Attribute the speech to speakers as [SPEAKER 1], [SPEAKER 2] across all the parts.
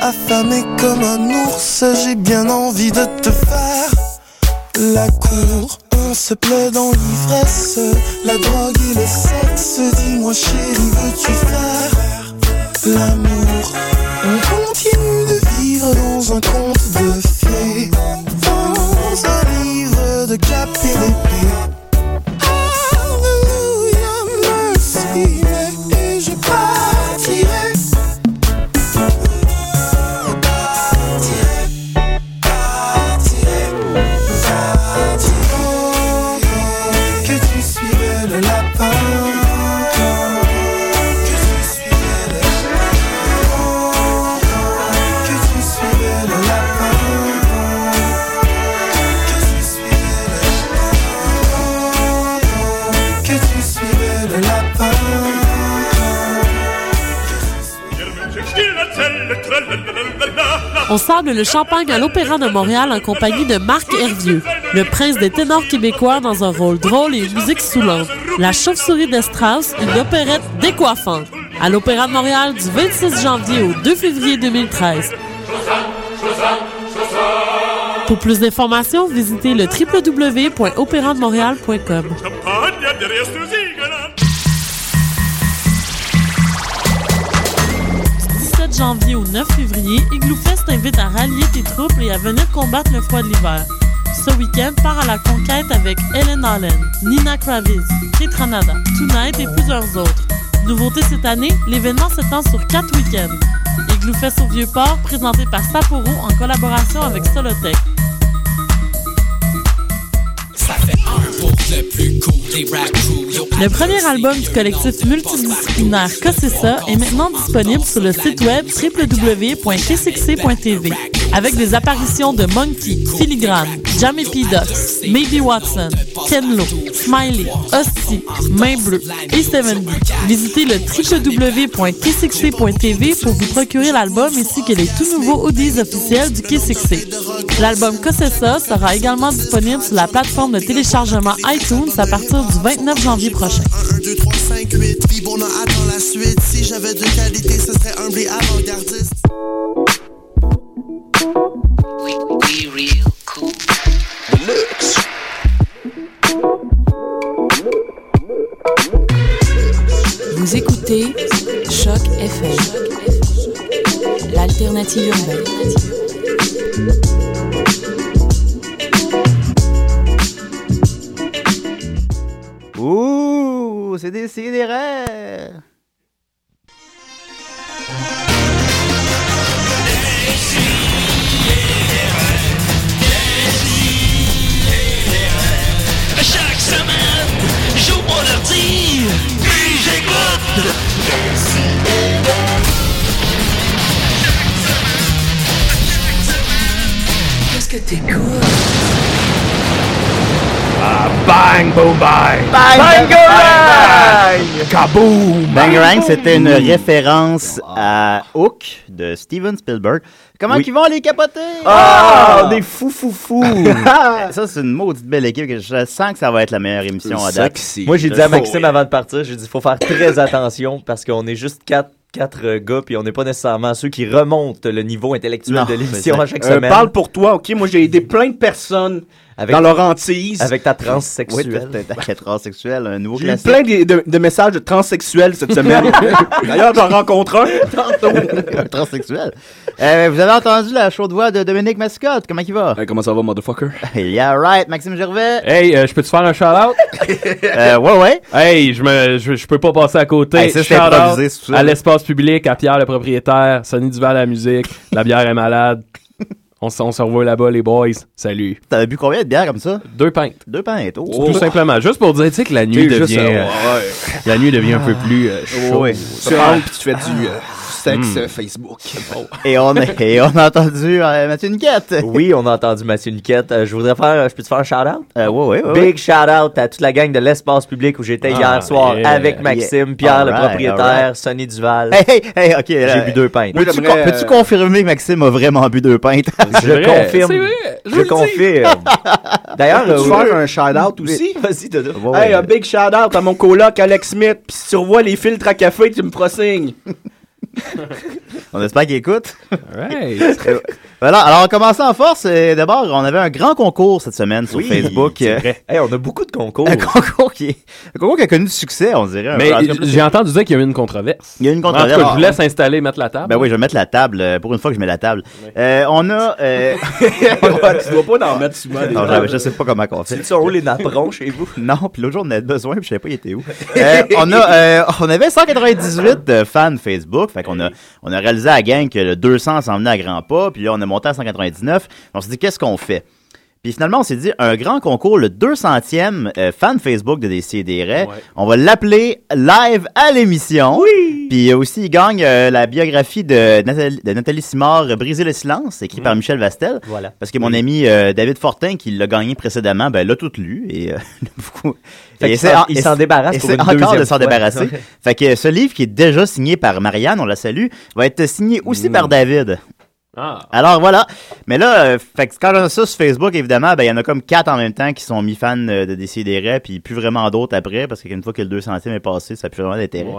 [SPEAKER 1] affamé comme un ours, j'ai bien envie de te faire la cour. On se plaît dans l'ivresse, la drogue et le sexe. Dis-moi, chérie, veux-tu faire l'amour On continue de vivre dans un conte de fées, dans un livre de cap et d'épée. Hallelujah, mercy, mais- et je partirai. Que tu suivais le lapin Que tu suivais le lapin Que tu suivais le lapin Que tu suivais le lapin Que tu suivais le
[SPEAKER 2] On sable le champagne à l'Opéra de Montréal en compagnie de Marc Hervieux, le prince des ténors québécois dans un rôle drôle et une musique saoulante. La chauve-souris de Strauss, une opérette décoiffante. À l'Opéra de Montréal du 26 janvier au 2 février 2013. Pour plus d'informations, visitez le www.opérandemontréal.com.
[SPEAKER 3] Champagne
[SPEAKER 2] 17 janvier au 9 février, Igloo Fest t'invite à rallier tes troupes et à venir combattre le froid de l'hiver. Ce week-end, pars à la conquête avec Ellen Allen, Nina Kravitz, Kate Ranada, Tonight et plusieurs autres. Nouveauté cette année, l'événement s'étend sur 4 week-ends. Igloo Fest au Vieux-Port, présenté par Sapporo en collaboration avec Solotech.
[SPEAKER 4] Ça fait un pour le plus cool des rap crew. Yo,
[SPEAKER 2] Le premier album du collectif multidisciplinaire Cossessa est maintenant disponible sur le site web www.kcxc.tv avec des apparitions de Monkey, Filigrane, Jamie P. Ducks, Maybe Watson, Ken Lo, Smiley, Hostie, Main Bleue et 70. E Visitez le www.kcxc.tv pour vous procurer l'album ainsi que les tout nouveaux audios officiels du KCXC. L'album Cossessa sera également disponible sur la plateforme de téléchargement iTunes à partir du 29 janvier prochain.
[SPEAKER 5] 1, 2, 3, 5, 8, Vibona attend la suite. Si j'avais deux qualités, ce serait humble et avant-gardiste.
[SPEAKER 6] Vous écoutez Choc FM, l'alternative urbaine.
[SPEAKER 7] Ouh, c'est des sidérés.
[SPEAKER 8] Chaque semaine, j'ouvre mon ordi, puis j'écoute des
[SPEAKER 6] Qu'est-ce que t'écoutes?
[SPEAKER 9] Ah, Bang, boom, bang!
[SPEAKER 7] Bangarang!
[SPEAKER 9] Kaboom!
[SPEAKER 7] Bangarang, c'était une référence à Hook de Steven Spielberg. Comment
[SPEAKER 9] Oui.
[SPEAKER 7] qu'ils vont les capoter?
[SPEAKER 9] Ah, des fous, fous, fous!
[SPEAKER 7] Ça, c'est une maudite belle équipe. que Je sens que ça va être la meilleure émission à date.
[SPEAKER 9] Sexy.
[SPEAKER 10] Moi, j'ai
[SPEAKER 7] Je
[SPEAKER 10] dit à
[SPEAKER 7] le
[SPEAKER 10] Maxime
[SPEAKER 7] fous.
[SPEAKER 10] avant de partir, j'ai dit faut faire très attention parce qu'on est juste quatre, quatre euh, gars puis on n'est pas nécessairement ceux qui remontent le niveau intellectuel
[SPEAKER 7] Non,
[SPEAKER 10] de l'émission
[SPEAKER 7] mais
[SPEAKER 10] à chaque
[SPEAKER 9] Euh,
[SPEAKER 10] semaine.
[SPEAKER 9] parle pour toi, ok? Moi, j'ai aidé plein de personnes
[SPEAKER 10] avec,
[SPEAKER 9] dans leur hantise.
[SPEAKER 10] avec ta
[SPEAKER 7] Oui,
[SPEAKER 10] transsexuelle.
[SPEAKER 7] t'as- t'as quatre heures sexuelles, un nouveau
[SPEAKER 9] J'ai eu
[SPEAKER 7] classique.
[SPEAKER 9] plein de, de- de messages de transsexuels cette semaine. D'ailleurs, j'en rencontre un tantôt.
[SPEAKER 7] Un transsexuel. Euh, vous avez entendu la chaude voix de Dominique Mascotte. Comment il va?
[SPEAKER 9] Hey, comment ça va, motherfucker?
[SPEAKER 7] Yeah, right. Maxime Gervais.
[SPEAKER 11] Hey, euh, je peux te faire un shout-out?
[SPEAKER 7] Euh, ouais, ouais.
[SPEAKER 11] hey, je, me, je, je peux pas passer à côté.
[SPEAKER 7] Hey, ça, c'est
[SPEAKER 11] Shout-out
[SPEAKER 7] improvisé, c'est pour ça.
[SPEAKER 11] à l'espace public, à Pierre le propriétaire, Sonny Duval à la musique, la bière est malade. On, s- on se revoit là-bas, les boys. Salut.
[SPEAKER 7] T'avais bu combien de bières comme ça?
[SPEAKER 11] Deux pintes.
[SPEAKER 7] Deux pintes. Oh.
[SPEAKER 11] Tout simplement. Juste pour dire, tu sais, que la nuit
[SPEAKER 9] T'es juste,
[SPEAKER 11] devient,
[SPEAKER 9] euh,
[SPEAKER 11] euh, la nuit devient un peu plus euh, chaude.
[SPEAKER 7] Ouais.
[SPEAKER 9] Tu rentres puis tu fais du euh,
[SPEAKER 11] Hmm.
[SPEAKER 9] sexe euh, Facebook.
[SPEAKER 7] Et on, et on a entendu euh, Mathieu Niquette.
[SPEAKER 10] Oui, on a entendu Mathieu Niquette. Euh, je voudrais faire, je peux te faire un shout-out?
[SPEAKER 7] Euh, ouais, ouais, ouais.
[SPEAKER 10] Big shout-out à toute la gang de l'espace public où j'étais
[SPEAKER 11] Ah,
[SPEAKER 10] hier soir
[SPEAKER 11] yeah,
[SPEAKER 10] avec Maxime, Pierre le
[SPEAKER 7] Alright,
[SPEAKER 10] propriétaire,
[SPEAKER 7] alright.
[SPEAKER 10] Sonny Duval.
[SPEAKER 7] Hey, hey, hey, ok.
[SPEAKER 10] J'ai bu deux pintes.
[SPEAKER 9] Moi,
[SPEAKER 7] Peux-tu
[SPEAKER 9] j'aimerais,
[SPEAKER 7] con- peux-tu
[SPEAKER 9] euh,
[SPEAKER 7] confirmer que Maxime a vraiment bu deux pintes?
[SPEAKER 10] Je
[SPEAKER 11] C'est vrai,
[SPEAKER 10] confirme.
[SPEAKER 11] c'est vrai, je
[SPEAKER 10] je
[SPEAKER 11] vous le dis.
[SPEAKER 10] confirme. D'ailleurs,
[SPEAKER 9] Peux-tu
[SPEAKER 10] euh,
[SPEAKER 9] faire un shout-out aussi?
[SPEAKER 10] Vas-y, Dodo.
[SPEAKER 7] Ouais, ouais.
[SPEAKER 9] Hey, euh, un big shout-out à mon coloc Alex Smith. Puis si tu revois les filtres à café, tu me prosigne.
[SPEAKER 7] On espère qu'il écoute.
[SPEAKER 11] Right.
[SPEAKER 7] Euh, voilà, alors on commence en force. Euh, D'abord, on avait un grand concours cette semaine sur
[SPEAKER 10] Oui,
[SPEAKER 7] Facebook.
[SPEAKER 10] c'est
[SPEAKER 7] Euh,
[SPEAKER 10] vrai. Hey, on a beaucoup de concours.
[SPEAKER 7] Un concours qui, un concours qui a connu du succès, on dirait.
[SPEAKER 11] Mais
[SPEAKER 7] En tout cas, plus-
[SPEAKER 11] j'ai entendu dire qu'il y a eu une controverse.
[SPEAKER 7] Il y a eu une
[SPEAKER 11] En tout
[SPEAKER 7] controverse.
[SPEAKER 11] cas, je vous laisse installer, mettre la table.
[SPEAKER 7] Ben oui, je vais mettre la table. euh, Pour une fois que je mets la table. Euh, on a... euh,
[SPEAKER 9] tu dois pas en mettre souvent. des
[SPEAKER 7] non,
[SPEAKER 9] tables.
[SPEAKER 7] je, je sais pas comment on fait.
[SPEAKER 10] Ils sont où les napperons chez vous?
[SPEAKER 7] Non, puis l'autre jour, on en avait besoin, puis je savais pas, il était où. Euh, on, a, euh, on avait 198 de fans Facebook, fait qu'on a, on a réalisé à la gang que le 200 s'en venait à grands pas, puis là, on a monté à 199. On s'est dit, qu'est-ce qu'on fait? Puis finalement, on s'est dit, un grand concours, le 200e euh, fan Facebook de DCDR. On va l'appeler live à l'émission. Oui! Puis euh, aussi, il gagne euh, la biographie de Nathalie, de Nathalie Simard, euh, Briser le silence, écrit par Michel Vastel.
[SPEAKER 10] Voilà.
[SPEAKER 7] Parce que mon ami euh, David Fortin, qui l'a gagné précédemment, ben, l'a tout lu et euh, l'a beaucoup.
[SPEAKER 10] Fait
[SPEAKER 7] et
[SPEAKER 10] qu'il
[SPEAKER 7] essaie
[SPEAKER 10] s'en-
[SPEAKER 7] en-
[SPEAKER 10] il s'en
[SPEAKER 7] essaie-
[SPEAKER 10] débarrasse pour
[SPEAKER 7] essaie
[SPEAKER 10] une
[SPEAKER 7] encore de
[SPEAKER 10] deuxième
[SPEAKER 7] s'en
[SPEAKER 10] fois.
[SPEAKER 7] débarrasser. fait que ce livre qui est déjà signé par Marianne, on la salue, va être signé aussi
[SPEAKER 10] Mm.
[SPEAKER 7] par David.
[SPEAKER 11] Ah.
[SPEAKER 7] Alors voilà. Mais là, euh, fait que quand on a ça sur Facebook, évidemment, ben, il y en a comme quatre en même temps qui sont mis fans euh, de Décideret, puis plus vraiment d'autres après, parce qu'une fois que le 200 est passé, ça n'a plus vraiment d'intérêt.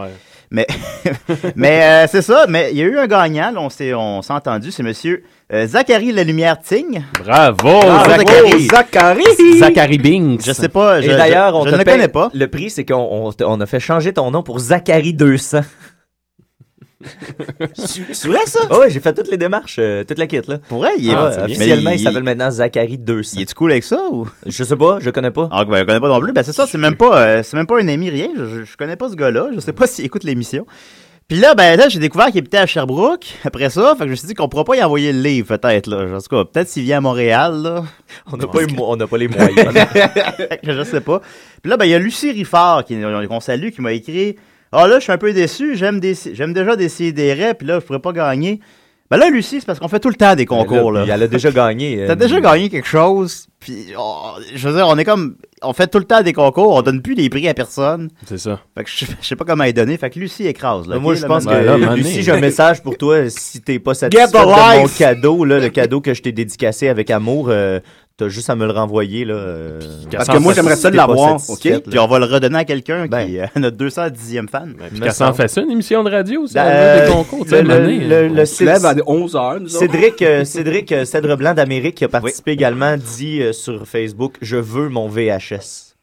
[SPEAKER 7] Mais, mais euh, c'est ça. Mais il y a eu un gagnant, là, on s'est on s'est entendu, c'est monsieur euh, Zachary La Lumière Tigne.
[SPEAKER 11] Bravo,
[SPEAKER 10] Oh,
[SPEAKER 7] Bravo,
[SPEAKER 11] Zachary.
[SPEAKER 9] Zachary!
[SPEAKER 11] Zachary Binks.
[SPEAKER 7] Ah, Je sais pas. Je,
[SPEAKER 10] Et d'ailleurs,
[SPEAKER 7] je-
[SPEAKER 10] on
[SPEAKER 7] je
[SPEAKER 10] te
[SPEAKER 7] ne
[SPEAKER 10] paye-
[SPEAKER 7] connais pas.
[SPEAKER 10] Le prix, c'est qu'on on te- on a fait changer ton nom pour Zachary 200.
[SPEAKER 9] C'est vrai, ça?
[SPEAKER 10] Ah ouais, j'ai fait toutes les démarches, euh, toute la kit, là.
[SPEAKER 7] Pour vrai, il est.
[SPEAKER 10] Ah,
[SPEAKER 7] mais
[SPEAKER 10] officiellement, il,
[SPEAKER 7] il-
[SPEAKER 10] s'appelle maintenant Zachary 200.
[SPEAKER 7] Il est cool avec ça ou
[SPEAKER 10] Je sais pas, je connais pas.
[SPEAKER 7] Ah ben, je connais pas non plus. Ben c'est ça, c'est même pas euh, c'est même pas un ami rien, je, je- je connais pas ce gars-là, je sais pas s'il écoute l'émission. Puis là ben là, j'ai découvert qu'il habitait à Sherbrooke. Après ça, fait que je me suis dit qu'on pourra pas y envoyer le livre peut-être là, en tout cas, peut-être s'il vient à Montréal là.
[SPEAKER 10] On n'a pas, eu mo- on n'a pas les moyens.
[SPEAKER 7] je sais pas. Puis là ben il y a Lucie Riffard qui qu'on salue qui m'a écrit "Ah là, je suis un peu déçu, j'aime des j'aime déjà des des raies, puis là je pourrais pas gagner." Ben là Lucie, c'est parce qu'on fait tout le temps
[SPEAKER 10] Ben
[SPEAKER 7] des concours là.
[SPEAKER 10] Elle a, elle a déjà gagné. euh,
[SPEAKER 7] T'as déjà gagné quelque chose, puis oh, on- je veux dire, on est comme, on fait tout le temps des concours, on donne plus les prix à personne.
[SPEAKER 11] C'est ça.
[SPEAKER 7] Fait que je, je sais pas comment les donner. Fait que Lucie écrase. Là,
[SPEAKER 10] Mais moi,
[SPEAKER 7] Ok,
[SPEAKER 10] je
[SPEAKER 7] là,
[SPEAKER 10] pense
[SPEAKER 11] maintenant.
[SPEAKER 7] maintenant.
[SPEAKER 11] Ben là,
[SPEAKER 10] que
[SPEAKER 11] mané.
[SPEAKER 10] Lucie, j'ai un message pour toi. Si t'es pas satisfait
[SPEAKER 7] Get a
[SPEAKER 10] de mon
[SPEAKER 7] life!
[SPEAKER 10] cadeau, là, le cadeau que je t'ai dédicacé avec amour, euh, t'as juste à me le renvoyer. Là, euh,
[SPEAKER 9] Parce que moi, j'aimerais ça
[SPEAKER 10] si t'es pas
[SPEAKER 9] l'avoir,
[SPEAKER 10] satisfaite,
[SPEAKER 7] Puis on va le redonner à quelqu'un
[SPEAKER 10] Ben.
[SPEAKER 7] qui est notre 210e fan.
[SPEAKER 10] me
[SPEAKER 11] Qu'elle s'en
[SPEAKER 10] semble.
[SPEAKER 11] fait ça, une émission de radio,
[SPEAKER 7] Ben,
[SPEAKER 11] ça?
[SPEAKER 10] Euh,
[SPEAKER 11] des concours, tu sais,
[SPEAKER 10] le-
[SPEAKER 11] à un
[SPEAKER 10] le-
[SPEAKER 11] moment donné,
[SPEAKER 10] le-
[SPEAKER 11] on-
[SPEAKER 10] le-
[SPEAKER 9] On se lève à 11h, nous autres.
[SPEAKER 10] Cédric, euh, Cédric euh, Cèdre Blanc d'Amérique qui a participé également dit euh, sur Facebook Je veux mon VHS.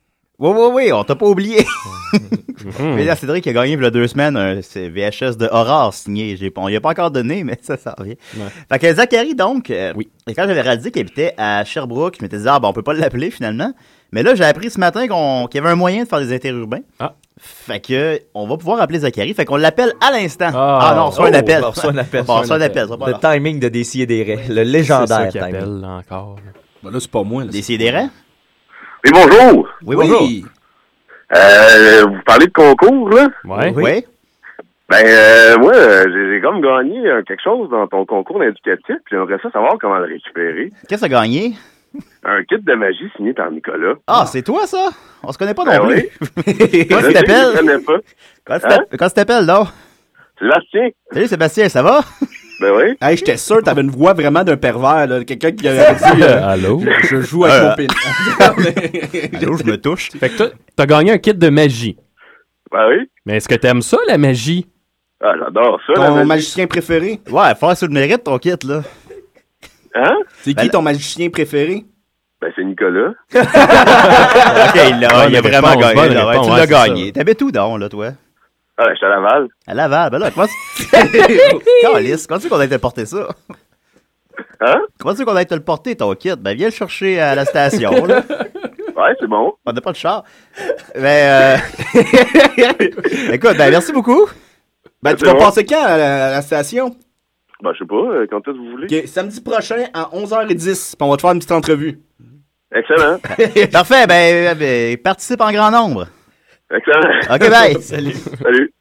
[SPEAKER 7] Oui, oui, oui, on t'a pas oublié.
[SPEAKER 11] Mhm.
[SPEAKER 7] Mais là, Cédric a gagné il y a deux semaines un c'est VHS de Horror signé. J'ai pas- On lui a pas encore donné, mais ça s'en vient. Fait que Zachary, donc, euh, et quand j'avais réalisé qu'il habitait à Sherbrooke, je m'étais dit, ah, ben, on peut pas l'appeler finalement. Mais là, j'ai appris ce matin qu'on- qu'il y avait un moyen de faire des interurbains.
[SPEAKER 11] Ah.
[SPEAKER 7] Fait que, on va pouvoir appeler Zachary. Fait qu'on l'appelle à l'instant.
[SPEAKER 11] Ah.
[SPEAKER 7] Ah, non, on reçoit un
[SPEAKER 10] Oh,
[SPEAKER 7] appel.
[SPEAKER 10] on reçoit un appel.
[SPEAKER 7] On reçoit un appel. ça va pas
[SPEAKER 10] Le
[SPEAKER 7] long.
[SPEAKER 10] timing de Dessier des Raies, le
[SPEAKER 11] C'est ça
[SPEAKER 10] légendaire
[SPEAKER 11] qui
[SPEAKER 10] timing.
[SPEAKER 11] appelle encore.
[SPEAKER 9] Ben là, c'est pas moi. là.
[SPEAKER 7] Décidérez.
[SPEAKER 3] Oui, bonjour.
[SPEAKER 7] Oui, bonjour. Oui.
[SPEAKER 3] Euh, vous parlez de concours, là?
[SPEAKER 11] Ouais.
[SPEAKER 10] Oui.
[SPEAKER 3] Ben, euh, moi, euh, j'ai j'ai comme gagné euh, quelque chose dans ton concours éducatif, puis j'aimerais ça savoir comment le récupérer.
[SPEAKER 7] Qu'est-ce que t'as gagné?
[SPEAKER 3] Un kit de magie signé par Nicolas.
[SPEAKER 7] Ah, c'est toi, ça? On se connaît pas non
[SPEAKER 3] Ben
[SPEAKER 7] plus. Comment tu
[SPEAKER 3] Je sais, je
[SPEAKER 7] t'appelles?
[SPEAKER 3] connais pas. Hein?
[SPEAKER 7] Comment tu t'appelles- Comment tu t'appelles, là?
[SPEAKER 3] Sébastien?
[SPEAKER 7] Salut, Sébastien, ça va?
[SPEAKER 3] Ben oui.
[SPEAKER 9] Hey, j'étais sûr que t'avais une voix vraiment d'un pervers, là. Quelqu'un qui avait dit, euh,
[SPEAKER 11] Allô?
[SPEAKER 9] je joue avec
[SPEAKER 7] Euh,
[SPEAKER 9] mon pénis.
[SPEAKER 7] Allô, je me touche.
[SPEAKER 11] Fait que toi, t'as gagné un kit de magie.
[SPEAKER 3] Ben oui.
[SPEAKER 11] Mais est-ce que t'aimes ça, la magie?
[SPEAKER 3] Ah, j'adore ça. la
[SPEAKER 9] Ton
[SPEAKER 3] magie.
[SPEAKER 9] magicien préféré?
[SPEAKER 7] Ouais, faire sur le mérite ton kit, là.
[SPEAKER 3] Hein?
[SPEAKER 9] C'est
[SPEAKER 7] Ben,
[SPEAKER 9] qui ton magicien préféré?
[SPEAKER 3] Ben, c'est Nicolas.
[SPEAKER 7] OK, il l'a-
[SPEAKER 11] Bonne
[SPEAKER 7] il a
[SPEAKER 11] réponse,
[SPEAKER 7] vraiment gagné.
[SPEAKER 11] bonne
[SPEAKER 7] là, ouais,
[SPEAKER 11] réponse,
[SPEAKER 7] tu
[SPEAKER 11] ouais,
[SPEAKER 7] l'as
[SPEAKER 11] c'est ça.
[SPEAKER 7] gagné. T'avais tout donc, là, toi.
[SPEAKER 3] Ah, ben, je suis à Laval.
[SPEAKER 7] À Laval, ben là, comment tu... Calisse, comment tu qu'on aille te le porter ça?
[SPEAKER 3] Hein?
[SPEAKER 7] Comment tu qu'on aille te le porter, ton kit? Ben, viens le chercher à la station, là.
[SPEAKER 3] Ouais, c'est bon.
[SPEAKER 7] On n'a pas de char. Mais, euh... Écoute, ben, merci beaucoup.
[SPEAKER 9] Ben, tu
[SPEAKER 3] C'est
[SPEAKER 9] vas
[SPEAKER 3] bon.
[SPEAKER 9] passer quand à la, à la station?
[SPEAKER 3] Ben, je sais pas, euh, quand est-ce que vous voulez.
[SPEAKER 9] Ok, samedi prochain à 11h10. Puis on va te faire une petite entrevue.
[SPEAKER 3] Excellent.
[SPEAKER 7] Parfait, ben, ben, participe en grand nombre.
[SPEAKER 3] Excellent.
[SPEAKER 7] OK, bye.
[SPEAKER 3] Salut.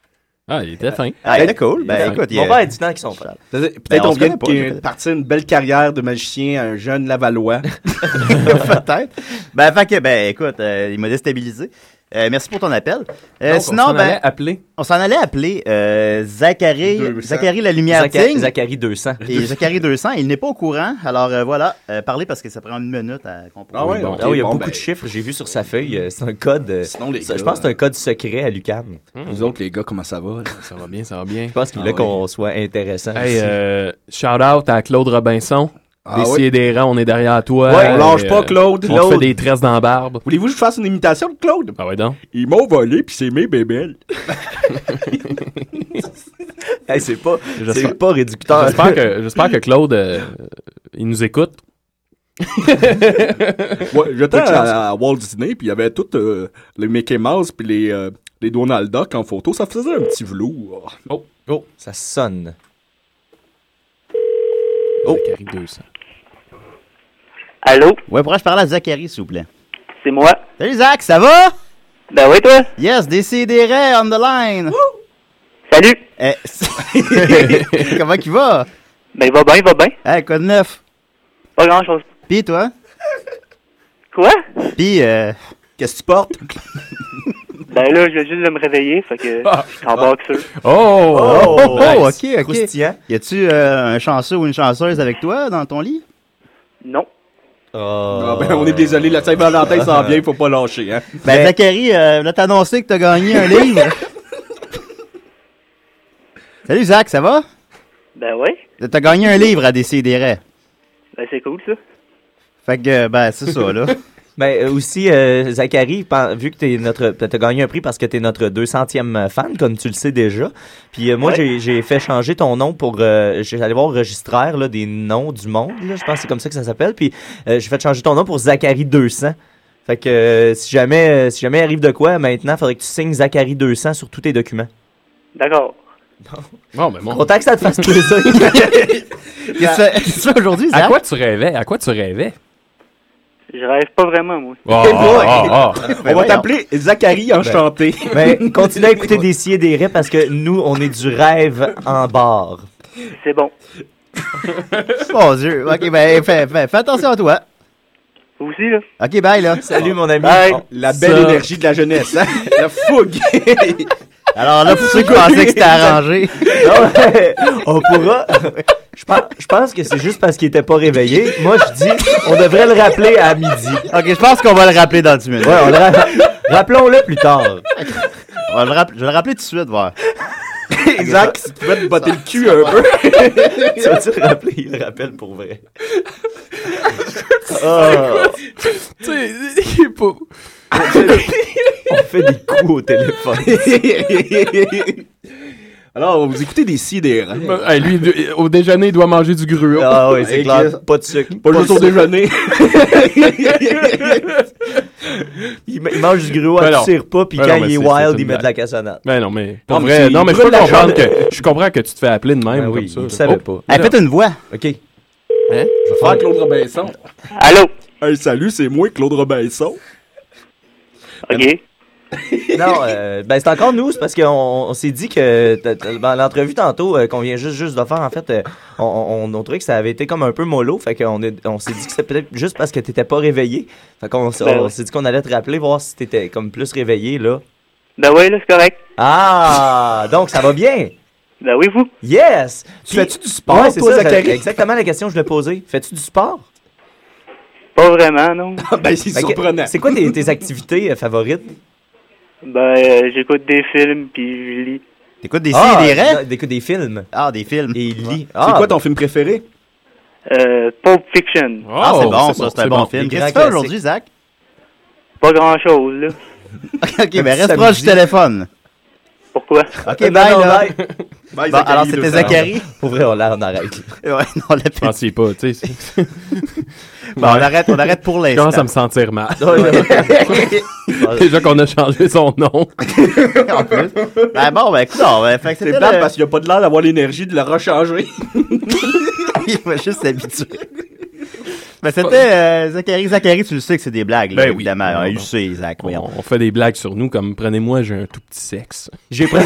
[SPEAKER 11] Ah, il était fin.
[SPEAKER 7] Ah, il est cool. Ben, écoute, il
[SPEAKER 10] Mon
[SPEAKER 7] est...
[SPEAKER 10] père dit non qu'ils sont pas.
[SPEAKER 9] Peut-être
[SPEAKER 7] Ben, on
[SPEAKER 9] on
[SPEAKER 7] se
[SPEAKER 9] vient
[SPEAKER 7] connaît
[SPEAKER 9] de
[SPEAKER 7] pas, je connais.
[SPEAKER 9] qu'il- partir une belle carrière de magicien à un jeune Lavallois.
[SPEAKER 7] peut-être. Ben, fait que, ben, écoute, euh, il m'a déstabilisé. Euh, merci pour ton appel. Euh,
[SPEAKER 11] Donc, on
[SPEAKER 7] sinon,
[SPEAKER 11] s'en
[SPEAKER 7] ben,
[SPEAKER 11] allait appeler.
[SPEAKER 7] On s'en allait appeler euh, Zachary,
[SPEAKER 11] 200.
[SPEAKER 7] Zachary la lumière
[SPEAKER 10] Zacha-
[SPEAKER 7] Tigre.
[SPEAKER 10] Zachary 200.
[SPEAKER 7] Et Zachary 200, il n'est pas au courant. Alors euh, voilà, euh, parlez parce que ça prend une minute à comprendre.
[SPEAKER 10] Ah ouais,
[SPEAKER 7] Bon. ben,
[SPEAKER 10] ah oui, il y a beaucoup de chiffres. J'ai vu sur sa feuille. euh, C'est un code. euh,
[SPEAKER 9] les
[SPEAKER 10] ça-
[SPEAKER 9] gars,
[SPEAKER 10] je pense que c'est un code secret à Lucan.
[SPEAKER 11] Hmm.
[SPEAKER 9] Vous autres, les gars, comment ça va? Ça va bien, ça va bien.
[SPEAKER 10] Je pense qu'il
[SPEAKER 9] Ah
[SPEAKER 10] voulait
[SPEAKER 9] ouais.
[SPEAKER 10] qu'on soit intéressant.
[SPEAKER 11] Hey,
[SPEAKER 10] aussi.
[SPEAKER 11] euh, shout out à Claude Robinson.
[SPEAKER 9] Ah
[SPEAKER 11] D'essayer
[SPEAKER 9] oui.
[SPEAKER 11] des rangs, on est derrière toi.
[SPEAKER 9] Ouais, on
[SPEAKER 11] Et,
[SPEAKER 9] lâche pas,
[SPEAKER 11] euh,
[SPEAKER 9] Claude.
[SPEAKER 11] On te fait
[SPEAKER 9] Claude.
[SPEAKER 11] des tresses dans la barbe.
[SPEAKER 9] Voulez-vous que je fasse une imitation de Claude?
[SPEAKER 11] Ah ouais, donc.
[SPEAKER 9] Ils m'ont volé, puis c'est mes bébelles.
[SPEAKER 10] Hey, c'est pas,
[SPEAKER 11] J'espère-
[SPEAKER 10] c'est pas réducteur.
[SPEAKER 11] J'espère que, j'espère que Claude, euh, il nous écoute.
[SPEAKER 9] Ouais, j'étais
[SPEAKER 11] Bonne chance.
[SPEAKER 9] à, à Walt Disney, puis il y avait tous euh, les Mickey Mouse, puis les, euh, les Donald Duck en photo. Ça faisait un petit velours.
[SPEAKER 11] Oh,
[SPEAKER 10] Oh, ça sonne.
[SPEAKER 11] oh. Zachary 200.
[SPEAKER 12] Allô?
[SPEAKER 7] Ouais, pourrais-je parler à Zachary, s'il vous plaît?
[SPEAKER 12] C'est moi.
[SPEAKER 7] Salut Zach, ça va?
[SPEAKER 12] Ben oui, toi?
[SPEAKER 7] Yes, Décidéré on the line.
[SPEAKER 12] Salut!
[SPEAKER 7] Eh, Comment qu'il va?
[SPEAKER 12] Ben il va bien, il va bien.
[SPEAKER 7] Hey, quoi de neuf?
[SPEAKER 12] Pas grand chose.
[SPEAKER 7] Pis toi?
[SPEAKER 12] Quoi?
[SPEAKER 7] Pis, euh...
[SPEAKER 9] Qu'est-ce que tu portes?
[SPEAKER 12] Ben là, je viens juste de me réveiller, fait que
[SPEAKER 9] Ah.
[SPEAKER 12] je suis en boxeur.
[SPEAKER 11] Oh!
[SPEAKER 7] Oh,
[SPEAKER 12] Oh,
[SPEAKER 7] oh,
[SPEAKER 12] nice.
[SPEAKER 7] ok, ok.
[SPEAKER 12] Croustillant.
[SPEAKER 7] Y a-tu euh, un chanceux ou une chanceuse avec toi dans ton lit?
[SPEAKER 12] Non.
[SPEAKER 10] Oh.
[SPEAKER 9] Ah, ben, on est désolé, la Saint-Valentin s'en vient, faut pas lâcher. Hein?
[SPEAKER 7] Ben, Zachary, euh, là, t'as annoncé que t'as gagné un livre. Salut Zach, ça va?
[SPEAKER 12] Ben ouais.
[SPEAKER 7] T'as gagné un livre à Décidéré.
[SPEAKER 12] Ben c'est cool, ça.
[SPEAKER 7] Fait que, euh, ben, c'est ça, là.
[SPEAKER 10] Mais euh, aussi, euh, Zachary, pen- vu que t'es notre, ben, t'as gagné un prix parce que t'es notre 200e fan, comme tu le sais déjà. Puis euh, moi,
[SPEAKER 12] Ouais.
[SPEAKER 10] j'ai- j'ai fait changer ton nom pour, euh, j'allais voir au registraire là, des noms du monde. Là, je pense que c'est comme ça que ça s'appelle. Puis euh, j'ai fait changer ton nom pour Zachary 200. Fait que euh, si jamais, euh, si jamais arrive de quoi maintenant, faudrait que tu signes Zachary 200 sur tous tes documents.
[SPEAKER 12] D'accord.
[SPEAKER 11] Bon, ben, mon-
[SPEAKER 10] Content que ça te fasse plaisir.
[SPEAKER 7] Qu'est-ce que tu fais aujourd'hui,
[SPEAKER 11] À
[SPEAKER 7] Zach?
[SPEAKER 11] quoi tu rêvais? À quoi tu rêvais?
[SPEAKER 12] Je rêve pas vraiment, moi.
[SPEAKER 9] Ah,
[SPEAKER 11] Oh, oh, oh, oh.
[SPEAKER 9] On va t'appeler Zachary Enchanté. ben,
[SPEAKER 10] Mais Ben, continue à écouter des si et des raies parce que nous, on est du rêve en barre.
[SPEAKER 12] C'est bon.
[SPEAKER 7] Mon Dieu. OK, ben, fais, fais- fais attention à toi.
[SPEAKER 12] Vous aussi, là?
[SPEAKER 7] OK, bye, là.
[SPEAKER 10] Salut mon ami.
[SPEAKER 12] Bye.
[SPEAKER 10] Oh,
[SPEAKER 9] La belle
[SPEAKER 11] Ça-
[SPEAKER 9] énergie de la jeunesse. hein? la fougue.
[SPEAKER 7] Alors là, pour ceux qui pensaient que c'était arrangé,
[SPEAKER 10] Non, mais on pourra. Je pense, je pense que c'est juste parce qu'il était pas réveillé. Moi, je dis, on devrait le rappeler à midi.
[SPEAKER 7] OK, je pense qu'on va le rappeler dans 10 minutes.
[SPEAKER 10] Ouais, on le ra- rappelons-le plus tard.
[SPEAKER 7] On va le rapp- je vais le rappeler tout de suite, voir.
[SPEAKER 9] Zach, si tu pouvais te botter le cul un peu.
[SPEAKER 10] Tu vas-tu le rappeler? Il le rappelle pour vrai. Ah,
[SPEAKER 11] Tu sais, il est pas-
[SPEAKER 10] on fait des coups au téléphone.
[SPEAKER 9] Alors, vous écoutez des si et des raies.
[SPEAKER 11] Hey, lui, il doit- au déjeuner, il doit manger du gruau.
[SPEAKER 10] Ah oui, c'est clair. Pas de sucre.
[SPEAKER 9] Pas juste au
[SPEAKER 10] de sucre.
[SPEAKER 9] déjeuner.
[SPEAKER 10] Il, ma- il mange du gruau à
[SPEAKER 11] Ben non.
[SPEAKER 10] tous ses repas, puis
[SPEAKER 11] Ben
[SPEAKER 10] quand
[SPEAKER 11] non, mais
[SPEAKER 10] il est
[SPEAKER 11] c'est-
[SPEAKER 10] wild,
[SPEAKER 11] c'est
[SPEAKER 10] il met
[SPEAKER 11] une
[SPEAKER 10] de la
[SPEAKER 11] blague.
[SPEAKER 10] cassonade.
[SPEAKER 11] Ben non, mais. Pour
[SPEAKER 10] Ah,
[SPEAKER 9] Non, mais
[SPEAKER 11] vrai,
[SPEAKER 9] il
[SPEAKER 11] non, mais je peux
[SPEAKER 9] brûle la
[SPEAKER 11] comprendre
[SPEAKER 9] journée.
[SPEAKER 11] que. Je comprends que tu te fais appeler de même.
[SPEAKER 10] Ben
[SPEAKER 11] comme
[SPEAKER 10] oui,
[SPEAKER 11] ça,
[SPEAKER 10] il
[SPEAKER 11] là.
[SPEAKER 10] le savait
[SPEAKER 11] Oh.
[SPEAKER 10] pas.
[SPEAKER 7] Hey, faites une voix.
[SPEAKER 10] OK.
[SPEAKER 11] Hein?
[SPEAKER 10] Je vais faire
[SPEAKER 9] Frère Claude Robinson.
[SPEAKER 12] Allô?
[SPEAKER 9] Hey, salut, c'est moi, Claude Robinson.
[SPEAKER 12] OK.
[SPEAKER 10] Non, euh, ben c'est encore nous, c'est parce qu'on on s'est dit que t- t- ben, l'entrevue tantôt euh, qu'on vient juste, juste de faire, en fait, euh, on, on, on trouvait que ça avait été comme un peu mollo, fait qu'on est- on s'est dit que c'était peut-être juste parce que t'étais pas réveillé. Fait qu'on s-
[SPEAKER 12] Ben
[SPEAKER 10] on
[SPEAKER 12] oui.
[SPEAKER 10] s'est dit qu'on allait te rappeler, voir si t'étais comme plus réveillé, là.
[SPEAKER 12] Ben ouais, là, c'est correct.
[SPEAKER 10] Ah, donc ça va bien.
[SPEAKER 12] Ben oui, vous?
[SPEAKER 10] Yes.
[SPEAKER 9] Tu fais-tu du sport,
[SPEAKER 10] Ouais, c'est
[SPEAKER 9] toi,
[SPEAKER 10] ça,
[SPEAKER 9] Zachary?
[SPEAKER 10] c'est exactement la question que je voulais poser. Fais-tu du sport?
[SPEAKER 12] Pas vraiment, non.
[SPEAKER 9] ben, c'est
[SPEAKER 10] Fait que-
[SPEAKER 9] surprenant.
[SPEAKER 10] C'est quoi tes, tes activités euh, favorites?
[SPEAKER 12] Ben, euh, j'écoute des films, puis je lis.
[SPEAKER 7] T'écoutes des
[SPEAKER 10] Ah,
[SPEAKER 7] si et des raies?
[SPEAKER 10] non, des, des films.
[SPEAKER 7] Ah, des films. Ah.
[SPEAKER 10] Et il lit.
[SPEAKER 9] C'est quoi ton film préféré?
[SPEAKER 12] Euh, Pulp Fiction.
[SPEAKER 7] Ah, c'est
[SPEAKER 11] Oh,
[SPEAKER 7] bon, ça, c'est un bon film.
[SPEAKER 10] Des
[SPEAKER 7] Qu'est-ce que tu
[SPEAKER 10] grands
[SPEAKER 7] fais aujourd'hui, Zach?
[SPEAKER 12] Pas grand-chose, là.
[SPEAKER 7] OK, ben reste
[SPEAKER 10] samedi.
[SPEAKER 7] proche du téléphone.
[SPEAKER 12] Pourquoi?
[SPEAKER 7] OK, bye, là.
[SPEAKER 9] Bye,
[SPEAKER 7] Bon,
[SPEAKER 9] Zachary,
[SPEAKER 7] alors, c'était
[SPEAKER 9] deux
[SPEAKER 7] Zachary.
[SPEAKER 10] Pour vrai, on, l'a- on arrête.
[SPEAKER 7] Ouais, non, on
[SPEAKER 11] Je
[SPEAKER 7] l'appelle.
[SPEAKER 11] pensais pas, tu sais. c'est-
[SPEAKER 7] Bon, on arrête, on arrête pour
[SPEAKER 11] Je
[SPEAKER 7] l'instant.
[SPEAKER 11] commence à me sentir mal.
[SPEAKER 10] Ouais.
[SPEAKER 11] Déjà qu'on a changé son nom.
[SPEAKER 7] en plus. Ben bon, ben écoute, on va- fait que
[SPEAKER 9] C'est
[SPEAKER 7] c'était
[SPEAKER 9] plate
[SPEAKER 7] le-
[SPEAKER 9] parce qu'il n'y a pas de l'air d'avoir l'énergie de le rechanger.
[SPEAKER 7] Il va juste s'habituer. Mais c'était euh, Zachary. Zachary, tu le sais que c'est des blagues, là,
[SPEAKER 11] Ben oui.
[SPEAKER 7] évidemment. Ah,
[SPEAKER 11] Non,
[SPEAKER 7] il
[SPEAKER 11] non.
[SPEAKER 7] sait, Zach, voyons.
[SPEAKER 11] On fait des blagues sur nous comme prenez-moi, j'ai un tout petit sexe.
[SPEAKER 10] J'ai pris-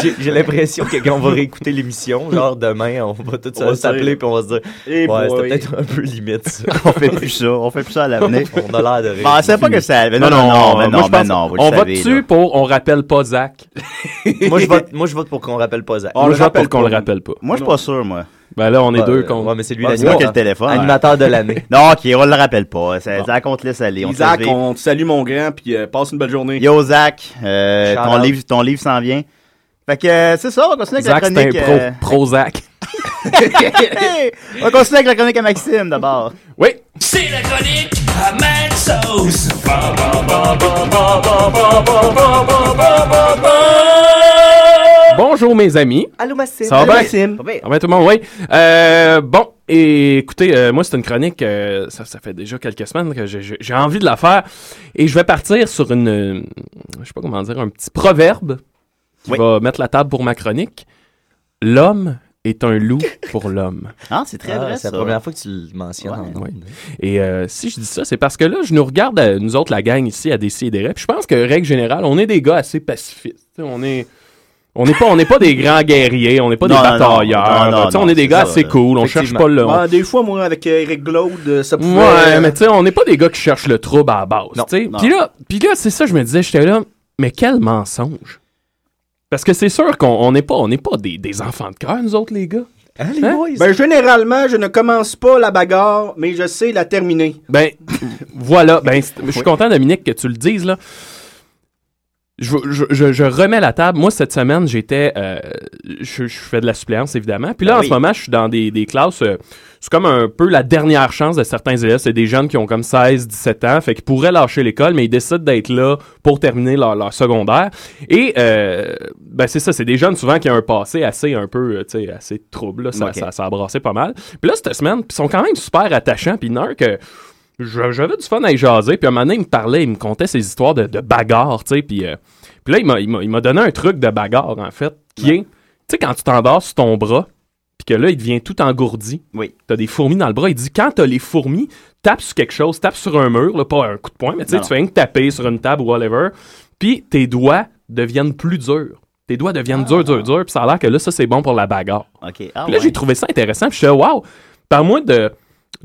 [SPEAKER 10] J'ai- j'ai l'impression que quand on va réécouter l'émission, genre demain, on va tous
[SPEAKER 11] On va se
[SPEAKER 10] s'appeler
[SPEAKER 11] dire,
[SPEAKER 10] puis on va se dire
[SPEAKER 7] Eh
[SPEAKER 10] Ouais, c'était
[SPEAKER 7] boy.
[SPEAKER 10] peut-être un peu limite. ça.
[SPEAKER 7] on fait plus ça, on fait plus ça à l'avenir.
[SPEAKER 10] on a l'air de rire.
[SPEAKER 7] Je pensais pas que ça allait. Non, non, non, mais non,
[SPEAKER 11] moi, je
[SPEAKER 7] mais
[SPEAKER 11] pense-
[SPEAKER 7] non, vous le
[SPEAKER 11] On va
[SPEAKER 7] savez, là.
[SPEAKER 11] dessus pour on rappelle pas Zach.
[SPEAKER 10] moi, je vote, moi, je vote pour qu'on rappelle pas Zach.
[SPEAKER 11] On le rappelle qu'on le rappelle pas.
[SPEAKER 7] Moi, je suis pas sûr, moi.
[SPEAKER 11] Ben là, on est
[SPEAKER 10] Ouais,
[SPEAKER 11] deux
[SPEAKER 10] ouais,
[SPEAKER 11] contre.
[SPEAKER 10] ouais, mais c'est lui
[SPEAKER 7] Ah, c'est moi qui ai le téléphone.
[SPEAKER 10] Animateur de l'année.
[SPEAKER 7] non, ok, on le rappelle pas. C'est- Zach, on te laisse aller. On te
[SPEAKER 9] Isaac,
[SPEAKER 7] laisse vivre.
[SPEAKER 9] on te salue mon grand, puis euh, passe une belle journée.
[SPEAKER 7] Yo, Zach, euh,
[SPEAKER 9] Shout
[SPEAKER 7] ton
[SPEAKER 9] out.
[SPEAKER 7] livre, ton livre s'en vient. Fait que euh, c'est ça, on continue avec
[SPEAKER 11] Zach,
[SPEAKER 7] la
[SPEAKER 11] c'est un
[SPEAKER 7] chronique.
[SPEAKER 11] pro,
[SPEAKER 7] euh,
[SPEAKER 11] Prozac.
[SPEAKER 7] on continue avec la chronique à Maxime d'abord.
[SPEAKER 11] Oui.
[SPEAKER 8] C'est la chronique à Mad Sauce. Ba, ba, ba, ba, ba, ba, ba, ba, ba, ba, ba, ba, ba.
[SPEAKER 11] Bonjour mes amis.
[SPEAKER 10] Allô, Maxime.
[SPEAKER 11] Ça va bien?
[SPEAKER 10] Pas pire.
[SPEAKER 11] Ah ben, tout le monde, oui. Euh, bon, et écoutez, euh, moi, c'est une chronique, euh, ça, ça fait déjà quelques semaines que j'ai- j'ai j'ai envie de la faire. Et je vais partir sur une, euh, je sais pas comment dire, un petit proverbe qui va mettre la table pour ma chronique. L'homme est un loup pour l'homme.
[SPEAKER 7] Ah, c'est très
[SPEAKER 10] Ah,
[SPEAKER 7] vrai,
[SPEAKER 10] C'est
[SPEAKER 7] ça.
[SPEAKER 10] la première fois que tu le mentionnes. en hein.
[SPEAKER 11] Ouais.
[SPEAKER 10] ondes.
[SPEAKER 11] Et euh, si je dis ça, c'est parce que là, je nous regarde, euh, nous autres, la gang ici, à décider. E Puis je pense que, règle générale, on est des gars assez pacifistes. Tu sais, On est. On n'est pas, on n'est pas des grands guerriers, on n'est pas
[SPEAKER 7] Non,
[SPEAKER 11] des
[SPEAKER 7] non, non.
[SPEAKER 11] batailleurs.
[SPEAKER 7] Non, non,
[SPEAKER 11] Tu sais, on
[SPEAKER 7] non,
[SPEAKER 11] est des
[SPEAKER 7] c'est
[SPEAKER 11] gars
[SPEAKER 7] ça,
[SPEAKER 11] assez
[SPEAKER 7] là.
[SPEAKER 11] Euh, cool, on cherche pas le. on-
[SPEAKER 9] Ouais, Ah, des fois, moi, avec euh, Eric Glaude, euh, ça pouvait...
[SPEAKER 11] Ouais, mais tu sais, on n'est pas des gars qui cherchent le trouble à la base.
[SPEAKER 10] Non,
[SPEAKER 11] tu sais. Puis là, puis là c'est ça, je me disais, j'étais là, mais quel mensonge. Parce que c'est sûr qu'on on n'est pas, on n'est pas des, des enfants de cœur, nous autres, les gars.
[SPEAKER 10] Allez,
[SPEAKER 11] Hein?
[SPEAKER 10] boys.
[SPEAKER 9] Ben, généralement, je ne commence pas la bagarre, mais je sais la terminer.
[SPEAKER 11] Ben, voilà. Ben, c'est- je suis content, Dominique, que tu le dises, là. Je, veux- je- je- je remets la table. Moi, cette semaine, j'étais. euh, je, je fais de la suppléance, évidemment. Puis là,
[SPEAKER 9] Ben
[SPEAKER 11] en
[SPEAKER 9] oui.
[SPEAKER 11] ce moment, je suis dans des, des classes. euh, c'est comme un peu la dernière chance de certains élèves. C'est des jeunes qui ont comme 16, 17 ans. Fait qu'ils pourraient lâcher l'école, mais ils décident d'être là pour terminer leur, leur secondaire. Et, euh, ben, c'est ça. C'est des jeunes souvent qui ont un passé assez, un peu, euh, tu sais, assez trouble. là. Ça,
[SPEAKER 7] Ok.
[SPEAKER 11] ça- ça a brassé pas mal. Puis là, cette semaine, ils sont quand même super attachants. Puis, il y en a un que. Je- J'avais du fun à y jaser, puis à un moment donné, il me parlait, il me contait ses histoires de, de bagarre, tu sais, puis, euh, puis là, il m'a- il m'a- il m'a donné un truc de bagarre, en fait, qui est, tu sais, quand tu t'endors sur ton bras, puis que là, il devient tout engourdi,
[SPEAKER 7] Oui.
[SPEAKER 11] t'as des fourmis dans le bras, il dit, quand t'as les fourmis, tape sur quelque chose, tape sur un mur, là, pas un coup de poing, mais tu sais,
[SPEAKER 7] Non,
[SPEAKER 11] tu fais rien que taper sur une table ou whatever, puis tes doigts deviennent plus durs. Tes doigts deviennent durs, durs, durs, puis ça a l'air que là, ça, c'est bon pour la bagarre.
[SPEAKER 7] Ok. Ah,
[SPEAKER 11] Puis là,
[SPEAKER 7] ouais.
[SPEAKER 11] j'ai trouvé ça intéressant. Puis je suis waouh, parle-moi de,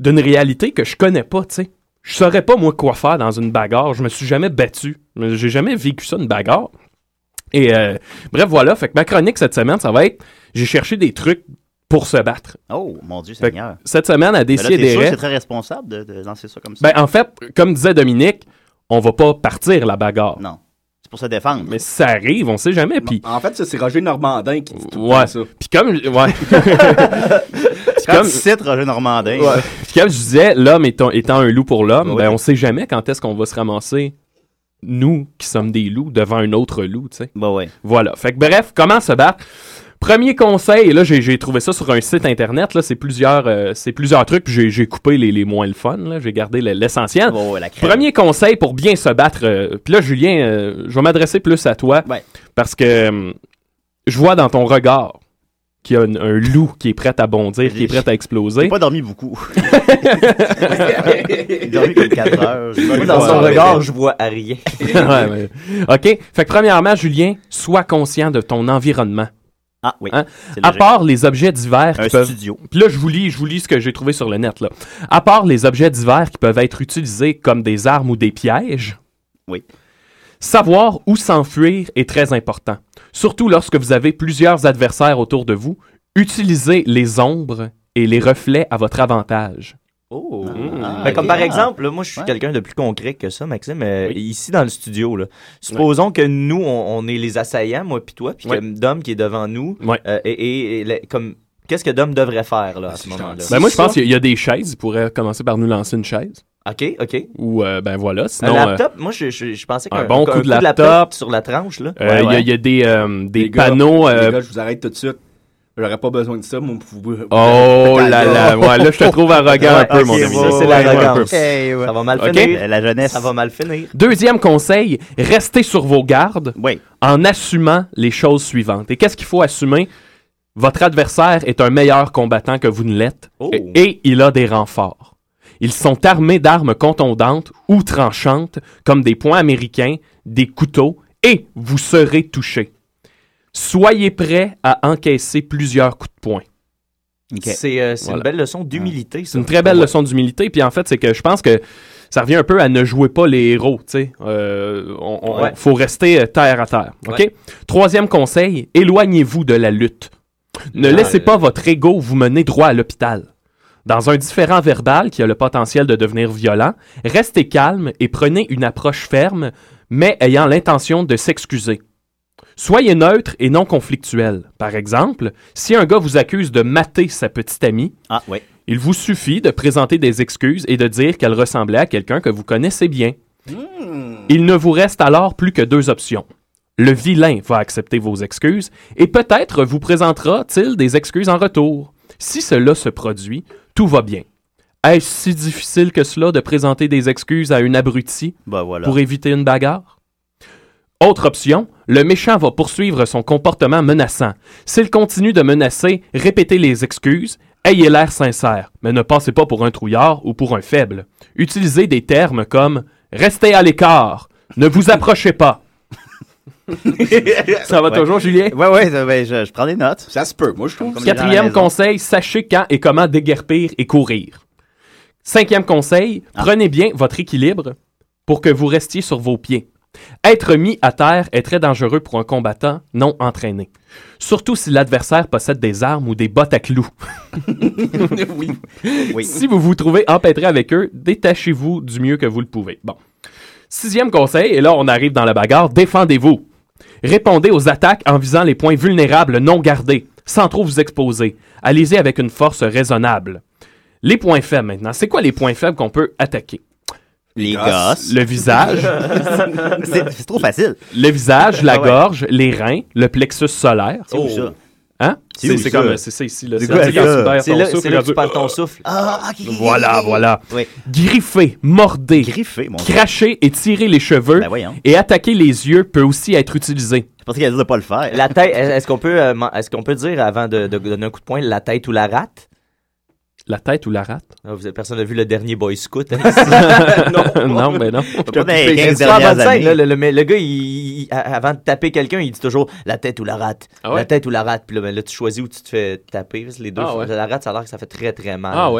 [SPEAKER 11] d'une réalité que je connais pas, tu sais. Je saurais pas, moi, quoi faire dans une bagarre. Je me suis jamais battu. J'ai jamais vécu ça, une bagarre. Et euh, bref, voilà. Fait que ma chronique cette semaine, ça va être j'ai cherché des trucs pour se battre.
[SPEAKER 7] Oh, mon Dieu,
[SPEAKER 11] Fait que
[SPEAKER 7] Seigneur.
[SPEAKER 11] cette semaine, à
[SPEAKER 7] Mais là, t'es sûr que
[SPEAKER 11] Décideret,
[SPEAKER 7] c'est très responsable de, de lancer ça comme ça.
[SPEAKER 11] ben, en fait, comme disait Dominique, on va pas partir la bagarre.
[SPEAKER 7] non. C'est pour se défendre.
[SPEAKER 11] Mais si ça arrive, on sait jamais. Puis
[SPEAKER 9] En fait, ça, c'est Roger Normandin qui dit tout le
[SPEAKER 11] Ouais.
[SPEAKER 9] temps ça.
[SPEAKER 11] Puis comme. Ouais. Puis
[SPEAKER 7] Quand
[SPEAKER 11] comme-
[SPEAKER 7] tu cites Roger Normandin.
[SPEAKER 11] Ouais. Puis comme je disais, l'homme étant, étant un loup pour l'homme,
[SPEAKER 7] Ouais.
[SPEAKER 11] ben on sait jamais quand est-ce qu'on va se ramasser, nous qui sommes des loups, devant un autre loup, tu sais.
[SPEAKER 7] Bah ouais.
[SPEAKER 11] Voilà. Fait que bref, comment se battre? Premier conseil, et là j'ai j'ai trouvé ça sur un site internet, là c'est plusieurs, euh, c'est plusieurs trucs, puis j'ai- j'ai coupé les, les moins le fun, là j'ai gardé le- l'essentiel.
[SPEAKER 7] Ouais, ouais, la crème.
[SPEAKER 11] Premier conseil pour bien se battre, euh, puis là Julien, euh, je vais m'adresser plus à toi,
[SPEAKER 7] Ouais.
[SPEAKER 11] parce que hum, je vois dans ton regard qu'il y a un, un loup qui est prêt à bondir, qui est prêt à
[SPEAKER 7] J'ai
[SPEAKER 11] exploser.
[SPEAKER 7] pas dormi beaucoup. J'ai dormi comme 4 heures. J'ai dormi
[SPEAKER 10] Moi, dans
[SPEAKER 7] trois
[SPEAKER 10] son
[SPEAKER 7] heures,
[SPEAKER 10] regard,
[SPEAKER 7] bébé.
[SPEAKER 10] je vois à rien.
[SPEAKER 11] Ouais, mais- OK. Fait que premièrement, Julien, sois conscient de ton environnement.
[SPEAKER 7] Ah oui.
[SPEAKER 11] Hein?
[SPEAKER 7] c'est
[SPEAKER 11] À
[SPEAKER 7] logique.
[SPEAKER 11] part les objets divers
[SPEAKER 7] un
[SPEAKER 11] qui peuvent...
[SPEAKER 7] studio.
[SPEAKER 11] Puis là, je vous lis, je vous lis ce que j'ai trouvé sur le net. Là. À part les objets divers qui peuvent être utilisés comme des armes ou des pièges,
[SPEAKER 7] Oui.
[SPEAKER 11] savoir où s'enfuir est très important. Surtout lorsque vous avez plusieurs adversaires autour de vous, utilisez les ombres et les reflets à votre avantage.
[SPEAKER 10] Oh.
[SPEAKER 7] Ah,
[SPEAKER 10] Ben, comme
[SPEAKER 7] ok.
[SPEAKER 10] par exemple, là, moi je suis
[SPEAKER 7] Ouais.
[SPEAKER 10] quelqu'un de plus concret que ça, Maxime. euh,
[SPEAKER 11] Oui.
[SPEAKER 10] Ici dans le studio, là, supposons que nous, on, on est les assaillants, moi puis toi, puis
[SPEAKER 11] Ouais.
[SPEAKER 10] que Dom qui est devant nous,
[SPEAKER 11] Ouais.
[SPEAKER 10] euh, et, et- et la- comme qu'est-ce que Dom devrait faire là, à ce moment-là?
[SPEAKER 11] Ben, moi, je pense qu'il y a- il y a des chaises. Il pourrait commencer par nous lancer une chaise.
[SPEAKER 10] Ok, ok.
[SPEAKER 11] Ou, euh, ben voilà,
[SPEAKER 10] Un
[SPEAKER 11] sinon... euh,
[SPEAKER 10] laptop, moi je, je- je pensais
[SPEAKER 11] un
[SPEAKER 10] qu'un
[SPEAKER 11] bon
[SPEAKER 10] un
[SPEAKER 11] coup de laptop.
[SPEAKER 10] sur la tranche, là.
[SPEAKER 11] Euh, Il y a-
[SPEAKER 7] ouais.
[SPEAKER 11] il y, a des, euh, des
[SPEAKER 9] Les gars,
[SPEAKER 11] panneaux. euh,
[SPEAKER 9] Les gars, je vous arrête tout de suite. J'aurais pas besoin de ça, mon
[SPEAKER 11] oh là là, ouais, là je te trouve arrogant un peu,
[SPEAKER 10] ok,
[SPEAKER 11] mon ami.
[SPEAKER 10] ça, c'est
[SPEAKER 11] Ouais, ouais, un
[SPEAKER 10] l'arrogance. Eh,
[SPEAKER 11] peu.
[SPEAKER 7] Hey, ouais.
[SPEAKER 10] Ça va mal
[SPEAKER 11] Ok.
[SPEAKER 10] finir.
[SPEAKER 7] La jeunesse.
[SPEAKER 10] Ça va mal finir.
[SPEAKER 11] Deuxième conseil, restez sur vos gardes
[SPEAKER 7] Oui.
[SPEAKER 11] en assumant les choses suivantes. Et qu'est-ce qu'il faut assumer? Votre adversaire est un meilleur combattant que vous ne l'êtes
[SPEAKER 10] Oh.
[SPEAKER 11] et, et il a des renforts. Ils sont armés d'armes contondantes ou tranchantes, comme des poings américains, des couteaux, et vous serez touchés. Soyez prêts à encaisser plusieurs coups de poing.
[SPEAKER 10] C'est euh, c'est
[SPEAKER 11] Voilà.
[SPEAKER 10] une belle leçon d'humilité.
[SPEAKER 11] C'est une très belle leçon d'humilité. Puis en fait, c'est que je pense que ça revient un peu à ne jouer pas les héros. Tu sais, Euh, on- on-
[SPEAKER 10] Ouais.
[SPEAKER 11] faut rester euh, terre à terre. Ok.
[SPEAKER 10] Ouais.
[SPEAKER 11] Troisième conseil éloignez-vous de la lutte. Ne
[SPEAKER 10] Non,
[SPEAKER 11] laissez pas votre ego vous mener droit à l'hôpital. Dans un différent verbal qui a le potentiel de devenir violent, restez calme et prenez une approche ferme, mais ayant l'intention de s'excuser. Soyez neutre et non conflictuel. Par exemple, si un gars vous accuse de mater sa petite amie, il vous suffit de présenter des excuses et de dire qu'elle ressemblait à quelqu'un que vous connaissez bien. Il ne vous reste alors plus que deux options. Le vilain va accepter vos excuses et peut-être vous présentera-t-il des excuses en retour. Si cela se produit, tout va bien. Est-ce si difficile que cela de présenter des excuses à une abrutie pour éviter une bagarre? Autre option, le méchant va poursuivre son comportement menaçant. S'il continue de menacer, répétez les excuses, ayez l'air sincère, mais ne passez pas pour un trouillard ou pour un faible. Utilisez des termes comme restez à l'écart, ne vous approchez pas. Ça va toujours, Julien?
[SPEAKER 7] Ouais, ouais, ça- ouais, je, je prends des notes.
[SPEAKER 9] Ça se peut. Moi, je trouve
[SPEAKER 11] Quatrième conseil, sachez quand et comment déguerpir et courir. Cinquième conseil, prenez bien votre équilibre pour que vous restiez sur vos pieds. Être mis à terre est très dangereux pour un combattant non entraîné. Surtout si l'adversaire possède des armes ou des bottes à clous. Si vous vous trouvez empêtré avec eux, détachez-vous du mieux que vous le pouvez. Bon. Sixième conseil, et là on arrive dans la bagarre, défendez-vous. Répondez aux attaques en visant les points vulnérables non gardés, sans trop vous exposer. Allez-y avec une force raisonnable. Les points faibles maintenant. C'est quoi les points faibles qu'on peut attaquer?
[SPEAKER 7] Les gosses.
[SPEAKER 11] Le visage.
[SPEAKER 7] C'est- c'est trop facile.
[SPEAKER 11] Le visage, la
[SPEAKER 7] Ah ouais.
[SPEAKER 11] gorge, les reins, le plexus solaire.
[SPEAKER 7] C'est où ça?
[SPEAKER 11] Hein?
[SPEAKER 7] C'est où
[SPEAKER 11] C'est
[SPEAKER 7] ça?
[SPEAKER 11] comme, c'est ça ici. là.
[SPEAKER 7] C'est
[SPEAKER 11] C'est
[SPEAKER 7] quoi
[SPEAKER 11] quand tu
[SPEAKER 7] ça?
[SPEAKER 11] perds ton
[SPEAKER 7] C'est là-
[SPEAKER 11] souffle,
[SPEAKER 7] c'est là que
[SPEAKER 11] quand
[SPEAKER 7] tu perds ton
[SPEAKER 10] souffle.
[SPEAKER 7] Ah, ok, ok,
[SPEAKER 11] Voilà,
[SPEAKER 7] ok.
[SPEAKER 11] voilà.
[SPEAKER 7] Oui.
[SPEAKER 11] Griffer, morder,
[SPEAKER 7] mon Dieu.
[SPEAKER 11] cracher et tirer les cheveux et attaquer les yeux peut aussi être utilisé.
[SPEAKER 7] Je pensais qu'elle disait pas le faire.
[SPEAKER 10] La tête, est- est-ce qu'on peut, euh, man- est-ce qu'on peut dire avant de, de donner un coup de poing la tête ou la rate
[SPEAKER 11] La tête ou la rate
[SPEAKER 10] Ah, vous avez- Personne n'a vu le dernier Boy Scout. hein?
[SPEAKER 11] Non, mais non. Pas dans les
[SPEAKER 10] C'est
[SPEAKER 11] 15
[SPEAKER 10] super bonne
[SPEAKER 11] dernières
[SPEAKER 10] scène,
[SPEAKER 11] années.
[SPEAKER 10] là. le, le- mais le gars, il- il- a- avant de taper quelqu'un, il dit toujours la tête ou la rate.
[SPEAKER 11] Ah ouais?
[SPEAKER 10] La tête ou la rate. Puis là, ben là, tu choisis où tu te fais taper. parce que Les deux,
[SPEAKER 11] Ah
[SPEAKER 10] font-
[SPEAKER 11] ouais.
[SPEAKER 10] La rate, ça a l'air que ça fait très très mal.
[SPEAKER 11] Ah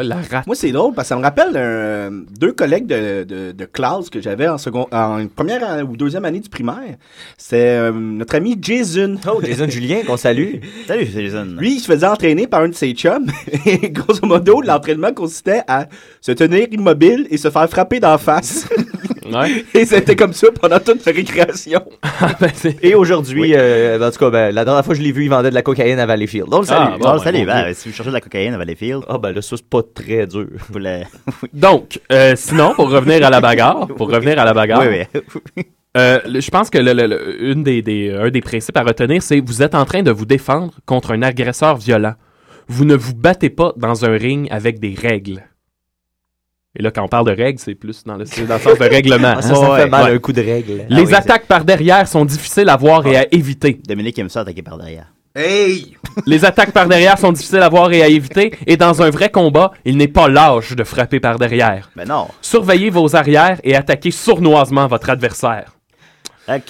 [SPEAKER 9] Moi, c'est drôle parce que ça me rappelle un- deux collègues de, de, de classe que j'avais en, second, en première an- ou deuxième année du primaire. C'est euh, notre ami Jason.
[SPEAKER 10] Oh, Jason Julien, qu'on salue.
[SPEAKER 7] Salut, Jason.
[SPEAKER 9] Lui, il se faisait entraîner par un de ses chums. Et grosso modo, l'entraînement consistait à se tenir immobile et se faire frapper d'en face. Et c'était comme ça pendant toute la récréation.
[SPEAKER 10] Et aujourd'hui, euh, en tout cas, ben, la dernière fois que je l'ai vu, il vendait de la cocaïne à Valleyfield. Donc, salut.
[SPEAKER 7] Ah, bon, le salut. Ben, si vous cherchez de la cocaïne à Valleyfield.
[SPEAKER 10] Ah, ben là, ça, c'est pas très dur.
[SPEAKER 11] Donc, euh, sinon, pour revenir à la bagarre, pour revenir à la bagarre,
[SPEAKER 7] Oui,
[SPEAKER 11] euh, le- je pense que le- le- le- une des, des- un des principes à retenir, c'est vous êtes en train de vous défendre contre un agresseur violent. Vous ne vous battez pas dans un ring avec des règles. Et là, quand on parle de règles, c'est plus dans le, c'est dans le sens de règlement.
[SPEAKER 10] Ah, ça, ça fait mal, un coup de règle.
[SPEAKER 11] Les
[SPEAKER 10] Ah oui, c'est-
[SPEAKER 11] attaques par derrière sont difficiles à voir et à éviter.
[SPEAKER 7] Dominique aime ça attaquer par derrière.
[SPEAKER 9] Hey!
[SPEAKER 11] Les attaques par derrière sont difficiles à voir et à éviter, et dans un vrai combat, il n'est pas lâche de frapper par derrière.
[SPEAKER 7] Ben non.
[SPEAKER 11] Surveillez vos arrières et attaquez sournoisement votre adversaire.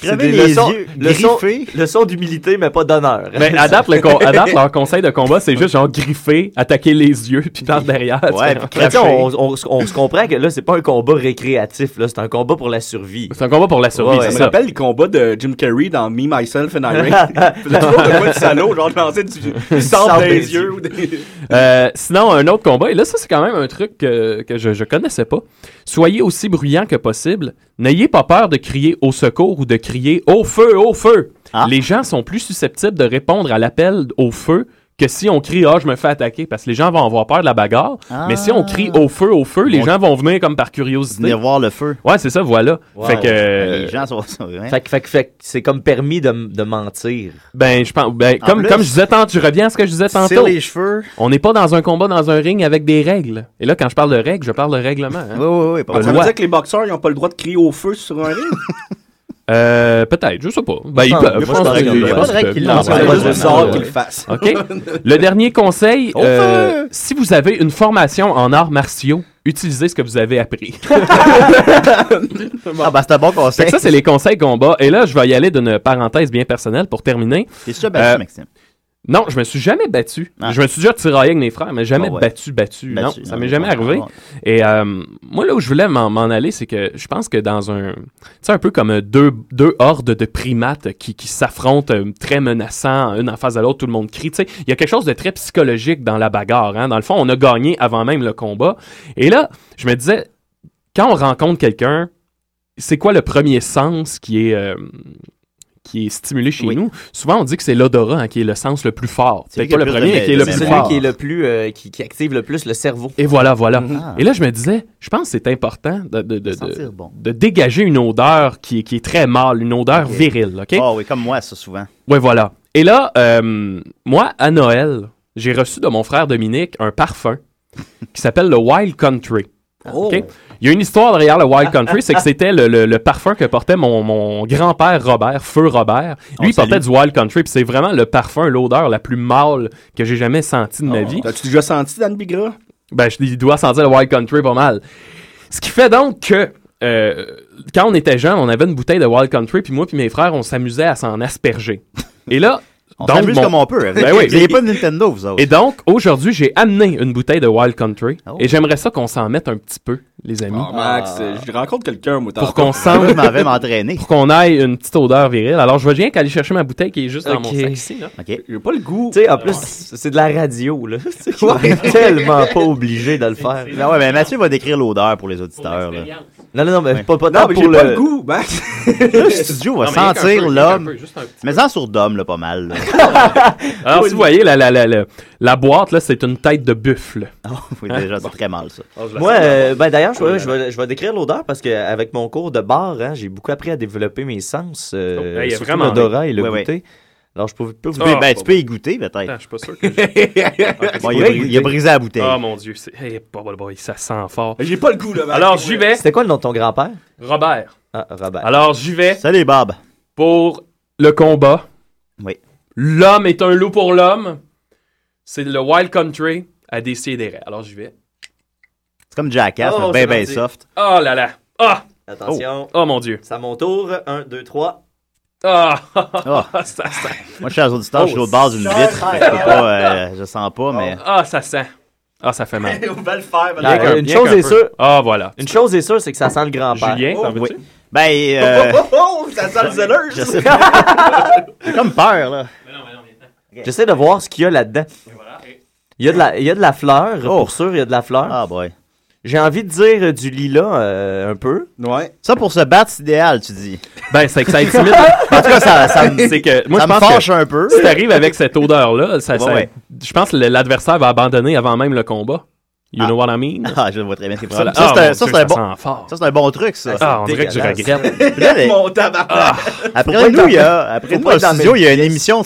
[SPEAKER 10] C'est des leçons, leçons, leçons d'humilité, mais pas d'honneur.
[SPEAKER 11] Mais à date, le con- à date, leur conseil de combat, c'est juste genre griffer, attaquer les yeux, puis par derrière. tu
[SPEAKER 10] Ouais,
[SPEAKER 11] fais
[SPEAKER 10] puis tu sais,
[SPEAKER 11] cracher.
[SPEAKER 10] on, on- on se- on se comprend que là, c'est pas un combat récréatif, là, c'est un combat pour la survie.
[SPEAKER 11] C'est un combat pour la
[SPEAKER 9] Ouais, Ah, ça me rappelle les combats de Jim Carrey dans Me, Myself and I. Faisait toujours de quoi de salaud, genre je lançais du, du sang des yeux. ou des-
[SPEAKER 11] Euh, sinon, un autre combat, et là, ça, c'est quand même un truc que, que je, je connaissais pas. Soyez aussi bruyant que possible. N'ayez pas peur de crier au secours ou de crier au feu, au feu.
[SPEAKER 7] Ah.
[SPEAKER 11] Les gens sont plus susceptibles de répondre à l'appel au feu que si on crie, ah, je me fais attaquer, parce que les gens vont avoir peur de la bagarre. Mais si on crie au feu, au feu, les
[SPEAKER 7] Bon.
[SPEAKER 11] gens vont venir comme par curiosité.
[SPEAKER 7] Venir voir le feu.
[SPEAKER 11] Ouais, c'est ça, voilà.
[SPEAKER 7] Wow.
[SPEAKER 10] Ah,
[SPEAKER 11] Fait que. euh,
[SPEAKER 7] Les gens sont. sont- hein?
[SPEAKER 10] Fait que, fait que- fait que c'est comme permis de, m- de mentir.
[SPEAKER 11] Ben, je pense. Ben,
[SPEAKER 10] En
[SPEAKER 11] comme,
[SPEAKER 10] plus,
[SPEAKER 11] comme je disais tantôt, je reviens à ce que je disais
[SPEAKER 10] c'est
[SPEAKER 11] tantôt.
[SPEAKER 10] les
[SPEAKER 7] cheveux.
[SPEAKER 11] On n'est pas dans un combat dans un ring avec des règles. Et là, quand je parle de règles, je parle de règlement. hein.
[SPEAKER 7] Oui, oui, oui.
[SPEAKER 11] De
[SPEAKER 9] ça veut
[SPEAKER 11] loi.
[SPEAKER 9] dire que les boxeurs, ils n'ont pas le droit de crier au feu sur un ring?
[SPEAKER 11] Euh, peut-être, je sais pas. Ben,
[SPEAKER 9] Je
[SPEAKER 11] ils
[SPEAKER 9] pense-
[SPEAKER 11] peuvent.
[SPEAKER 9] je pense
[SPEAKER 11] qu'ils
[SPEAKER 9] qu'il y a
[SPEAKER 11] peuvent.
[SPEAKER 9] pas de
[SPEAKER 11] Je pense
[SPEAKER 9] règle
[SPEAKER 11] qu'ils
[SPEAKER 9] qui
[SPEAKER 11] peuvent.
[SPEAKER 9] l'empêche.
[SPEAKER 11] Ouais,
[SPEAKER 9] C'est juste
[SPEAKER 11] ouais,
[SPEAKER 9] le sort
[SPEAKER 11] ouais.
[SPEAKER 9] qui le fasse.
[SPEAKER 11] OK. Le dernier conseil,
[SPEAKER 9] Au
[SPEAKER 11] euh, si vous avez une formation en arts martiaux, utilisez ce que vous avez appris.
[SPEAKER 7] Ah, ben, c'est un bon
[SPEAKER 11] Fait
[SPEAKER 7] conseil.
[SPEAKER 11] que ça, c'est les conseils combat. Et là, je vais y aller d'une parenthèse bien personnelle pour terminer.
[SPEAKER 7] T'es-tu déjà
[SPEAKER 11] Euh,
[SPEAKER 7] battu, Maxime?
[SPEAKER 11] Non, je me suis jamais battu. Je me suis déjà tiraillé avec mes frères, mais jamais
[SPEAKER 7] Ah ouais.
[SPEAKER 11] battu, battu. Non,
[SPEAKER 7] Battu,
[SPEAKER 11] ça
[SPEAKER 7] non,
[SPEAKER 11] m'est jamais
[SPEAKER 7] non,
[SPEAKER 11] arrivé.
[SPEAKER 7] non.
[SPEAKER 11] Et euh, moi, là où je voulais m'en m'en aller, c'est que je pense que dans un. Tu sais, un peu comme euh, deux, deux hordes de primates qui, qui s'affrontent euh, très menaçants, une en face de l'autre, tout le monde crie. Tu sais, il y a quelque chose de très psychologique dans la bagarre. hein. Dans le fond, on a gagné avant même le combat. Et là, je me disais, quand on rencontre quelqu'un, c'est quoi le premier sens qui est. euh, qui est stimulé chez nous. Souvent, on dit que c'est l'odorat hein, qui est le sens le plus fort.
[SPEAKER 10] C'est
[SPEAKER 11] Peut-être pas le premier, mais qui est le plus
[SPEAKER 10] celui
[SPEAKER 11] fort.
[SPEAKER 10] qui est le plus euh, qui, qui active le plus le cerveau.
[SPEAKER 11] Et voilà, voilà.
[SPEAKER 10] Ah.
[SPEAKER 11] Et là, je me disais, je pense que c'est important de, de, de, de,
[SPEAKER 7] sentir bon.
[SPEAKER 11] de dégager une odeur qui, est- qui est très mâle, une odeur
[SPEAKER 7] Ok.
[SPEAKER 11] virile, OK?
[SPEAKER 7] Ah oui, comme moi, ça, souvent.
[SPEAKER 11] Ouais, voilà. Et là, euh, moi, à Noël, j'ai reçu de mon frère Dominique un parfum qui s'appelle le Wild Country.
[SPEAKER 10] Oh.
[SPEAKER 11] OK? Il y a une histoire derrière le Wild Country, c'est que c'était le, le- le parfum que portait mon, mon grand-père Robert, Feu Robert. Lui,
[SPEAKER 9] On
[SPEAKER 11] il portait
[SPEAKER 9] salue.
[SPEAKER 11] du Wild Country, puis c'est vraiment le parfum, l'odeur la plus mâle que j'ai jamais sentie de ma
[SPEAKER 7] Oh.
[SPEAKER 11] vie.
[SPEAKER 9] As-tu déjà senti Dan Bigra?
[SPEAKER 11] Ben, je, il doit sentir le Wild Country pas mal. Ce qui fait donc que euh, quand on était jeune, on avait une bouteille de Wild Country, puis moi puis mes frères, on s'amusait à s'en asperger. Et là,
[SPEAKER 7] On
[SPEAKER 11] donc,
[SPEAKER 7] s'amuse
[SPEAKER 11] mon-
[SPEAKER 7] comme on peut.
[SPEAKER 11] Ben oui.
[SPEAKER 7] Vous n'avez pas de Nintendo, vous autres.
[SPEAKER 11] Et donc, aujourd'hui, j'ai amené une bouteille de Wild Country,
[SPEAKER 7] Oh.
[SPEAKER 11] et j'aimerais ça qu'on s'en mette un petit peu, les amis.
[SPEAKER 9] Ah,
[SPEAKER 7] Ah.
[SPEAKER 9] Max, je rencontre quelqu'un, moi,
[SPEAKER 11] pour qu'on sente, pour qu'on aille une petite odeur virile. Alors, je veux bien qu'aller chercher ma bouteille qui est juste dans mon
[SPEAKER 10] Ok.
[SPEAKER 11] sac ici. Là.
[SPEAKER 10] J'ai pas le goût. Ah, Tu sais, en plus, c'est de la radio, là. On est tellement pas obligé de le faire.
[SPEAKER 7] Ben ouais, mais Mathieu va décrire l'odeur pour les auditeurs. là.
[SPEAKER 10] Non, non, non, mais
[SPEAKER 7] Ouais.
[SPEAKER 10] pas, pas
[SPEAKER 7] Non,
[SPEAKER 10] tant
[SPEAKER 7] mais
[SPEAKER 10] pour
[SPEAKER 7] j'ai
[SPEAKER 10] le...
[SPEAKER 7] pas le goût,
[SPEAKER 9] Ben,
[SPEAKER 7] Max. Le studio va
[SPEAKER 11] Non, mais rien
[SPEAKER 7] sentir
[SPEAKER 11] qu'un peu, rien qu'un
[SPEAKER 7] l'homme.
[SPEAKER 11] peu, juste un petit
[SPEAKER 7] Mais en sur d'homme, là, pas mal. là.
[SPEAKER 11] Alors, si vous voyez, la, la, la, la, la boîte, là, c'est une tête de buffle.
[SPEAKER 7] Ah, oui,
[SPEAKER 11] Hein?
[SPEAKER 7] déjà, c'est très mal, ça.
[SPEAKER 10] Moi, euh, ben d'ailleurs, je, vais- je vais, je vais décrire l'odeur parce qu'avec mon cours de bar, hein, j'ai beaucoup appris à développer mes sens, euh,
[SPEAKER 11] ben,
[SPEAKER 7] Oh, hey, il y a
[SPEAKER 10] surtout
[SPEAKER 7] vraiment-
[SPEAKER 10] l'odorat et le
[SPEAKER 7] Ouais, ouais.
[SPEAKER 10] goûter. Alors, je peux, peux
[SPEAKER 11] Ah,
[SPEAKER 10] vous
[SPEAKER 7] Tu peux- ben, tu peux y goûter, peut-être. Attends,
[SPEAKER 11] je suis pas sûr que je-
[SPEAKER 7] Bon, Ah, il a- il a brisé la bouteille.
[SPEAKER 11] Ah, mon Dieu, c'est... hey, bah, bah, bah, ça sent fort.
[SPEAKER 9] J'ai pas le goût, là.
[SPEAKER 11] Alors, j'y vais.
[SPEAKER 10] C'était quoi le nom de ton grand-père?
[SPEAKER 11] Robert.
[SPEAKER 10] Ah, Robert.
[SPEAKER 11] Alors, j'y vais.
[SPEAKER 7] Salut, Bob.
[SPEAKER 11] Pour le combat.
[SPEAKER 7] Oui.
[SPEAKER 11] L'homme est un loup pour l'homme. C'est le Wild Country à décider. Alors, j'y vais.
[SPEAKER 7] C'est comme Jackass,
[SPEAKER 10] Oh,
[SPEAKER 7] mais
[SPEAKER 10] c'est
[SPEAKER 7] ben, ben
[SPEAKER 10] parti.
[SPEAKER 7] soft.
[SPEAKER 11] Oh là là. Ah!
[SPEAKER 10] Attention.
[SPEAKER 11] Oh, mon Dieu.
[SPEAKER 10] C'est à mon tour. 1, 2, 3.
[SPEAKER 11] Ah!
[SPEAKER 7] Ah.
[SPEAKER 11] ça sent.
[SPEAKER 7] Moi, je suis à l'auditeurs, je suis
[SPEAKER 11] Oh,
[SPEAKER 7] l'autre bord d'une vitre.
[SPEAKER 10] ça-
[SPEAKER 7] fait que Je peux pas, euh, je sens pas, mais.
[SPEAKER 11] Ah, ça sent. Ah, ça fait mal.
[SPEAKER 9] On va le faire,
[SPEAKER 10] Là,
[SPEAKER 11] Bien qu'un-
[SPEAKER 10] une
[SPEAKER 11] bien
[SPEAKER 10] chose
[SPEAKER 11] qu'un
[SPEAKER 10] est
[SPEAKER 11] peu.
[SPEAKER 10] sûre.
[SPEAKER 11] Ah, voilà.
[SPEAKER 10] Une chose est sûre, c'est que ça sent le grand-père.
[SPEAKER 11] Julien, t'en
[SPEAKER 10] Oh,
[SPEAKER 11] veux-tu?
[SPEAKER 10] oui.
[SPEAKER 7] Ben, euh,
[SPEAKER 10] Oh, oh, oh, ça sent le zèleuse.
[SPEAKER 7] Je sais J'ai comme peur, là.
[SPEAKER 10] J'essaie de voir ce qu'il y a là-dedans. Il y a de la, il y a de la fleur, pour sûr, il y a de la fleur.
[SPEAKER 7] Ah, boy.
[SPEAKER 10] J'ai envie de dire euh, du lilas euh, un peu.
[SPEAKER 9] Ouais.
[SPEAKER 7] Ça, pour se battre, c'est idéal, tu dis.
[SPEAKER 11] Ben, c'est que ça intimide.
[SPEAKER 7] en tout cas, ça, ça me.
[SPEAKER 11] C'est que moi
[SPEAKER 7] ça
[SPEAKER 11] je pense
[SPEAKER 7] me fâche
[SPEAKER 11] que
[SPEAKER 7] un peu.
[SPEAKER 11] Si t'arrives avec cette odeur là, ça,
[SPEAKER 7] Ouais,
[SPEAKER 11] ça-
[SPEAKER 7] ouais.
[SPEAKER 11] je pense que l'adversaire va abandonner avant même le combat. You know what I mean?
[SPEAKER 7] Ah, je le vois très bien. C'est
[SPEAKER 11] Ça,
[SPEAKER 7] ça,
[SPEAKER 11] ah,
[SPEAKER 7] ça, c'est
[SPEAKER 11] mon
[SPEAKER 7] un, ça,
[SPEAKER 11] Dieu,
[SPEAKER 7] c'est un
[SPEAKER 11] ça
[SPEAKER 7] bon,
[SPEAKER 11] sent fort.
[SPEAKER 7] ça, c'est un bon truc, ça.
[SPEAKER 11] Ah, on dirait que je
[SPEAKER 7] Dégueulasse.
[SPEAKER 11] regrette.
[SPEAKER 7] Là, les-
[SPEAKER 9] Mon tabac.
[SPEAKER 7] Après nous, il y a, après nous, au studio, il y a une émission de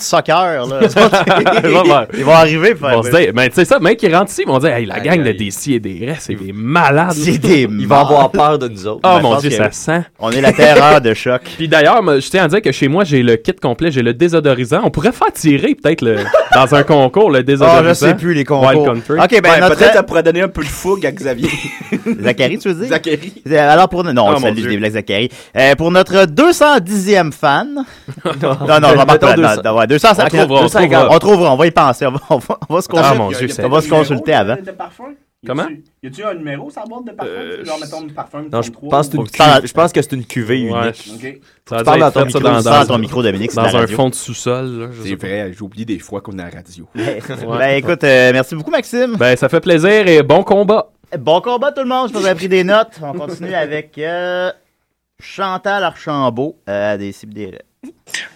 [SPEAKER 7] soccer, là.
[SPEAKER 11] Ils vont faire-
[SPEAKER 7] Ils vont arriver pour
[SPEAKER 11] Ils vont se dire, mais tu sais ça, même qu'ils rentrent ici, ils vont dire, hey, la gang de DC et des restes, c'est des malades.
[SPEAKER 7] C'est des
[SPEAKER 10] Il va avoir peur de nous autres.
[SPEAKER 11] Oh
[SPEAKER 7] Ben, je
[SPEAKER 11] mon
[SPEAKER 7] pense
[SPEAKER 11] dieu,
[SPEAKER 7] que
[SPEAKER 11] ça
[SPEAKER 7] oui.
[SPEAKER 11] sent.
[SPEAKER 7] On est la terreur de choc.
[SPEAKER 11] Puis d'ailleurs, moi, je tiens à dire que chez moi, j'ai le kit complet, j'ai le désodorisant. On pourrait faire tirer peut-être le- dans un concours le désodorisant.
[SPEAKER 7] Ah, je sais plus, les concours.
[SPEAKER 11] Wild Country.
[SPEAKER 7] Ok, ben, notre-
[SPEAKER 9] Peut-être ça pourrait donner un peu de fougue à Xavier.
[SPEAKER 7] Zachary, tu veux dire?
[SPEAKER 9] Zachary.
[SPEAKER 7] Euh, Alors pour no- non,
[SPEAKER 9] Ah,
[SPEAKER 7] on
[SPEAKER 9] mon
[SPEAKER 7] salut,
[SPEAKER 9] Dieu.
[SPEAKER 7] je déblaque Zachary. Euh, pour notre 210e fan. non, non, on va pas
[SPEAKER 10] Mettons
[SPEAKER 7] non,
[SPEAKER 10] 200.
[SPEAKER 7] non, ouais, 250.
[SPEAKER 10] On trouvera, on
[SPEAKER 7] 250.
[SPEAKER 10] trouvera.
[SPEAKER 7] On trouvera, on va y penser, on va, on va- on va se
[SPEAKER 11] Ah,
[SPEAKER 7] consulter.
[SPEAKER 11] mon Dieu, c'est-
[SPEAKER 7] on va se consulter avant.
[SPEAKER 11] Comment? Euh,
[SPEAKER 9] Y a-tu un numéro, sa boîte de parfum? Genre, mettons, parfum.
[SPEAKER 10] Non, je pense, que c'est une
[SPEAKER 7] Faut que ça-
[SPEAKER 10] cuvée- je pense que c'est une cuvée unique.
[SPEAKER 11] Ouais,
[SPEAKER 9] Ok.
[SPEAKER 11] Ça a
[SPEAKER 10] Tu
[SPEAKER 11] dû
[SPEAKER 10] parles
[SPEAKER 11] être
[SPEAKER 10] à ton
[SPEAKER 11] fait ça
[SPEAKER 10] micro,
[SPEAKER 11] dans-
[SPEAKER 10] ça, à
[SPEAKER 11] dans-
[SPEAKER 10] ton micro,
[SPEAKER 7] Dominique, c'est
[SPEAKER 11] Dans
[SPEAKER 7] la
[SPEAKER 11] un
[SPEAKER 7] radio.
[SPEAKER 11] fond de sous-sol. là, je
[SPEAKER 9] C'est
[SPEAKER 11] sais pas.
[SPEAKER 9] vrai, j'oublie des fois qu'on est à la radio.
[SPEAKER 7] Ben écoute, euh, merci beaucoup Maxime.
[SPEAKER 11] Ben, ça fait plaisir et bon combat.
[SPEAKER 7] Bon combat tout le monde, je vous ai pris des notes. On continue avec euh, Chantal Archambault euh, à des Cibdérés.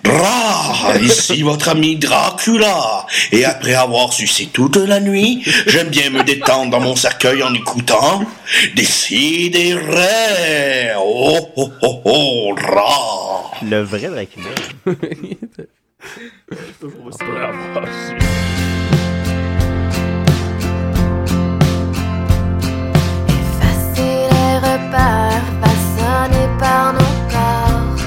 [SPEAKER 13] Dra, Ah, ici votre ami Dracula. Et après avoir sucé toute la nuit, j'aime bien me détendre dans mon cercueil en écoutant des sidérés. Oh, oh, oh, oh, Dra.
[SPEAKER 7] Le vrai Dracula.
[SPEAKER 9] Ah,
[SPEAKER 14] Effacer les repères façonnés par nos corps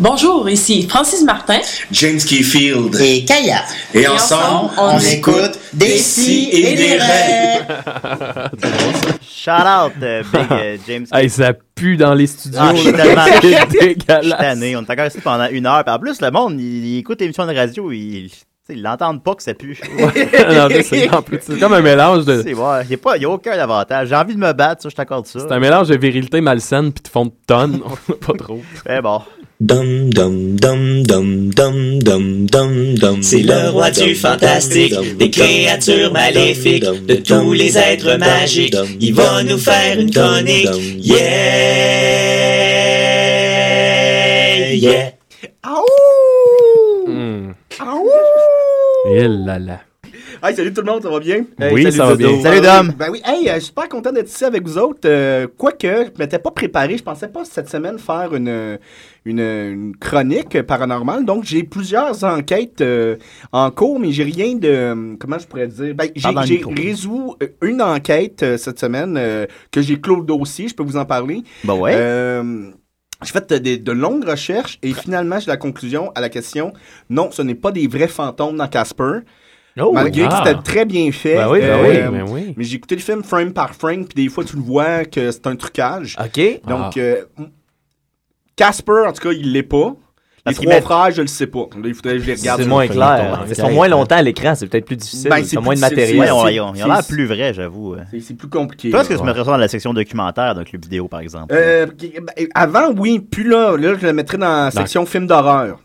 [SPEAKER 14] Bonjour, ici Francis Martin.
[SPEAKER 13] James Keyfield.
[SPEAKER 15] Et Kaya.
[SPEAKER 13] Et, ensemble, on, écoute des si et des rêves.
[SPEAKER 7] Shout out, euh, Big euh, James.
[SPEAKER 11] Hey, ça pue dans les studios.
[SPEAKER 7] Ah, je suis
[SPEAKER 11] là.
[SPEAKER 7] tellement
[SPEAKER 11] C'est
[SPEAKER 7] je suis
[SPEAKER 11] dégueulasse.
[SPEAKER 7] tanné. On est encore ici pendant une heure. Puis en plus, le monde, il, il écoute l'émission de radio, il. tu sais, Ils l'entendent pas que ça pue.
[SPEAKER 11] Non, ça, c'est- en plus, c'est comme un mélange de-
[SPEAKER 7] C'est vrai. Il n'y a, aucun avantage. J'ai envie de me battre, ça, je t'accorde ça.
[SPEAKER 11] C'est un mélange de virilité malsaine puis de fond de tonne. On en a pas trop.
[SPEAKER 7] Mais Eh bon.
[SPEAKER 13] Dum dum dum dum dum dum dum dum.
[SPEAKER 15] C'est le roi du fantastique, des créatures maléfiques, de tous les êtres magiques. Il va nous faire une chronique. Yeah! Yeah!
[SPEAKER 9] Mm.
[SPEAKER 11] Et Eh là là.
[SPEAKER 9] Hey, salut tout le monde, ça va bien?
[SPEAKER 11] Oui, ça va
[SPEAKER 9] Dodo.
[SPEAKER 11] bien. Salut, Dom.
[SPEAKER 9] Ben oui, hey, euh, je suis super content d'être ici avec vous autres. Euh, Quoique, je ne m'étais pas préparé, je pensais pas cette semaine faire une, une, une chronique paranormale. Donc, j'ai plusieurs enquêtes euh, en cours, mais j'ai rien de. euh, Comment je pourrais dire? Ben, j'ai
[SPEAKER 7] Parle dans le
[SPEAKER 9] j'ai
[SPEAKER 7] micro.
[SPEAKER 9] résolu euh, une enquête euh, cette semaine euh, que j'ai clos le dossier, je peux vous en parler.
[SPEAKER 7] Ben ouais.
[SPEAKER 9] Euh, j'ai fait des- de, longues recherches et finalement, j'ai la conclusion à la question non, ce n'est pas des vrais fantômes dans Casper.
[SPEAKER 11] Oh,
[SPEAKER 9] Malgré
[SPEAKER 11] ah.
[SPEAKER 9] que c'était très bien fait.
[SPEAKER 11] Ben oui, ben
[SPEAKER 9] euh,
[SPEAKER 11] oui, ben oui.
[SPEAKER 9] Mais j'ai écouté le film frame par frame, puis des fois, tu le vois que c'est un trucage. OK. Donc,
[SPEAKER 11] Ah.
[SPEAKER 9] euh, Casper, en tout cas, il l'est pas. Les
[SPEAKER 10] Parce qu'il
[SPEAKER 9] trois
[SPEAKER 10] met-
[SPEAKER 9] frères, je le sais pas. Là, il faudrait que je les regarde.
[SPEAKER 10] C'est
[SPEAKER 9] sur
[SPEAKER 10] moins
[SPEAKER 9] le
[SPEAKER 10] clair.
[SPEAKER 9] feuilleton.
[SPEAKER 10] Ils sont moins longtemps à l'écran, c'est peut-être plus difficile.
[SPEAKER 9] Ben,
[SPEAKER 10] ils
[SPEAKER 9] c'est
[SPEAKER 10] ont moins de
[SPEAKER 9] plus difficile,
[SPEAKER 10] matériel.
[SPEAKER 9] c'est-
[SPEAKER 7] Ouais, on- il a l'air plus vrai, j'avoue.
[SPEAKER 9] C'est- C'est plus compliqué.
[SPEAKER 7] Je pense euh. que je me
[SPEAKER 9] Ouais.
[SPEAKER 7] ressens dans la section documentaire d'un club vidéo, par exemple.
[SPEAKER 9] Euh, qui- ben, avant, oui, puis là, là, je le mettrais dans la section films d'horreur.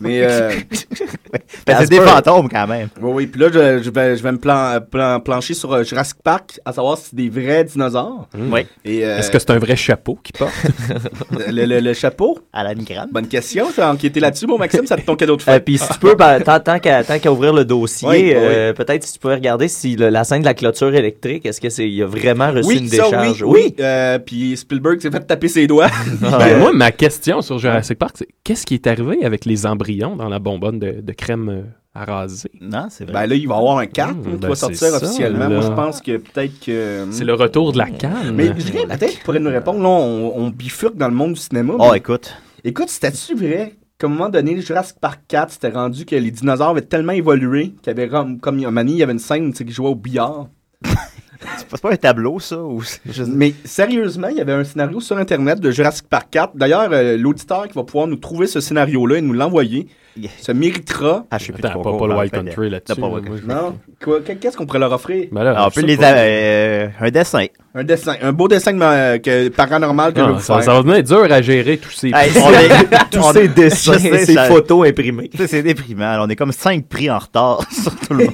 [SPEAKER 9] Mais. euh,
[SPEAKER 7] Ben, c'est des fantômes quand même.
[SPEAKER 9] Oui, oui, puis là, je, je vais, je vais me plan- plan- plancher sur euh, Jurassic Park, à savoir si c'est des vrais dinosaures.
[SPEAKER 7] Oui.
[SPEAKER 9] Et, euh,
[SPEAKER 11] Mmh. Est-ce que c'est un vrai chapeau qui porte?
[SPEAKER 9] le, le- le chapeau
[SPEAKER 7] À la migraine.
[SPEAKER 9] Bonne question, t'as enquêté là-dessus, mon Maxime, ça te ton cadeau de
[SPEAKER 10] Euh,
[SPEAKER 9] fête.
[SPEAKER 10] Puis si tu peux, ben, tant, tant qu'à, tant qu'à ouvrir le dossier,
[SPEAKER 9] Oui, oui.
[SPEAKER 10] euh, peut-être si tu pouvais regarder si le- la scène de la clôture électrique, est-ce que c'est, il a vraiment reçu
[SPEAKER 9] oui,
[SPEAKER 10] une
[SPEAKER 9] ça,
[SPEAKER 10] décharge?
[SPEAKER 9] oui, oui. Euh, puis Spielberg s'est fait taper ses doigts.
[SPEAKER 11] Ben, moi, ma question sur Jurassic Park, c'est qu'est-ce qui est arrivé avec les embryons dans la bonbonne de, de crème euh, à raser?
[SPEAKER 7] Non, c'est vrai.
[SPEAKER 9] Ben là, il va y avoir un 4
[SPEAKER 11] Mmh,
[SPEAKER 9] qui
[SPEAKER 11] ben,
[SPEAKER 9] va
[SPEAKER 11] c'est
[SPEAKER 9] sortir
[SPEAKER 11] ça,
[SPEAKER 9] officiellement. Moi,
[SPEAKER 11] là.
[SPEAKER 9] je pense que peut-être que. hmm.
[SPEAKER 11] C'est le retour de la
[SPEAKER 9] Mm.
[SPEAKER 11] canne.
[SPEAKER 9] Mais je dirais, peut-être qu'il pourrait nous répondre. Là, on, on bifurque dans le monde du cinéma.
[SPEAKER 7] Oh,
[SPEAKER 9] mais-
[SPEAKER 7] écoute.
[SPEAKER 9] Écoute, c'était-tu vrai qu'à un moment donné, le Jurassic Park 4, c'était rendu que les dinosaures avaient tellement évolué qu'il y avait comme, comme un moment donné, il y avait une scène tu sais, qui jouait au billard.
[SPEAKER 7] c'est pas un tableau, ça? Ou...
[SPEAKER 9] Mais sérieusement, il y avait un scénario sur Internet de Jurassic Park 4. D'ailleurs, euh, l'auditeur qui va pouvoir nous trouver ce scénario-là et nous l'envoyer se méritera.
[SPEAKER 7] Ah, je sais plus
[SPEAKER 11] Attends, trop pas- gros, pas le en Wild fait. Country là-dessus, T'as pas là, Wild moi, Country. je- Ben
[SPEAKER 9] Non. Quoi- Qu'est-ce qu'on pourrait leur offrir
[SPEAKER 7] Ah, on peut les. euh, un dessin.
[SPEAKER 9] Un dessin, un beau dessin que ma- que- paranormal que je vais
[SPEAKER 11] Non,
[SPEAKER 9] vous
[SPEAKER 11] Ah, ça,
[SPEAKER 9] faire.
[SPEAKER 11] ça va devenir dur à gérer tous ces...
[SPEAKER 7] Hey, on est- on- je sais, ça- Tu sais, C'est déprimant. là. On est comme 5 prix en retard sur tout le monde.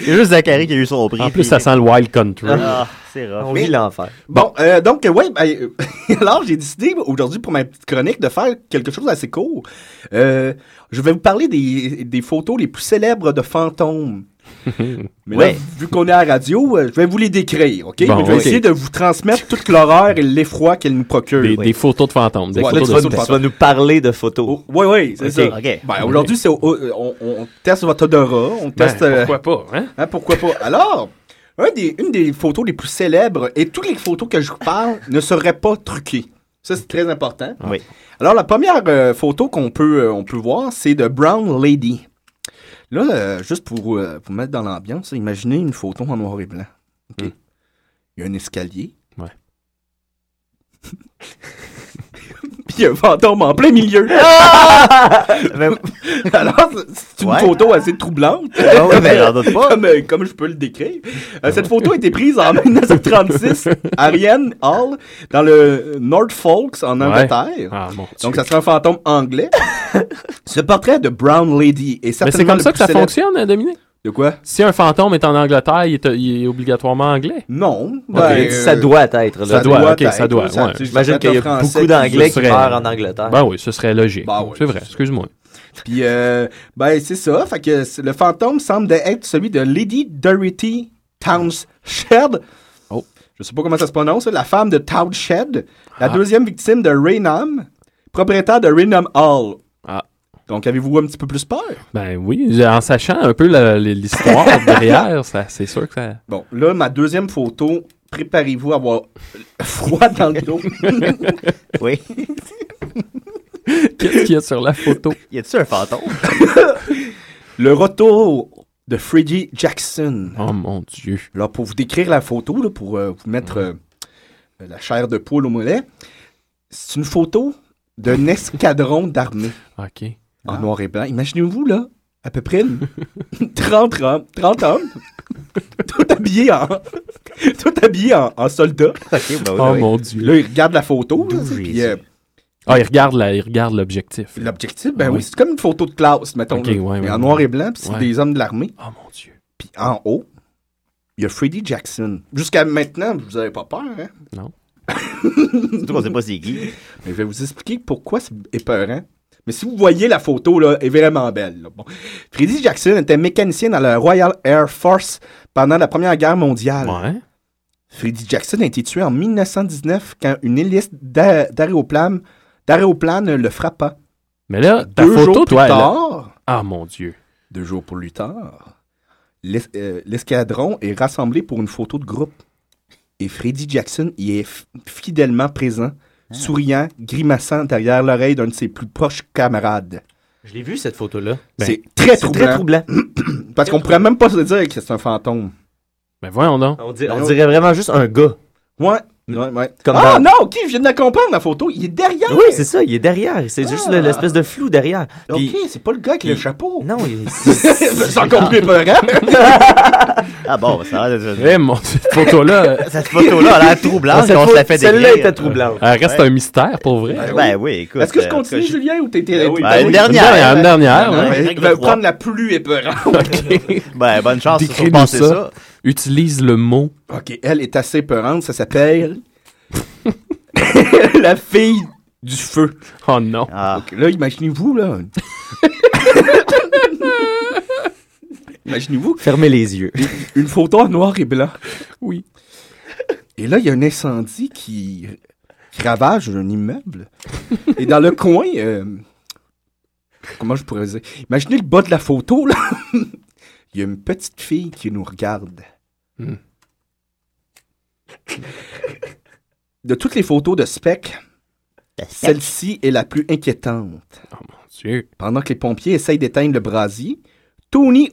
[SPEAKER 7] Il y a juste Zachary qui a eu son prix.
[SPEAKER 11] En plus, ça sent le Wild Country.
[SPEAKER 7] Ah, c'est rough.
[SPEAKER 9] Mais-
[SPEAKER 10] l'enfer.
[SPEAKER 9] Bon, euh, donc, euh, ouais, ben, euh, alors j'ai décidé aujourd'hui pour ma petite chronique de faire quelque chose d'assez court. Euh, je vais vous parler des, des photos les plus célèbres de fantômes. Mais là,
[SPEAKER 7] Ouais.
[SPEAKER 9] vu qu'on est à la radio, euh, je vais vous les décrire, OK?
[SPEAKER 11] Bon,
[SPEAKER 9] Mais je vais
[SPEAKER 11] ok.
[SPEAKER 9] essayer de vous transmettre toute l'horreur et l'effroi qu'elles nous procurent.
[SPEAKER 11] Des, des photos de fantômes. Des
[SPEAKER 9] Ouais,
[SPEAKER 11] photos
[SPEAKER 9] là,
[SPEAKER 11] de
[SPEAKER 9] tu vas- tu vas
[SPEAKER 10] nous parler de photos.
[SPEAKER 9] Oui, oui, c'est
[SPEAKER 11] Ok.
[SPEAKER 9] ça.
[SPEAKER 11] Ok.
[SPEAKER 9] Ben, aujourd'hui, c'est au- au- on, on- on teste votre odorat, on
[SPEAKER 11] Ben,
[SPEAKER 9] teste... euh,
[SPEAKER 11] pourquoi pas, hein?
[SPEAKER 9] Hein, pourquoi pas? Alors, un des- une des photos les plus célèbres, et toutes les photos que je vous parle ne seraient pas truquées. Ça, c'est très important.
[SPEAKER 7] Oui.
[SPEAKER 9] Alors, la première euh, photo qu'on peut, euh, on peut voir, c'est de Brown Lady. Là, euh, juste pour euh, vous mettre dans l'ambiance, imaginez une photo en noir et blanc.
[SPEAKER 11] Hmm.
[SPEAKER 9] OK. Il y a un escalier.
[SPEAKER 11] Ouais.
[SPEAKER 9] Puis il y a un fantôme en plein milieu. Alors, c'est une
[SPEAKER 11] Ah! Ouais.
[SPEAKER 9] photo assez troublante.
[SPEAKER 7] Ah ouais, ben, j'en doute pas.
[SPEAKER 9] comme, euh, comme je peux le décrire. Euh, cette photo a été prise en 1936 à Ariane Hall dans le North Folks en Angleterre.
[SPEAKER 11] Ah, mon Dieu.
[SPEAKER 9] Donc, ça serait un fantôme anglais. Ce portrait de Brown Lady est
[SPEAKER 11] Mais c'est
[SPEAKER 9] certainement
[SPEAKER 11] comme
[SPEAKER 9] le
[SPEAKER 11] ça
[SPEAKER 9] plus
[SPEAKER 11] que ça
[SPEAKER 9] célèbre-
[SPEAKER 11] fonctionne, hein, Dominique?
[SPEAKER 9] De quoi?
[SPEAKER 11] Si un fantôme est en Angleterre, il est, il est obligatoirement anglais.
[SPEAKER 9] Non.
[SPEAKER 10] ben, Ça doit être, là.
[SPEAKER 11] Ça doit, ok,
[SPEAKER 10] être,
[SPEAKER 11] ça doit.
[SPEAKER 10] là, ça-
[SPEAKER 11] ouais.
[SPEAKER 10] tu sais, J'imagine qu'il y a français beaucoup qui- d'Anglais qui
[SPEAKER 11] Ce serait-
[SPEAKER 10] meurent en Angleterre.
[SPEAKER 11] Ben oui, ce serait logique. c'est vrai, excuse-moi.
[SPEAKER 9] Puis, euh, ben, c'est ça. Fait que c- le fantôme semble être celui de Lady Dorothy Townshend.
[SPEAKER 11] Oh.
[SPEAKER 9] Je sais pas comment ça se prononce, la femme de Townshend,
[SPEAKER 11] Ah.
[SPEAKER 9] la deuxième victime de Raynham, propriétaire de Raynham Hall.
[SPEAKER 11] Ah.
[SPEAKER 9] Donc, avez-vous un petit peu plus peur?
[SPEAKER 11] Ben oui, en sachant un peu la- l'histoire derrière, ça- c'est sûr que ça...
[SPEAKER 9] Bon, là, ma deuxième photo, préparez-vous à avoir froid dans le dos.
[SPEAKER 7] oui.
[SPEAKER 11] Qu'est-ce qu'il y a sur la photo?
[SPEAKER 7] Y a-tu un fantôme?
[SPEAKER 9] Le retour de Freddie Jackson.
[SPEAKER 11] Oh mon Dieu.
[SPEAKER 9] Alors, pour vous décrire la photo, là, pour euh, vous mettre euh, la chair de poule au mollet, c'est une photo d'un escadron d'armée.
[SPEAKER 11] OK. Ah.
[SPEAKER 9] En noir et blanc. Imaginez-vous, là, à peu près une- 30 hommes, 30 hommes tout habillés en, tout habillés en, en soldats.
[SPEAKER 11] oui, Oh, oui. mon Dieu.
[SPEAKER 9] Là, ils regardent la photo, là, tu sais, puis, euh,
[SPEAKER 11] Ah, il regarde la- il regarde l'objectif.
[SPEAKER 9] L'objectif, ben
[SPEAKER 11] Ah
[SPEAKER 9] oui,
[SPEAKER 11] oui.
[SPEAKER 9] c'est comme une photo de classe, mettons.
[SPEAKER 11] Ok,
[SPEAKER 9] là.
[SPEAKER 11] ouais, ouais,
[SPEAKER 9] Mais en
[SPEAKER 11] ouais.
[SPEAKER 9] noir et blanc, puis c'est
[SPEAKER 11] Ouais.
[SPEAKER 9] des hommes de l'armée.
[SPEAKER 11] Oh mon Dieu.
[SPEAKER 9] Puis en haut, il y a Freddie Jackson. Jusqu'à maintenant, vous n'avez pas peur, hein?
[SPEAKER 11] Non.
[SPEAKER 9] Surtout
[SPEAKER 7] qu'on sait pas c'est qui.
[SPEAKER 9] Mais je vais vous expliquer pourquoi c'est épeurant. Mais si vous voyez la photo, là, elle est vraiment belle. là. Bon. Freddie Jackson était mécanicien dans la Royal Air Force pendant la Première Guerre mondiale. Freddie Jackson a été tué en 1919 quand une hélice d'a- d'aéroplane d'aéroplane le frappa.
[SPEAKER 11] Mais là, ta
[SPEAKER 9] Deux
[SPEAKER 11] photo,
[SPEAKER 9] jours
[SPEAKER 11] toi,
[SPEAKER 9] plus
[SPEAKER 11] elle a-
[SPEAKER 9] tard,
[SPEAKER 11] Ah mon Dieu.
[SPEAKER 9] deux jours plus tard, l'es- euh, l'escadron est rassemblé pour une photo de groupe. Et Freddie Jackson y est f- fidèlement présent,
[SPEAKER 11] Ah.
[SPEAKER 9] souriant, grimaçant derrière l'oreille d'un de ses plus proches camarades.
[SPEAKER 10] Je l'ai vu, cette photo-là. Ben,
[SPEAKER 11] Ben,
[SPEAKER 9] c'est très troublant.
[SPEAKER 10] Très troublant.
[SPEAKER 9] Parce qu'on pourrait même pas se dire que c'est un fantôme.
[SPEAKER 11] Ben voyons donc.
[SPEAKER 10] On, dir- on dirait vraiment juste un gars.
[SPEAKER 9] Ouais. Ouais, ouais.
[SPEAKER 10] Comme
[SPEAKER 9] ah
[SPEAKER 10] dans-
[SPEAKER 9] non, ok, je viens de la comprendre la photo. Il est derrière.
[SPEAKER 10] Oui, Ah. c'est ça, il est derrière. C'est juste le- l'espèce de flou derrière. Puis-
[SPEAKER 9] Ok, c'est pas le gars qui a le chapeau.
[SPEAKER 10] Non, il...
[SPEAKER 9] c'est encore plus épeurant.
[SPEAKER 7] Ah bon, ça a l'air de-
[SPEAKER 11] Eh mon Dieu, cette photo-là.
[SPEAKER 7] Cette photo-là a l'air troublante,
[SPEAKER 11] Cette
[SPEAKER 7] qu'on se
[SPEAKER 11] photo-
[SPEAKER 7] la fait décrire.
[SPEAKER 11] Celle-là était troublante. Elle reste
[SPEAKER 7] Ouais.
[SPEAKER 11] un mystère pour vrai.
[SPEAKER 7] Ben oui, écoute.
[SPEAKER 9] Est-ce que je
[SPEAKER 7] euh,
[SPEAKER 9] continue,
[SPEAKER 7] en tout cas,
[SPEAKER 9] Julien, ou t'es
[SPEAKER 7] Ben oui,
[SPEAKER 9] t'es-
[SPEAKER 7] ben
[SPEAKER 9] t'es-
[SPEAKER 7] une dernière,
[SPEAKER 9] t'es-
[SPEAKER 7] une dernière, hein.
[SPEAKER 9] Ben,
[SPEAKER 7] ouais.
[SPEAKER 9] ben,
[SPEAKER 7] Règle
[SPEAKER 9] ben,
[SPEAKER 7] de trois.
[SPEAKER 9] prendre la plus épeurante.
[SPEAKER 7] Ben, bonne chance de
[SPEAKER 11] Décris-nous
[SPEAKER 7] surpasser
[SPEAKER 11] ça.
[SPEAKER 7] ça.
[SPEAKER 11] Utilise le mot.
[SPEAKER 9] OK, elle est assez peurante, ça s'appelle La fille du feu.
[SPEAKER 11] Oh non.
[SPEAKER 7] Ah.
[SPEAKER 9] Donc là, imaginez-vous là. imaginez-vous
[SPEAKER 10] Fermez les yeux.
[SPEAKER 9] une photo en noir et blanc.
[SPEAKER 11] Oui.
[SPEAKER 9] Et là, il y a un incendie qui qui ravage un immeuble. Et dans le coin, euh, comment je pourrais dire Imaginez le bas de la photo là. Il y a une petite fille qui nous regarde.
[SPEAKER 11] Hmm.
[SPEAKER 9] De toutes les photos de Spec, celle-ci est la plus inquiétante.
[SPEAKER 11] Oh,
[SPEAKER 9] Pendant que les pompiers essayent d'éteindre le brasier, Tony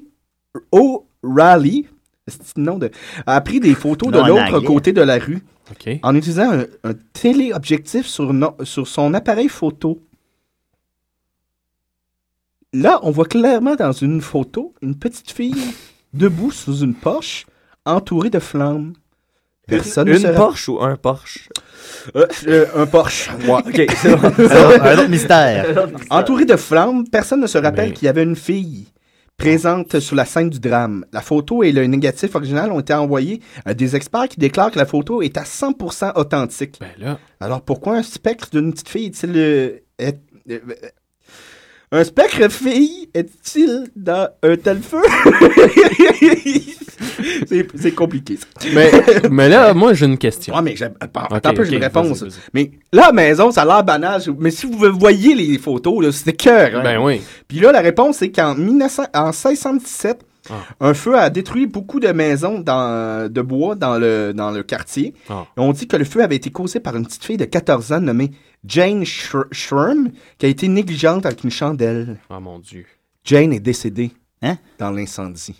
[SPEAKER 9] O'Reilly, c'est le nom de, a pris des photos
[SPEAKER 7] Non, en
[SPEAKER 9] de l'autre
[SPEAKER 7] anglais.
[SPEAKER 9] côté de la rue
[SPEAKER 11] OK.
[SPEAKER 9] en utilisant un, un téléobjectif sur, no- sur son appareil photo. Là, on voit clairement dans une photo une petite fille debout sous une Porsche entourée de flammes. Personne
[SPEAKER 10] une
[SPEAKER 9] ne se ra-
[SPEAKER 10] Porsche ou un Porsche?
[SPEAKER 9] Euh, euh, un Porsche. moi.
[SPEAKER 10] Ok, c'est bon. Un autre mystère. Un autre mystère.
[SPEAKER 9] Entouré de flammes, personne ne se rappelle qu'il y avait une fille présente sur la scène du drame. La photo et le négatif original ont été envoyés à des experts qui déclarent que la photo est à 100% authentique. Alors pourquoi un spectre d'une petite fille est-il euh, est- euh, un spectre fille est-il dans un tel feu C'est- C'est compliqué. ça.
[SPEAKER 11] Mais, mais là, moi, j'ai une question.
[SPEAKER 9] Ah, mais j'ai- attends,
[SPEAKER 11] Ok,
[SPEAKER 9] attends un peu, j'ai
[SPEAKER 11] ok,
[SPEAKER 9] une réponse.
[SPEAKER 11] vas-y, vas-y.
[SPEAKER 9] Mais là, à maison, ça a l'air banal. Mais si vous voyez les photos, là, c'était cœur.
[SPEAKER 11] Ben oui.
[SPEAKER 9] Puis là, la réponse, c'est qu'en 1900 en 1617, un feu a détruit beaucoup de maisons dans- de bois dans le, dans le quartier.
[SPEAKER 11] Ah.
[SPEAKER 9] Et on dit que le feu avait été causé par une petite fille de 14 ans nommée Jane Shr- Shrum, qui a été négligente avec une chandelle.
[SPEAKER 11] Oh mon Dieu.
[SPEAKER 9] Jane est décédée dans l'incendie.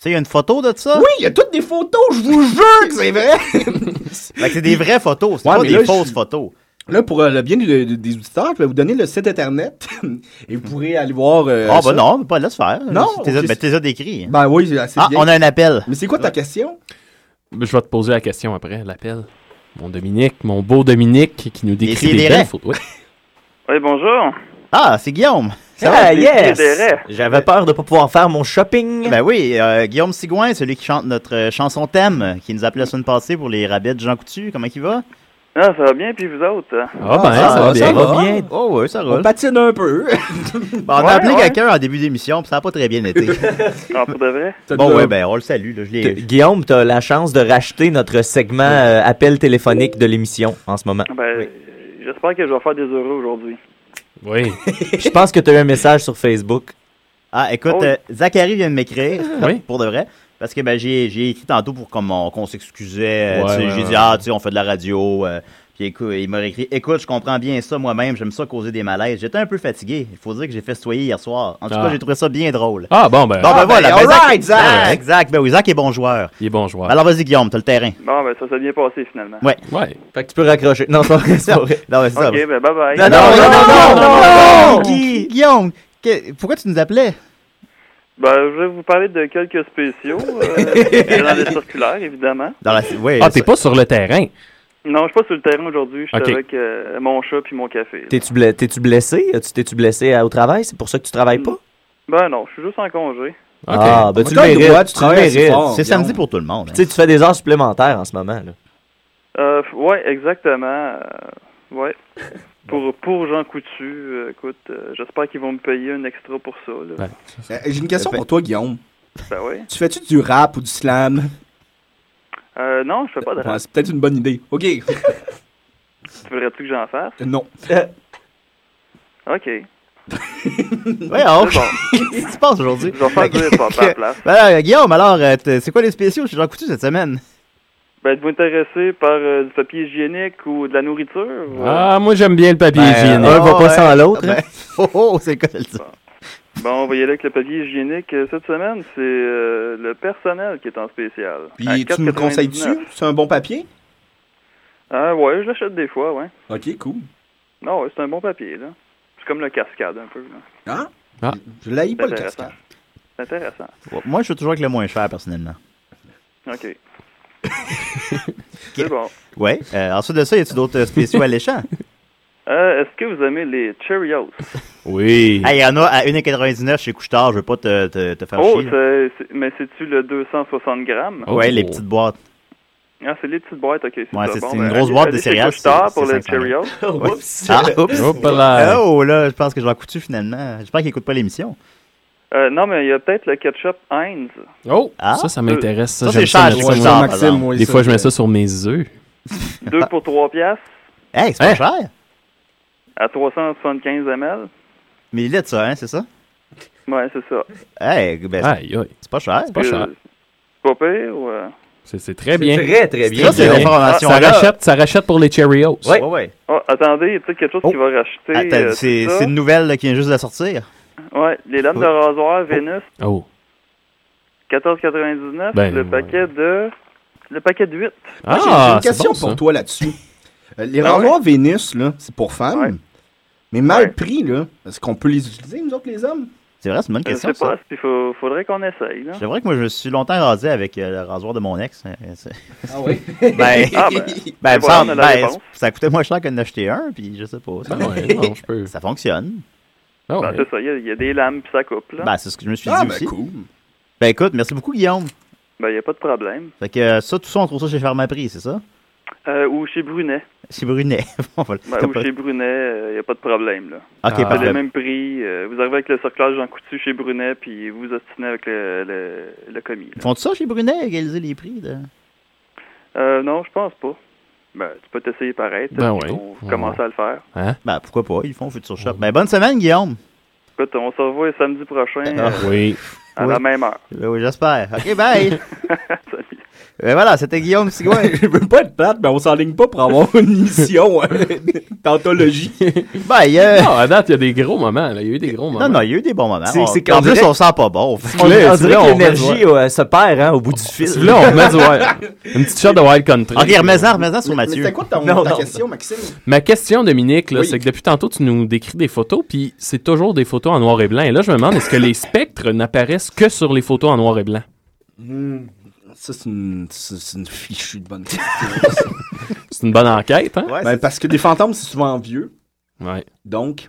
[SPEAKER 7] Hein? il y a une photo de ça?
[SPEAKER 9] Oui, il y a toutes des photos, je vous jure que c'est vrai!
[SPEAKER 7] Fait que Ben, c'est des vraies photos, c'est
[SPEAKER 9] Ouais,
[SPEAKER 7] pas
[SPEAKER 9] mais
[SPEAKER 7] des
[SPEAKER 9] là, je-
[SPEAKER 7] fausses photos.
[SPEAKER 9] Là, pour euh, le bien de- de- des auditeurs, je vais vous donner le site internet et vous pourrez aller voir. euh,
[SPEAKER 7] Ah,
[SPEAKER 9] ça.
[SPEAKER 7] bah non, pas laisse faire.
[SPEAKER 9] Non,
[SPEAKER 7] T'es
[SPEAKER 9] c'est-
[SPEAKER 7] ben, t'es déjà décrit.
[SPEAKER 9] Ben oui, c'est assez
[SPEAKER 7] Ah,
[SPEAKER 9] bien.
[SPEAKER 7] on a un appel.
[SPEAKER 9] Mais c'est quoi ta question?
[SPEAKER 11] Ben, Je vais te poser la question après, l'appel. Mon Dominique, mon beau Dominique qui nous décrit des
[SPEAKER 7] Décidérez.
[SPEAKER 11] belles photos.
[SPEAKER 10] Oui,
[SPEAKER 11] Ouais.
[SPEAKER 10] bonjour.
[SPEAKER 7] Ah, c'est Guillaume.
[SPEAKER 10] Ça va, yes! J'avais peur de ne pas pouvoir faire mon shopping.
[SPEAKER 7] Ben oui, euh, Guillaume Sigouin, celui qui chante notre euh, chanson thème, euh, qui nous appelait la semaine passée pour les rabais de Jean Coutu. Comment il va?
[SPEAKER 16] Ah, ça va bien, puis vous autres?
[SPEAKER 9] Ah, ben,
[SPEAKER 7] Ah, Oh, ouais, ça roule.
[SPEAKER 9] On patine un peu.
[SPEAKER 7] Ben, on a
[SPEAKER 16] Ouais,
[SPEAKER 7] appelé
[SPEAKER 16] ouais.
[SPEAKER 7] quelqu'un en début d'émission, puis ça n'a pas très bien été.
[SPEAKER 16] Ah, pour de vrai?
[SPEAKER 7] bon, ouais, ben, on le salue, là. Je
[SPEAKER 10] T-
[SPEAKER 7] l'ai.
[SPEAKER 10] Guillaume, tu as la chance de racheter notre segment euh, appel téléphonique de l'émission en ce moment.
[SPEAKER 16] Ben, euh, j'espère que je vais faire des euros aujourd'hui.
[SPEAKER 11] Oui.
[SPEAKER 10] Je pense que tu as eu un message sur Facebook.
[SPEAKER 7] Ah, écoute,
[SPEAKER 10] Oh.
[SPEAKER 7] euh, Zachary vient de m'écrire,
[SPEAKER 10] Oui.
[SPEAKER 7] pour de vrai, parce que ben, j'ai j'ai écrit tantôt pour comme on- qu'on s'excusait. euh,
[SPEAKER 11] Ouais,
[SPEAKER 7] tu sais,
[SPEAKER 11] ouais,
[SPEAKER 7] j'ai
[SPEAKER 11] ouais.
[SPEAKER 7] dit, ah, tu sais, on fait de la radio. euh, Puis écou- il m'a écrit Écoute, je comprends bien ça moi-même, j'aime ça causer des malaises. J'étais un peu fatigué. Il faut dire que j'ai festoyé hier soir. En tout
[SPEAKER 11] Ah.
[SPEAKER 7] cas, j'ai trouvé ça bien drôle.
[SPEAKER 11] Ah, bon, ben.
[SPEAKER 7] Bon,
[SPEAKER 11] Ah, ben,
[SPEAKER 7] voilà.
[SPEAKER 11] all
[SPEAKER 7] Zach-
[SPEAKER 11] right, Zach.
[SPEAKER 7] Ah, Zach, ben oui, Zach est bon joueur.
[SPEAKER 11] Il est bon joueur.
[SPEAKER 7] Alors vas-y, Guillaume, t'as le terrain.
[SPEAKER 16] Bon, ben ça s'est bien passé finalement.
[SPEAKER 7] Ouais.
[SPEAKER 11] Ouais.
[SPEAKER 10] Fait que tu peux raccrocher. Non, c'est pas vrai, c'est pas vrai.
[SPEAKER 7] Non, mais c'est ça.
[SPEAKER 16] Ok, ben bye bye.
[SPEAKER 7] Non, non, non, non, non, non, Guy- Oh, Guillaume, que- pourquoi tu nous appelais?
[SPEAKER 16] Ben, je vais vous parler de quelques spéciaux. euh, dans les circulaires, évidemment.
[SPEAKER 7] Dans la... Oui,
[SPEAKER 11] ah, t'es pas sur le terrain.
[SPEAKER 16] Non, je suis pas sur le terrain aujourd'hui. Je suis
[SPEAKER 10] Ok.
[SPEAKER 16] avec euh, mon chat puis mon café.
[SPEAKER 10] T'es-tu bla- t'es-tu blessé? Tu T'es-tu blessé à- au travail? C'est pour ça que tu travailles pas?
[SPEAKER 16] Ben non, je suis juste en congé.
[SPEAKER 10] Ah, ben
[SPEAKER 16] On
[SPEAKER 10] tu le
[SPEAKER 16] donne le
[SPEAKER 10] mérites.
[SPEAKER 16] droit, tu
[SPEAKER 10] tu le
[SPEAKER 16] travailles assez
[SPEAKER 10] mérites.
[SPEAKER 16] fort, C'est samedi Guillaume.
[SPEAKER 7] pour tout le monde. hein.
[SPEAKER 10] Tu sais, tu fais des heures supplémentaires en ce moment. Là.
[SPEAKER 16] Euh, f- ouais, exactement. euh, ouais. Pour, pour Jean Coutu, euh, écoute, euh, j'espère qu'ils vont me payer un extra pour ça. Là.
[SPEAKER 9] Euh, J'ai une question pour toi, Guillaume.
[SPEAKER 16] Ben ouais.
[SPEAKER 9] Tu fais-tu du rap ou du slam?
[SPEAKER 16] Euh, non, je fais pas de
[SPEAKER 9] Ouais,
[SPEAKER 16] rap.
[SPEAKER 9] c'est peut-être une bonne idée. OK.
[SPEAKER 16] Tu Voudrais-tu que j'en fasse?
[SPEAKER 9] non.
[SPEAKER 16] Euh. OK.
[SPEAKER 7] Ouais, on...
[SPEAKER 16] C'est bon.
[SPEAKER 7] Qu'est-ce qui se passe aujourd'hui?
[SPEAKER 16] Je vais faire du hip-hop à la place.
[SPEAKER 7] Ben alors, Guillaume, alors, euh, t'es- c'est quoi les spéciaux chez Jean Coutu cette semaine?
[SPEAKER 16] Ben, êtes-vous intéressé par euh, du papier hygiénique ou de la nourriture? ou- euh,
[SPEAKER 11] Ah, moi, j'aime bien le papier hygiénique.
[SPEAKER 7] euh, oh, ouais.
[SPEAKER 10] hein.
[SPEAKER 7] Ben, oh, oh, c'est le cas de le dire.
[SPEAKER 16] Bon, on va y aller avec le papier hygiénique. Euh, Cette semaine, c'est euh, le personnel qui est en spécial.
[SPEAKER 9] Puis
[SPEAKER 16] À
[SPEAKER 9] tu me
[SPEAKER 16] 4,99.
[SPEAKER 9] conseilles-tu? C'est un bon papier?
[SPEAKER 16] Ah, ouais, je l'achète des fois, ouais.
[SPEAKER 9] OK, cool.
[SPEAKER 16] Non, ouais, c'est un bon papier, là. C'est comme le cascade, un peu. là.
[SPEAKER 9] Hein?
[SPEAKER 7] Ah.
[SPEAKER 9] Je l'ai
[SPEAKER 16] C'est intéressant. C'est intéressant.
[SPEAKER 7] Ouais, Moi, je suis toujours avec le moins cher, personnellement.
[SPEAKER 16] OK. c'est bon.
[SPEAKER 7] Ouais. Euh, ensuite de ça, y a-tu d'autres euh, spéciaux alléchants?
[SPEAKER 16] Euh, Est-ce que vous aimez les Cheerios?
[SPEAKER 7] Oui. Il y en a à 1,99 chez Couche-Tard. Je veux pas te, te, te faire
[SPEAKER 16] Oh,
[SPEAKER 7] chier.
[SPEAKER 16] c'est- c'est- mais c'est-tu le 260 grammes?
[SPEAKER 7] Ouais, les petites boîtes.
[SPEAKER 16] Ah, c'est les petites boîtes, ok. C'est
[SPEAKER 7] Ouais,
[SPEAKER 16] ça.
[SPEAKER 7] c'est
[SPEAKER 16] Bon,
[SPEAKER 7] c'est une
[SPEAKER 16] ben,
[SPEAKER 7] grosse
[SPEAKER 16] allez-
[SPEAKER 7] boîte de
[SPEAKER 16] allez chez
[SPEAKER 7] céréales.
[SPEAKER 16] Couche-Tard
[SPEAKER 7] c'est-
[SPEAKER 16] pour
[SPEAKER 7] c'est
[SPEAKER 16] les
[SPEAKER 7] 500.
[SPEAKER 16] Cheerios.
[SPEAKER 7] Ouais. Ah, oups.
[SPEAKER 11] Oups là.
[SPEAKER 7] Oh, là, je pense que je vais en coutu finalement. J'espère qu'il écoute pas l'émission.
[SPEAKER 16] Euh, non, mais il y a peut-être le ketchup Heinz.
[SPEAKER 11] Oh,
[SPEAKER 7] Ah.
[SPEAKER 11] ça, ça m'intéresse.
[SPEAKER 7] Ça, c'est
[SPEAKER 11] j'aime
[SPEAKER 7] cher,
[SPEAKER 11] mettre
[SPEAKER 7] ça,
[SPEAKER 11] moi.
[SPEAKER 7] ça, par exemple. Maxime, oui,
[SPEAKER 11] Des
[SPEAKER 7] ça,
[SPEAKER 11] fois, je mets
[SPEAKER 7] c'est-
[SPEAKER 11] ça sur mes œufs.
[SPEAKER 16] Deux pour 3 piastres
[SPEAKER 7] Hey, c'est pas cher.
[SPEAKER 16] à 375 ml.
[SPEAKER 7] Mais il est de ça, hein, c'est ça?
[SPEAKER 16] Ouais, c'est ça. Euh,
[SPEAKER 7] Hey, ben, c'est-
[SPEAKER 11] Aïe, aïe.
[SPEAKER 7] c'est pas cher.
[SPEAKER 11] C'est pas cher.
[SPEAKER 16] C'est pas pire ou... euh?
[SPEAKER 11] C'est c'est très
[SPEAKER 16] C'est
[SPEAKER 11] bien.
[SPEAKER 16] très, très bien.
[SPEAKER 11] Ça, c'est
[SPEAKER 16] Bien.
[SPEAKER 11] l'information. Ça
[SPEAKER 16] Ah, ça-
[SPEAKER 11] rachète, ça rachète pour les Cheerios.
[SPEAKER 7] Ouais, ouais.
[SPEAKER 16] Oh, attendez, il y a peut-être quelque chose qui va racheter.
[SPEAKER 7] Attends,
[SPEAKER 16] euh,
[SPEAKER 7] c'est
[SPEAKER 16] tout ça.
[SPEAKER 7] c'est une nouvelle là, qui vient juste de sortir.
[SPEAKER 16] Ouais, les lames de
[SPEAKER 7] Oui.
[SPEAKER 16] rasoir Vénus,
[SPEAKER 11] Oh.
[SPEAKER 16] 14,99.
[SPEAKER 7] Ben,
[SPEAKER 16] le
[SPEAKER 7] ouais. Ah,
[SPEAKER 16] paquet de... Le paquet de 8.
[SPEAKER 9] Moi, j'ai- j'ai une question pour toi là-dessus. Euh, les
[SPEAKER 16] Ah
[SPEAKER 9] rasoirs Vénus, là, c'est pour femmes. Mais mal pris, là, est-ce qu'on peut les utiliser, nous autres, les hommes?
[SPEAKER 7] C'est vrai, c'est une bonne
[SPEAKER 16] Je
[SPEAKER 7] question.
[SPEAKER 16] sais pas,
[SPEAKER 7] ça.
[SPEAKER 16] il faut, faudrait qu'on essaye. Là.
[SPEAKER 7] C'est vrai que moi, je me suis longtemps rasé avec euh, le rasoir de mon ex. Euh, c'est-
[SPEAKER 9] Ah oui?
[SPEAKER 7] ben,
[SPEAKER 16] Ah, ben,
[SPEAKER 7] ben,
[SPEAKER 16] ben,
[SPEAKER 7] me semble-
[SPEAKER 16] voilà, on a la
[SPEAKER 7] ben,
[SPEAKER 16] réponse.
[SPEAKER 7] ça coûtait moins cher que d'en acheter un, puis je sais pas. ça-
[SPEAKER 11] Ah ouais, non, je peux. Ah
[SPEAKER 7] Ça fonctionne.
[SPEAKER 16] Ben, C'est ça, il y a- il y, a des lames puis ça coupe. Là.
[SPEAKER 7] Ah, Ben, c'est ce que je me suis
[SPEAKER 16] Ah,
[SPEAKER 7] dit
[SPEAKER 16] ben,
[SPEAKER 7] aussi.
[SPEAKER 16] cool.
[SPEAKER 7] Ben, écoute, merci beaucoup, Guillaume.
[SPEAKER 16] Ben, il n'y a pas de problème.
[SPEAKER 7] Fait que euh, ça, tout ça, on trouve ça chez Pharmaprix, c'est ça?
[SPEAKER 16] Euh, ou chez Brunet.
[SPEAKER 7] Chez Brunet. Bon, voilà.
[SPEAKER 16] Ben,
[SPEAKER 7] T'as
[SPEAKER 16] ou
[SPEAKER 7] pas- Ah.
[SPEAKER 16] chez Brunet, il n'y a pas de problème. Là.
[SPEAKER 7] Ok,
[SPEAKER 16] c'est
[SPEAKER 7] parfait.
[SPEAKER 16] le même prix. euh, vous arrivez avec le cerclage Jean Coutu chez Brunet, puis vous vous obstinez avec le, le, le commis.
[SPEAKER 7] Ils Font-tu ça chez Brunet, égaliser les prix? De...
[SPEAKER 16] Euh, non, je pense pas. Ben, tu peux t'essayer pareil.
[SPEAKER 7] Ben
[SPEAKER 16] peut-être
[SPEAKER 7] ouais.
[SPEAKER 16] qu'on va commencer à le faire.
[SPEAKER 11] Hein?
[SPEAKER 7] Ben, pourquoi pas? Ils font Future Shop. Ben, bonne semaine, Guillaume.
[SPEAKER 16] Écoute, on se revoit samedi prochain
[SPEAKER 7] Ah,
[SPEAKER 16] euh,
[SPEAKER 11] Ben oui.
[SPEAKER 16] à la même heure.
[SPEAKER 7] Ben oui, j'espère. OK, bye. Ben voilà, c'était Guillaume Sigouin.
[SPEAKER 9] Je veux pas être plate, mais on s'enligne pas pour avoir une émission euh, d'anthologie.
[SPEAKER 7] Ben, il y a-
[SPEAKER 11] Non, Ah, à date, il y a des gros moments. là. Il y a eu des gros moments.
[SPEAKER 7] non, il y a eu des bons moments.
[SPEAKER 11] C'est-
[SPEAKER 7] On-
[SPEAKER 11] c'est
[SPEAKER 7] en
[SPEAKER 11] qu'on
[SPEAKER 7] plus,
[SPEAKER 11] dirait-
[SPEAKER 7] on sent pas bon.
[SPEAKER 11] On- on dirait que
[SPEAKER 10] L'énergie euh, se perd hein, au bout du fil.
[SPEAKER 11] Là, on remet du wild- une petite shot de Wild Country.
[SPEAKER 7] Ok, remets-en, remets-en sur
[SPEAKER 9] Mais- mais
[SPEAKER 7] Mathieu.
[SPEAKER 9] c'était quoi ton-
[SPEAKER 7] Non,
[SPEAKER 9] ta
[SPEAKER 7] non.
[SPEAKER 9] question, Maxime?
[SPEAKER 11] Ma question, Dominique, là,
[SPEAKER 9] Oui.
[SPEAKER 11] c'est que depuis tantôt, tu nous décris des photos, puis c'est toujours des photos en noir et blanc. Et là, je me demande, est-ce que les spectres n'apparaissent que sur les photos en noir et blanc?
[SPEAKER 9] Hmm, Ça, c'est une, ça, c'est une fichue de bonne question.
[SPEAKER 11] C'est une bonne enquête, hein?
[SPEAKER 9] Ben, parce que des fantômes, c'est souvent vieux.
[SPEAKER 11] Ouais.
[SPEAKER 9] Donc,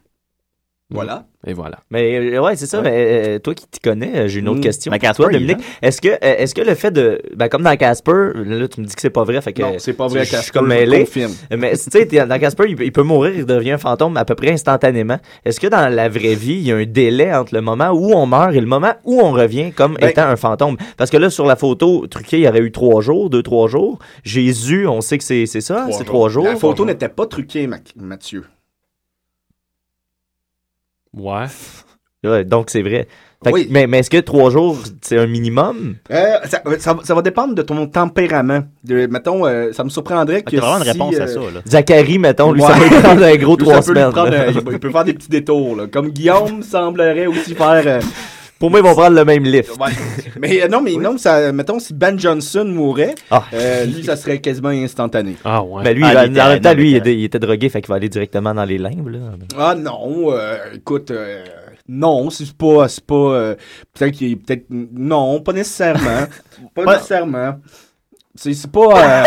[SPEAKER 9] voilà.
[SPEAKER 11] Et voilà.
[SPEAKER 10] Mais euh, ouais, c'est ça. Mais euh, toi qui t'y connais, euh, j'ai une autre
[SPEAKER 9] Mm.
[SPEAKER 10] question.
[SPEAKER 9] Mais
[SPEAKER 10] pour
[SPEAKER 9] Casper,
[SPEAKER 10] toi,
[SPEAKER 9] il est
[SPEAKER 10] Dominique, est-ce que, euh, est-ce que le fait de. Ben, comme dans Casper, là, tu me dis que c'est pas vrai. Fait que,
[SPEAKER 9] Non, c'est pas vrai,
[SPEAKER 10] je suis
[SPEAKER 9] Casper,
[SPEAKER 10] comme
[SPEAKER 9] je
[SPEAKER 10] mêlé.
[SPEAKER 9] confirme.
[SPEAKER 10] Mais tu sais, t'es- dans Casper, il, peut- il peut mourir, il devient un fantôme à peu près instantanément. Est-ce que dans la vraie vie, il y a un délai entre le moment où on meurt et le moment où on revient comme
[SPEAKER 9] Ben,
[SPEAKER 10] étant un fantôme? Parce que là, sur la photo truquée, il y aurait eu trois jours, deux, trois jours. Jésus, on sait que c'est c'est
[SPEAKER 9] Ah,
[SPEAKER 10] ça, c'est trois jours.
[SPEAKER 9] La photo n'était pas truquée, Mac- Mathieu.
[SPEAKER 11] Ouais.
[SPEAKER 10] Ouais, donc, c'est vrai. Fait que-
[SPEAKER 9] Oui.
[SPEAKER 10] Mais, mais est-ce que trois jours, c'est un minimum?
[SPEAKER 9] Euh, ça, ça va- ça va dépendre de ton tempérament. De, mettons, euh, ça me surprendrait que.
[SPEAKER 10] t'as vraiment une
[SPEAKER 9] si,
[SPEAKER 10] réponse à
[SPEAKER 9] euh,
[SPEAKER 10] ça, là. Zachary, mettons, lui, ça va lui prendre un gros
[SPEAKER 9] Lui,
[SPEAKER 10] trois
[SPEAKER 9] ça peut lui
[SPEAKER 10] semaines,
[SPEAKER 9] prendre,
[SPEAKER 10] là.
[SPEAKER 9] euh, il, peut- il peut faire des petits détours. là. Comme Guillaume semblerait aussi faire. euh,
[SPEAKER 10] Pour moi, ils vont prendre le même lift.
[SPEAKER 9] mais euh, non, mais non, ça, mettons, si Ben Johnson mourait,
[SPEAKER 10] Ah.
[SPEAKER 9] euh, lui, ça serait quasiment instantané.
[SPEAKER 11] Ah ouais.
[SPEAKER 10] Ben lui, il va- en même temps, lui, il était, il était drogué, fait qu'il va aller directement dans les limbes, là.
[SPEAKER 9] Ah non, euh, écoute, euh, non, c'est pas, c'est pas, euh, peut-être qu'il, peut-être, non, pas nécessairement, pas
[SPEAKER 10] Pas-
[SPEAKER 9] nécessairement. C'est, c'est pas, euh,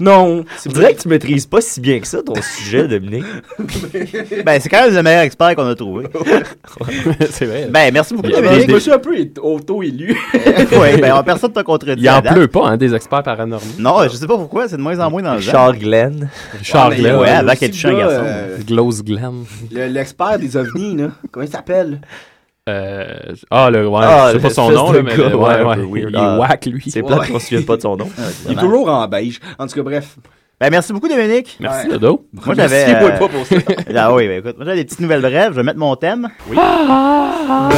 [SPEAKER 9] non.
[SPEAKER 10] C'est vrai que tu maîtrises pas si bien que ça ton sujet, Dominique.
[SPEAKER 7] Ben, c'est quand même le meilleur expert qu'on a trouvé.
[SPEAKER 11] c'est vrai.
[SPEAKER 7] Ben, merci beaucoup,
[SPEAKER 9] Je
[SPEAKER 7] Dominique.
[SPEAKER 9] me suis un peu é- auto-élu.
[SPEAKER 7] Ouais, ben, en personne t'a contredit.
[SPEAKER 11] Il en
[SPEAKER 7] à date.
[SPEAKER 11] pleut pas, hein, des experts paranormaux.
[SPEAKER 7] Non, je sais pas pourquoi, c'est de moins en moins dans le genre.
[SPEAKER 10] Richard Glenn.
[SPEAKER 11] Richard
[SPEAKER 7] Ouais, mais
[SPEAKER 11] Glenn.
[SPEAKER 7] ouais, avant qu'il touche un
[SPEAKER 9] gars,
[SPEAKER 7] garçon.
[SPEAKER 9] euh,
[SPEAKER 11] Glose Glam.
[SPEAKER 9] Le- l'expert des ovnis, là, comment il s'appelle?
[SPEAKER 11] Euh, ah, le, ouais,
[SPEAKER 10] Ah,
[SPEAKER 11] je sais pas son
[SPEAKER 10] l'espèce
[SPEAKER 11] nom,
[SPEAKER 10] de
[SPEAKER 11] là, mais
[SPEAKER 10] gars,
[SPEAKER 11] le-
[SPEAKER 10] ouais,
[SPEAKER 11] ouais,
[SPEAKER 10] un
[SPEAKER 11] ouais,
[SPEAKER 10] peu
[SPEAKER 11] il
[SPEAKER 10] weird.
[SPEAKER 11] il
[SPEAKER 10] Ah,
[SPEAKER 11] est whack, lui.
[SPEAKER 10] c'est plate qu'on se souvienne pas de son nom.
[SPEAKER 9] Il est toujours en beige. En tout cas, bref.
[SPEAKER 7] Ben, merci beaucoup, Dominique.
[SPEAKER 11] Merci, Dodo.
[SPEAKER 7] Moi, j'avais.
[SPEAKER 9] Merci, moi,
[SPEAKER 7] euh,
[SPEAKER 9] pas pour ça.
[SPEAKER 7] ah oui, ben, écoute, moi, j'avais des petites nouvelles brèves. Je vais mettre mon thème. Oui.
[SPEAKER 1] Ah.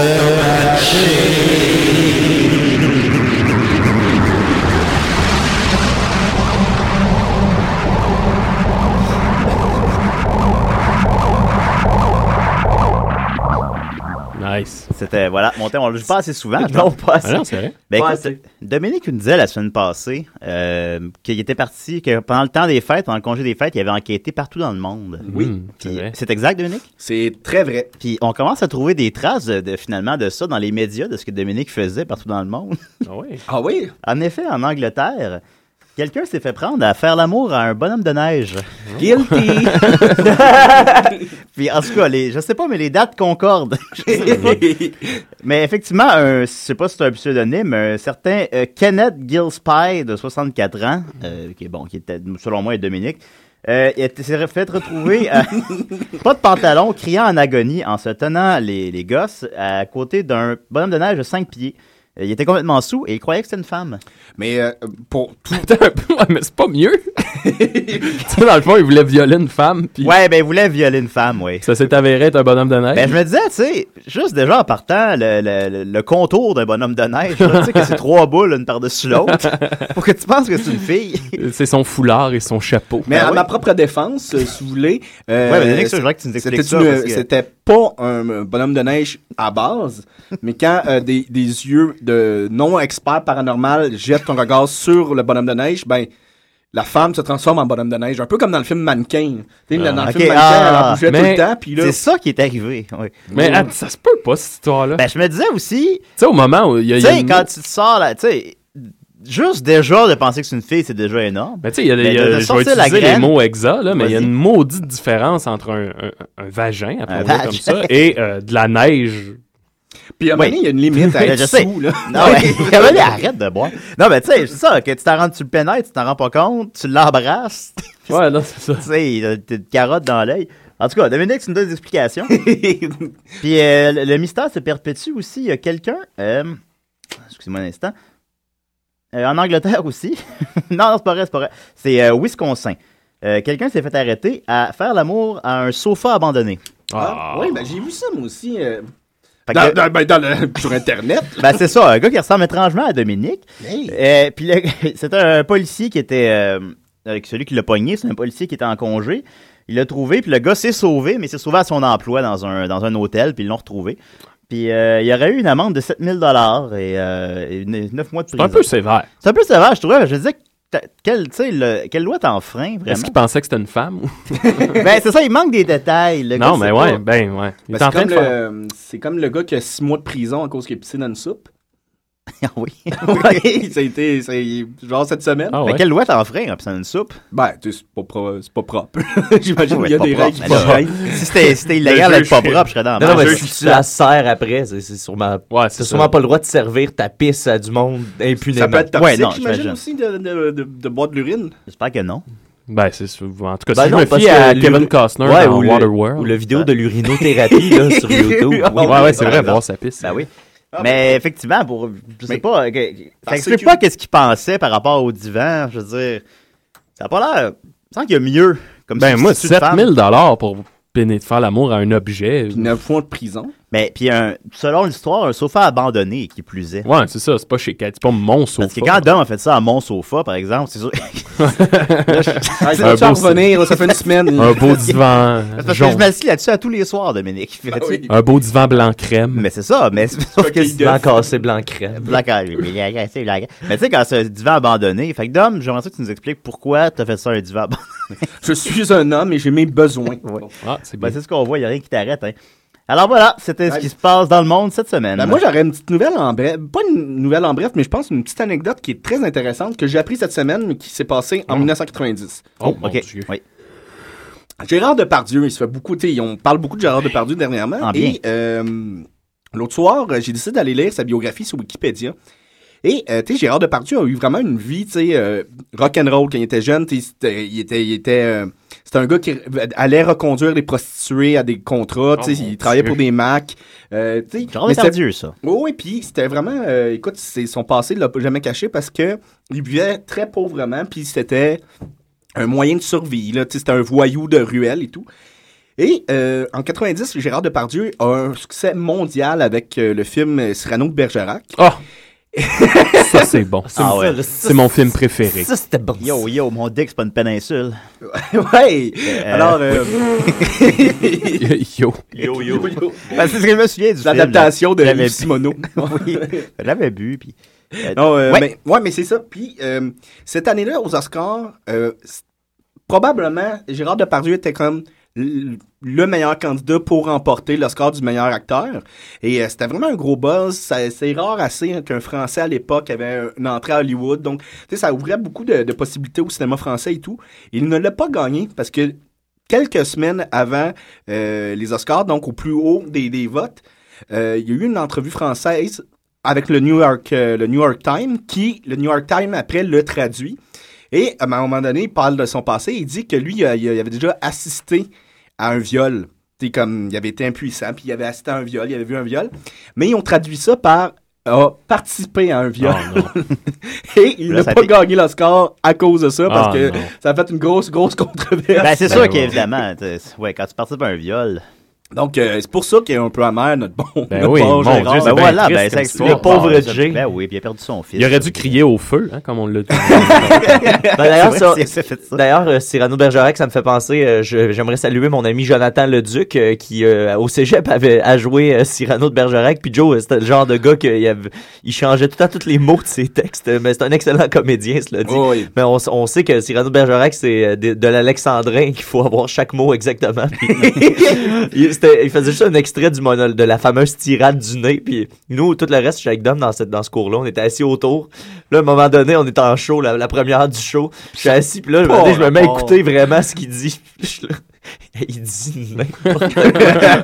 [SPEAKER 11] Nice.
[SPEAKER 7] C'était, voilà, mon thème, on le joue pas assez souvent. je
[SPEAKER 10] Non,
[SPEAKER 7] pense.
[SPEAKER 10] pas assez.
[SPEAKER 11] Ah non, c'est vrai.
[SPEAKER 7] Ben,
[SPEAKER 10] Pas
[SPEAKER 7] écoute,
[SPEAKER 10] assez.
[SPEAKER 7] Dominique nous disait la semaine passée euh, qu'il était parti, que pendant le temps des fêtes, pendant le congé des fêtes, il avait enquêté partout dans le monde.
[SPEAKER 11] Hmm,
[SPEAKER 9] Oui.
[SPEAKER 7] Puis, C'est exact, Dominique?
[SPEAKER 9] C'est très vrai.
[SPEAKER 7] Puis on commence à trouver des traces de, de- finalement de ça dans les médias, de ce que Dominique faisait partout dans le monde.
[SPEAKER 11] Ah oui.
[SPEAKER 9] Ah oui?
[SPEAKER 7] En effet, en Angleterre, quelqu'un s'est fait prendre à faire l'amour à un bonhomme de neige.
[SPEAKER 9] Guilty!
[SPEAKER 7] Puis en tout cas, les, je sais pas, mais les dates concordent. Je sais pas. mais effectivement, un, je sais pas si c'est un pseudonyme, un certain euh, Kenneth Gillespie de 64 ans, euh, qui est bon, qui était selon moi et Dominique, euh, il était- s'est fait retrouver euh, pas de pantalon, criant en agonie en se tenant les, les gosses à côté d'un bonhomme de neige de 5 pieds. Euh, Il était complètement sous et il croyait que c'était une femme.
[SPEAKER 9] Mais euh, pour tout.
[SPEAKER 11] Ouais, mais c'est pas mieux. tu sais, dans le fond, il voulait violer une femme. Puis
[SPEAKER 7] Ouais, ben il voulait violer une femme, oui.
[SPEAKER 11] Ça s'est avéré être un bonhomme de neige.
[SPEAKER 7] Ben, je me disais, tu sais, juste déjà en partant, le, le- le contour d'un bonhomme de neige, là, tu sais que c'est trois boules une par-dessus l'autre, pour que tu penses que c'est une fille.
[SPEAKER 11] C'est son foulard et son chapeau.
[SPEAKER 9] Mais
[SPEAKER 11] Ah
[SPEAKER 9] à
[SPEAKER 11] oui.
[SPEAKER 9] ma propre défense, euh, si vous voulez. euh,
[SPEAKER 7] Ouais, mais Dominique, ça, je voudrais que tu nous
[SPEAKER 9] c'était
[SPEAKER 7] expliques ça,
[SPEAKER 9] une-
[SPEAKER 7] parce que-
[SPEAKER 9] C'était pas un euh, bonhomme de neige à base, mais quand euh, des, des yeux de non-experts paranormal jettent un regard sur le bonhomme de neige, ben. La femme se transforme en bonhomme de neige, un peu comme dans le film Mannequin. Tu sais, dans le
[SPEAKER 7] Ok,
[SPEAKER 9] film Mannequin,
[SPEAKER 7] ah,
[SPEAKER 9] elle en bougeait tout
[SPEAKER 7] mais
[SPEAKER 9] le temps, puis là.
[SPEAKER 7] C'est ça qui est arrivé, oui.
[SPEAKER 11] Mais ah, ça se peut pas, cette histoire-là.
[SPEAKER 7] Ben, je me disais aussi,
[SPEAKER 11] Tu sais, au moment où il y a.
[SPEAKER 7] tu
[SPEAKER 11] il y a
[SPEAKER 7] sais,
[SPEAKER 11] une-
[SPEAKER 7] quand tu te sors là, tu sais, juste déjà de penser que c'est une fille, c'est déjà énorme.
[SPEAKER 11] Mais tu sais, il y a,
[SPEAKER 7] Ben,
[SPEAKER 11] il y a-
[SPEAKER 7] de- de
[SPEAKER 11] je vais
[SPEAKER 7] sortir
[SPEAKER 11] utiliser
[SPEAKER 7] la
[SPEAKER 11] les
[SPEAKER 7] graine.
[SPEAKER 11] mots exa, là, mais il y a
[SPEAKER 7] Vas-y.
[SPEAKER 11] une maudite différence entre un, un- un vagin, appelons-le
[SPEAKER 7] vagin.
[SPEAKER 11] comme ça, et euh, de la neige.
[SPEAKER 9] Puis à un moment donné, il y a une limite à
[SPEAKER 7] Ben,
[SPEAKER 9] être
[SPEAKER 7] je sais.
[SPEAKER 9] sous, là.
[SPEAKER 7] Non, mais- mais arrête de boire. Non, mais tu sais, c'est ça, que tu t'en rends, tu le pénètes, tu t'en rends pas compte, tu l'embrasses.
[SPEAKER 11] Ouais, non, c'est ça.
[SPEAKER 7] Tu sais, il a des carottes dans l'œil. En tout cas, Dominique, tu nous donnes des explications. Puis euh, le, le mystère se perpétue aussi. Il y a quelqu'un, euh, excusez-moi un instant, Euh, en Angleterre aussi. non, non, c'est pas vrai, c'est pas vrai. C'est euh, Wisconsin. Euh, quelqu'un s'est fait arrêter à faire l'amour à un sofa abandonné.
[SPEAKER 9] Ah, oui, ben j'ai vu ça, moi aussi. euh,
[SPEAKER 7] Fait
[SPEAKER 9] dans-
[SPEAKER 7] que-
[SPEAKER 9] dans- ben, dans le- sur Internet.
[SPEAKER 7] Ben, c'est ça, un gars qui ressemble étrangement à Dominique.
[SPEAKER 9] Hey.
[SPEAKER 7] Euh, puis le- c'était un policier qui était. euh, avec celui qui l'a pogné, c'est un policier qui était en congé. Il l'a trouvé, puis le gars s'est sauvé, mais s'est sauvé à son emploi dans un, dans un hôtel, puis ils l'ont retrouvé. Puis euh, il y aurait eu une amende de 7000 dollars et, euh, et une- neuf mois de
[SPEAKER 11] C'est
[SPEAKER 7] prison.
[SPEAKER 11] un peu sévère.
[SPEAKER 7] C'est un peu sévère, je trouvais. Je disais, que t'as- quelle, tu sais, le- quelle loi t'enfreins, vraiment?
[SPEAKER 11] Est-ce qu'il pensait que c'était une femme? ou-
[SPEAKER 7] ben, c'est ça, il manque des détails. le gars,
[SPEAKER 11] non, mais
[SPEAKER 7] c'est
[SPEAKER 11] ouais,
[SPEAKER 7] pas-
[SPEAKER 11] ben ouais. Il
[SPEAKER 9] Ben,
[SPEAKER 11] est en
[SPEAKER 9] c'est
[SPEAKER 11] train
[SPEAKER 9] comme,
[SPEAKER 11] de faire.
[SPEAKER 9] le- c'est comme le gars qui a six mois de prison à cause qu'il a pissé dans une soupe.
[SPEAKER 7] Ah oui.
[SPEAKER 9] Oui, ça a été c'est genre cette semaine.
[SPEAKER 11] Ah
[SPEAKER 7] Mais
[SPEAKER 11] ouais.
[SPEAKER 7] ben, quelle loi t'enfreins, hein, puis c'est une soupe?
[SPEAKER 9] Ben, tu sais, c'est pas, pro- c'est pas propre. J'imagine
[SPEAKER 7] Ouais,
[SPEAKER 9] qu'il y a
[SPEAKER 7] c'est
[SPEAKER 9] des
[SPEAKER 7] pas
[SPEAKER 9] règles
[SPEAKER 7] propre, mais là, si c'était- si c'était illégal
[SPEAKER 9] Le
[SPEAKER 7] d'être pas
[SPEAKER 9] juge-
[SPEAKER 7] propre, je serais dans la
[SPEAKER 10] Non, non,
[SPEAKER 7] merde.
[SPEAKER 10] mais si tu la sers après, c'est c'est sûrement.
[SPEAKER 11] Ouais,
[SPEAKER 10] T'as sûrement pas le droit de servir ta pisse à du monde impunément.
[SPEAKER 9] Ça peut être toxique,
[SPEAKER 7] Ouais, non,
[SPEAKER 9] j'imagine
[SPEAKER 7] j'imagine.
[SPEAKER 9] aussi, de, de, de, de boire de l'urine.
[SPEAKER 7] J'espère que non.
[SPEAKER 11] Ben, c'est sûr. En tout cas,
[SPEAKER 10] Ben
[SPEAKER 11] si
[SPEAKER 10] non,
[SPEAKER 11] je me
[SPEAKER 10] parce
[SPEAKER 11] fie
[SPEAKER 10] que
[SPEAKER 11] à
[SPEAKER 10] l'uri-
[SPEAKER 11] Kevin Costner
[SPEAKER 10] Ouais,
[SPEAKER 11] dans
[SPEAKER 10] ou le-
[SPEAKER 11] Waterworld.
[SPEAKER 10] Ou la vidéo de l'urinothérapie là, sur YouTube.
[SPEAKER 9] Ah
[SPEAKER 11] Ouais, ouais, c'est vrai,
[SPEAKER 7] ben,
[SPEAKER 11] voir sa piste.
[SPEAKER 7] Ben oui. Mais effectivement, pour. Je sais pas. que- ça
[SPEAKER 9] Parce
[SPEAKER 7] explique
[SPEAKER 9] que-
[SPEAKER 7] pas qu'est-ce qu'il pensait par rapport au divan. Je veux dire. Ça a pas l'air. Je sens qu'il y a mieux. Comme
[SPEAKER 11] Ben moi,
[SPEAKER 7] substitut de femme.
[SPEAKER 11] 7000 dollars pour péné- faire l'amour à un objet.
[SPEAKER 9] Puis 9 mois de prison.
[SPEAKER 7] Mais puis, un- selon l'histoire, un sofa abandonné, qui plus est.
[SPEAKER 11] Ouais, c'est ça, c'est pas chez Kat, c'est pas mon sofa.
[SPEAKER 7] Parce que quand Dom a fait ça à mon sofa, par exemple, c'est sûr. Là, je-
[SPEAKER 9] Ah, ça va-tu en revenir? Là, ça fait une semaine.
[SPEAKER 11] Un beau divan
[SPEAKER 7] Parce que
[SPEAKER 11] jaune.
[SPEAKER 7] je m'assis là-dessus à tous les soirs, Dominique.
[SPEAKER 9] Ah
[SPEAKER 7] Fais-tu-
[SPEAKER 11] Un beau divan blanc crème.
[SPEAKER 7] Mais c'est ça, mais sauf que c'est
[SPEAKER 10] Blanc cassé, blanc crème.
[SPEAKER 7] Blanc cassé, blanc cassé, blanc cassé. Mais tu sais, quand c'est un divan abandonné, fait que Dom, j'aimerais ça que tu nous expliques pourquoi t'as fait ça un divan abandonné.
[SPEAKER 9] Je suis un homme et j'ai mes besoins.
[SPEAKER 11] Ah,
[SPEAKER 7] c'est c'est ce qu'on voit, il n'y a rien qui t'arrête. hein. Alors voilà, c'était ce qui se passe dans le monde cette semaine.
[SPEAKER 9] Ben, moi, j'aurais une petite nouvelle en bref. Pas une nouvelle en bref, mais je pense une petite anecdote qui est très intéressante que j'ai appris cette semaine, mais qui s'est passée en 1990.
[SPEAKER 7] Hmm. Oh, ok. Oui.
[SPEAKER 9] Gérard Depardieu, il se fait beaucoup, tu sais, on parle beaucoup de Gérard Depardieu dernièrement.
[SPEAKER 7] Ah, bien.
[SPEAKER 9] Et euh, l'autre soir, euh, j'ai décidé d'aller lire sa biographie sur Wikipédia. Et, euh, tu sais, Gérard Depardieu a eu vraiment une vie, tu sais, euh, rock'n'roll quand il était jeune. tu sais, c'était- il était, il était, euh, c'était un gars qui euh, allait reconduire les prostituées à des contrats, tu sais,
[SPEAKER 7] Oh, mon
[SPEAKER 9] il travaillait
[SPEAKER 7] Dieu.
[SPEAKER 9] pour des Macs. Euh, tu sais,
[SPEAKER 7] Gérard
[SPEAKER 9] mais c'était-
[SPEAKER 7] Depardieu, ça.
[SPEAKER 9] oui, oui, puis c'était vraiment. euh, écoute, c'est son passé ne l'a jamais caché parce que il buvait très pauvrement, puis c'était un moyen de survie. Là, Tu sais, c'était un voyou de ruelle et tout. Et euh, en 90, Gérard Depardieu a un succès mondial avec euh, le film euh, Cyrano de Bergerac.
[SPEAKER 11] Ah! ça, c'est bon.
[SPEAKER 7] Ah ouais.
[SPEAKER 11] C'est mon film préféré.
[SPEAKER 7] Ça, c'était bon. Yo, yo, mon dick, c'est pas une péninsule.
[SPEAKER 9] ouais! Alors, euh,
[SPEAKER 11] yo.
[SPEAKER 7] Yo, yo. Ben, c'est ce que je me souviens du film.
[SPEAKER 9] L'adaptation de
[SPEAKER 7] J'avais
[SPEAKER 9] Yves
[SPEAKER 7] bu.
[SPEAKER 9] Simoneau.
[SPEAKER 7] oui, je l'avais bu. Puis... euh,
[SPEAKER 9] Non, euh,
[SPEAKER 7] ouais.
[SPEAKER 9] mais, ouais, mais c'est ça. Puis, euh, cette année-là, aux Oscars, euh, c- probablement, Gérard Depardieu était comme l- le meilleur candidat pour remporter l'Oscar du meilleur acteur. Et euh, c'était vraiment un gros buzz. Ça- C'est rare assez hein, qu'un Français à l'époque avait une entrée à Hollywood. Donc, tu sais, ça ouvrait beaucoup de, de possibilités au cinéma français et tout. Il ne l'a pas gagné parce que quelques semaines avant euh, les Oscars, donc au plus haut des, des votes, euh, il y a eu une entrevue française avec le New York, euh, le New York Times, qui, le New York Times, après, le traduit. Et à un moment donné, il parle de son passé. Il dit que lui, euh, il avait déjà assisté à un viol. C'est comme, il avait été impuissant, puis il avait assisté à un viol, il avait vu un viol. Mais ils ont traduit ça par a participé à un viol. Et il
[SPEAKER 7] Oh, Là,
[SPEAKER 9] n'a
[SPEAKER 7] ça
[SPEAKER 9] pas
[SPEAKER 7] fait-
[SPEAKER 9] gagné l'Oscar à cause de ça, parce
[SPEAKER 7] Ah,
[SPEAKER 9] que
[SPEAKER 7] non.
[SPEAKER 9] ça a fait une grosse, grosse controverse.
[SPEAKER 7] Ben, c'est sûr qu'évidemment, t'es- ouais, quand tu participes à un viol.
[SPEAKER 9] Donc, euh, c'est pour ça qu'il est un peu amer, notre bon.
[SPEAKER 11] Ben
[SPEAKER 9] notre
[SPEAKER 11] oui,
[SPEAKER 9] bon
[SPEAKER 11] mon
[SPEAKER 9] Gérard.
[SPEAKER 11] Dieu, c'est
[SPEAKER 7] Ben
[SPEAKER 11] bien
[SPEAKER 7] voilà,
[SPEAKER 11] triste
[SPEAKER 7] ben,
[SPEAKER 11] comme
[SPEAKER 7] ça explique.
[SPEAKER 11] histoire. Le pauvre
[SPEAKER 7] Jay.
[SPEAKER 11] Jay.
[SPEAKER 7] Ben oui, puis il a perdu son fils.
[SPEAKER 11] Il aurait dû crier au feu, hein, comme on l'a dit.
[SPEAKER 10] Ben, d'ailleurs,
[SPEAKER 7] C'est
[SPEAKER 10] ça-
[SPEAKER 7] vrai, c'est- c'est fait ça.
[SPEAKER 10] d'ailleurs, euh, Cyrano Bergerac, ça me fait penser. euh, je- J'aimerais saluer mon ami Jonathan Leduc euh, qui euh, au cégep avait à joué euh, Cyrano de Bergerac. Puis Joe, euh, c'était le genre de gars qu'il avait- il changeait tout le temps tous les mots de ses textes. euh, Mais c'est un excellent comédien, cela dit. Mais on, s- on sait que Cyrano de Bergerac, c'est euh, de, de l'alexandrin qu'il faut avoir chaque mot exactement. Puis il, c'était- il faisait juste un extrait du monol- de la fameuse tirade du nez. Puis nous, tout le reste, chez Dom, dans, cette, dans ce cours-là, on était assis autour. Là, à un moment donné, on était en show, la, la première heure du show. Je suis assis, puis là, je me, dis, je me mets à
[SPEAKER 7] Oh.
[SPEAKER 10] écouter vraiment ce qu'il dit. Je suis là, Il dit n'importe quoi.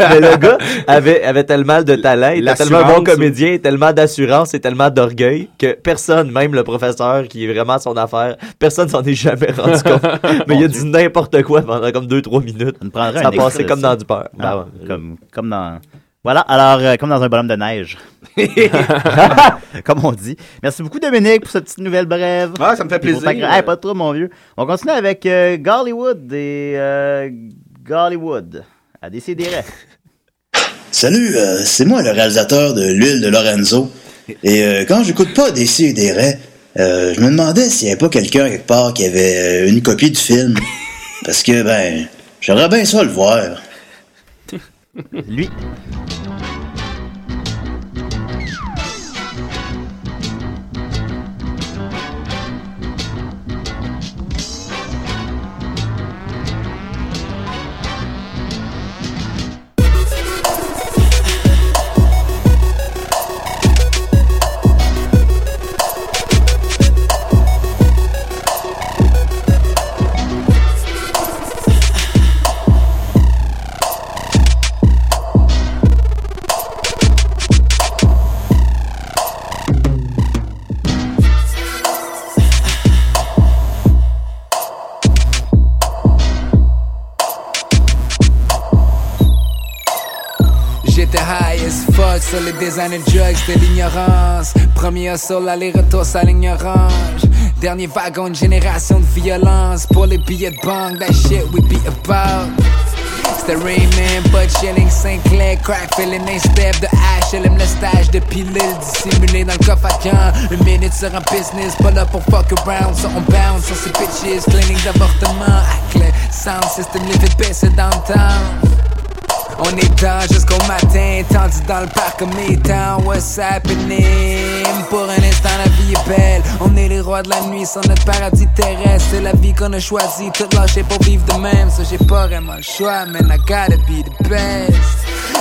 [SPEAKER 10] Mais le gars avait, avait tellement de talent, il était tellement un bon
[SPEAKER 9] L'assurance,
[SPEAKER 10] comédien, tellement d'assurance et tellement d'orgueil que personne, même le professeur qui est vraiment à son affaire, personne s'en est jamais rendu compte. Mais il a dit n'importe quoi pendant comme 2-3 minutes.
[SPEAKER 7] prendrait
[SPEAKER 10] Ça a
[SPEAKER 7] un
[SPEAKER 10] passé
[SPEAKER 7] extrait de
[SPEAKER 10] comme
[SPEAKER 7] ça.
[SPEAKER 10] dans du beurre.
[SPEAKER 7] Ah, comme, comme dans. Voilà, alors, euh, comme dans un bonhomme de neige. comme on dit. Merci beaucoup, Dominique, pour cette petite nouvelle brève.
[SPEAKER 9] Ah, ça me fait
[SPEAKER 7] Puis pour
[SPEAKER 9] plaisir.
[SPEAKER 7] ta cra- Hey, pas de trouble, mon vieux. On continue avec euh, Gollywood et euh, Gollywood. À décider.
[SPEAKER 17] Salut, euh, c'est moi le réalisateur de L'huile de Lorenzo. Et euh, quand j'écoute pas des et des raies, euh, je me demandais s'il n'y avait pas quelqu'un quelque part qui avait euh, une copie du film. Parce que, ben, j'aimerais bien ça le voir.
[SPEAKER 7] Lui.
[SPEAKER 18] J'étais high as fuck sur les design and drugs de l'ignorance. Premier sol, aller-retour, ça ligne orange. Dernier wagon, une génération de violence. Pour les billets de banque, that shit we be about. C'était Rayman, Bud Shelling, Sinclair, Crack, Feeling, un step de H, elle aime le stage de pilule dissimulé dans le coffre à gants. Une minute sur un business, pas là pour fuck around, so on bounce, on ses bitches, clinique d'avortement, hack sound system, les vite baisser dans le temps. On est dans jusqu'au matin, tendu dans le parc comme les temps, what's happening? Pour un instant, la vie est belle. On est les rois de la nuit sur notre paradis terrestre. C'est la vie qu'on a choisi, tout lâché pour vivre de même. Ça, j'ai pas vraiment le choix, man, I gotta be the best.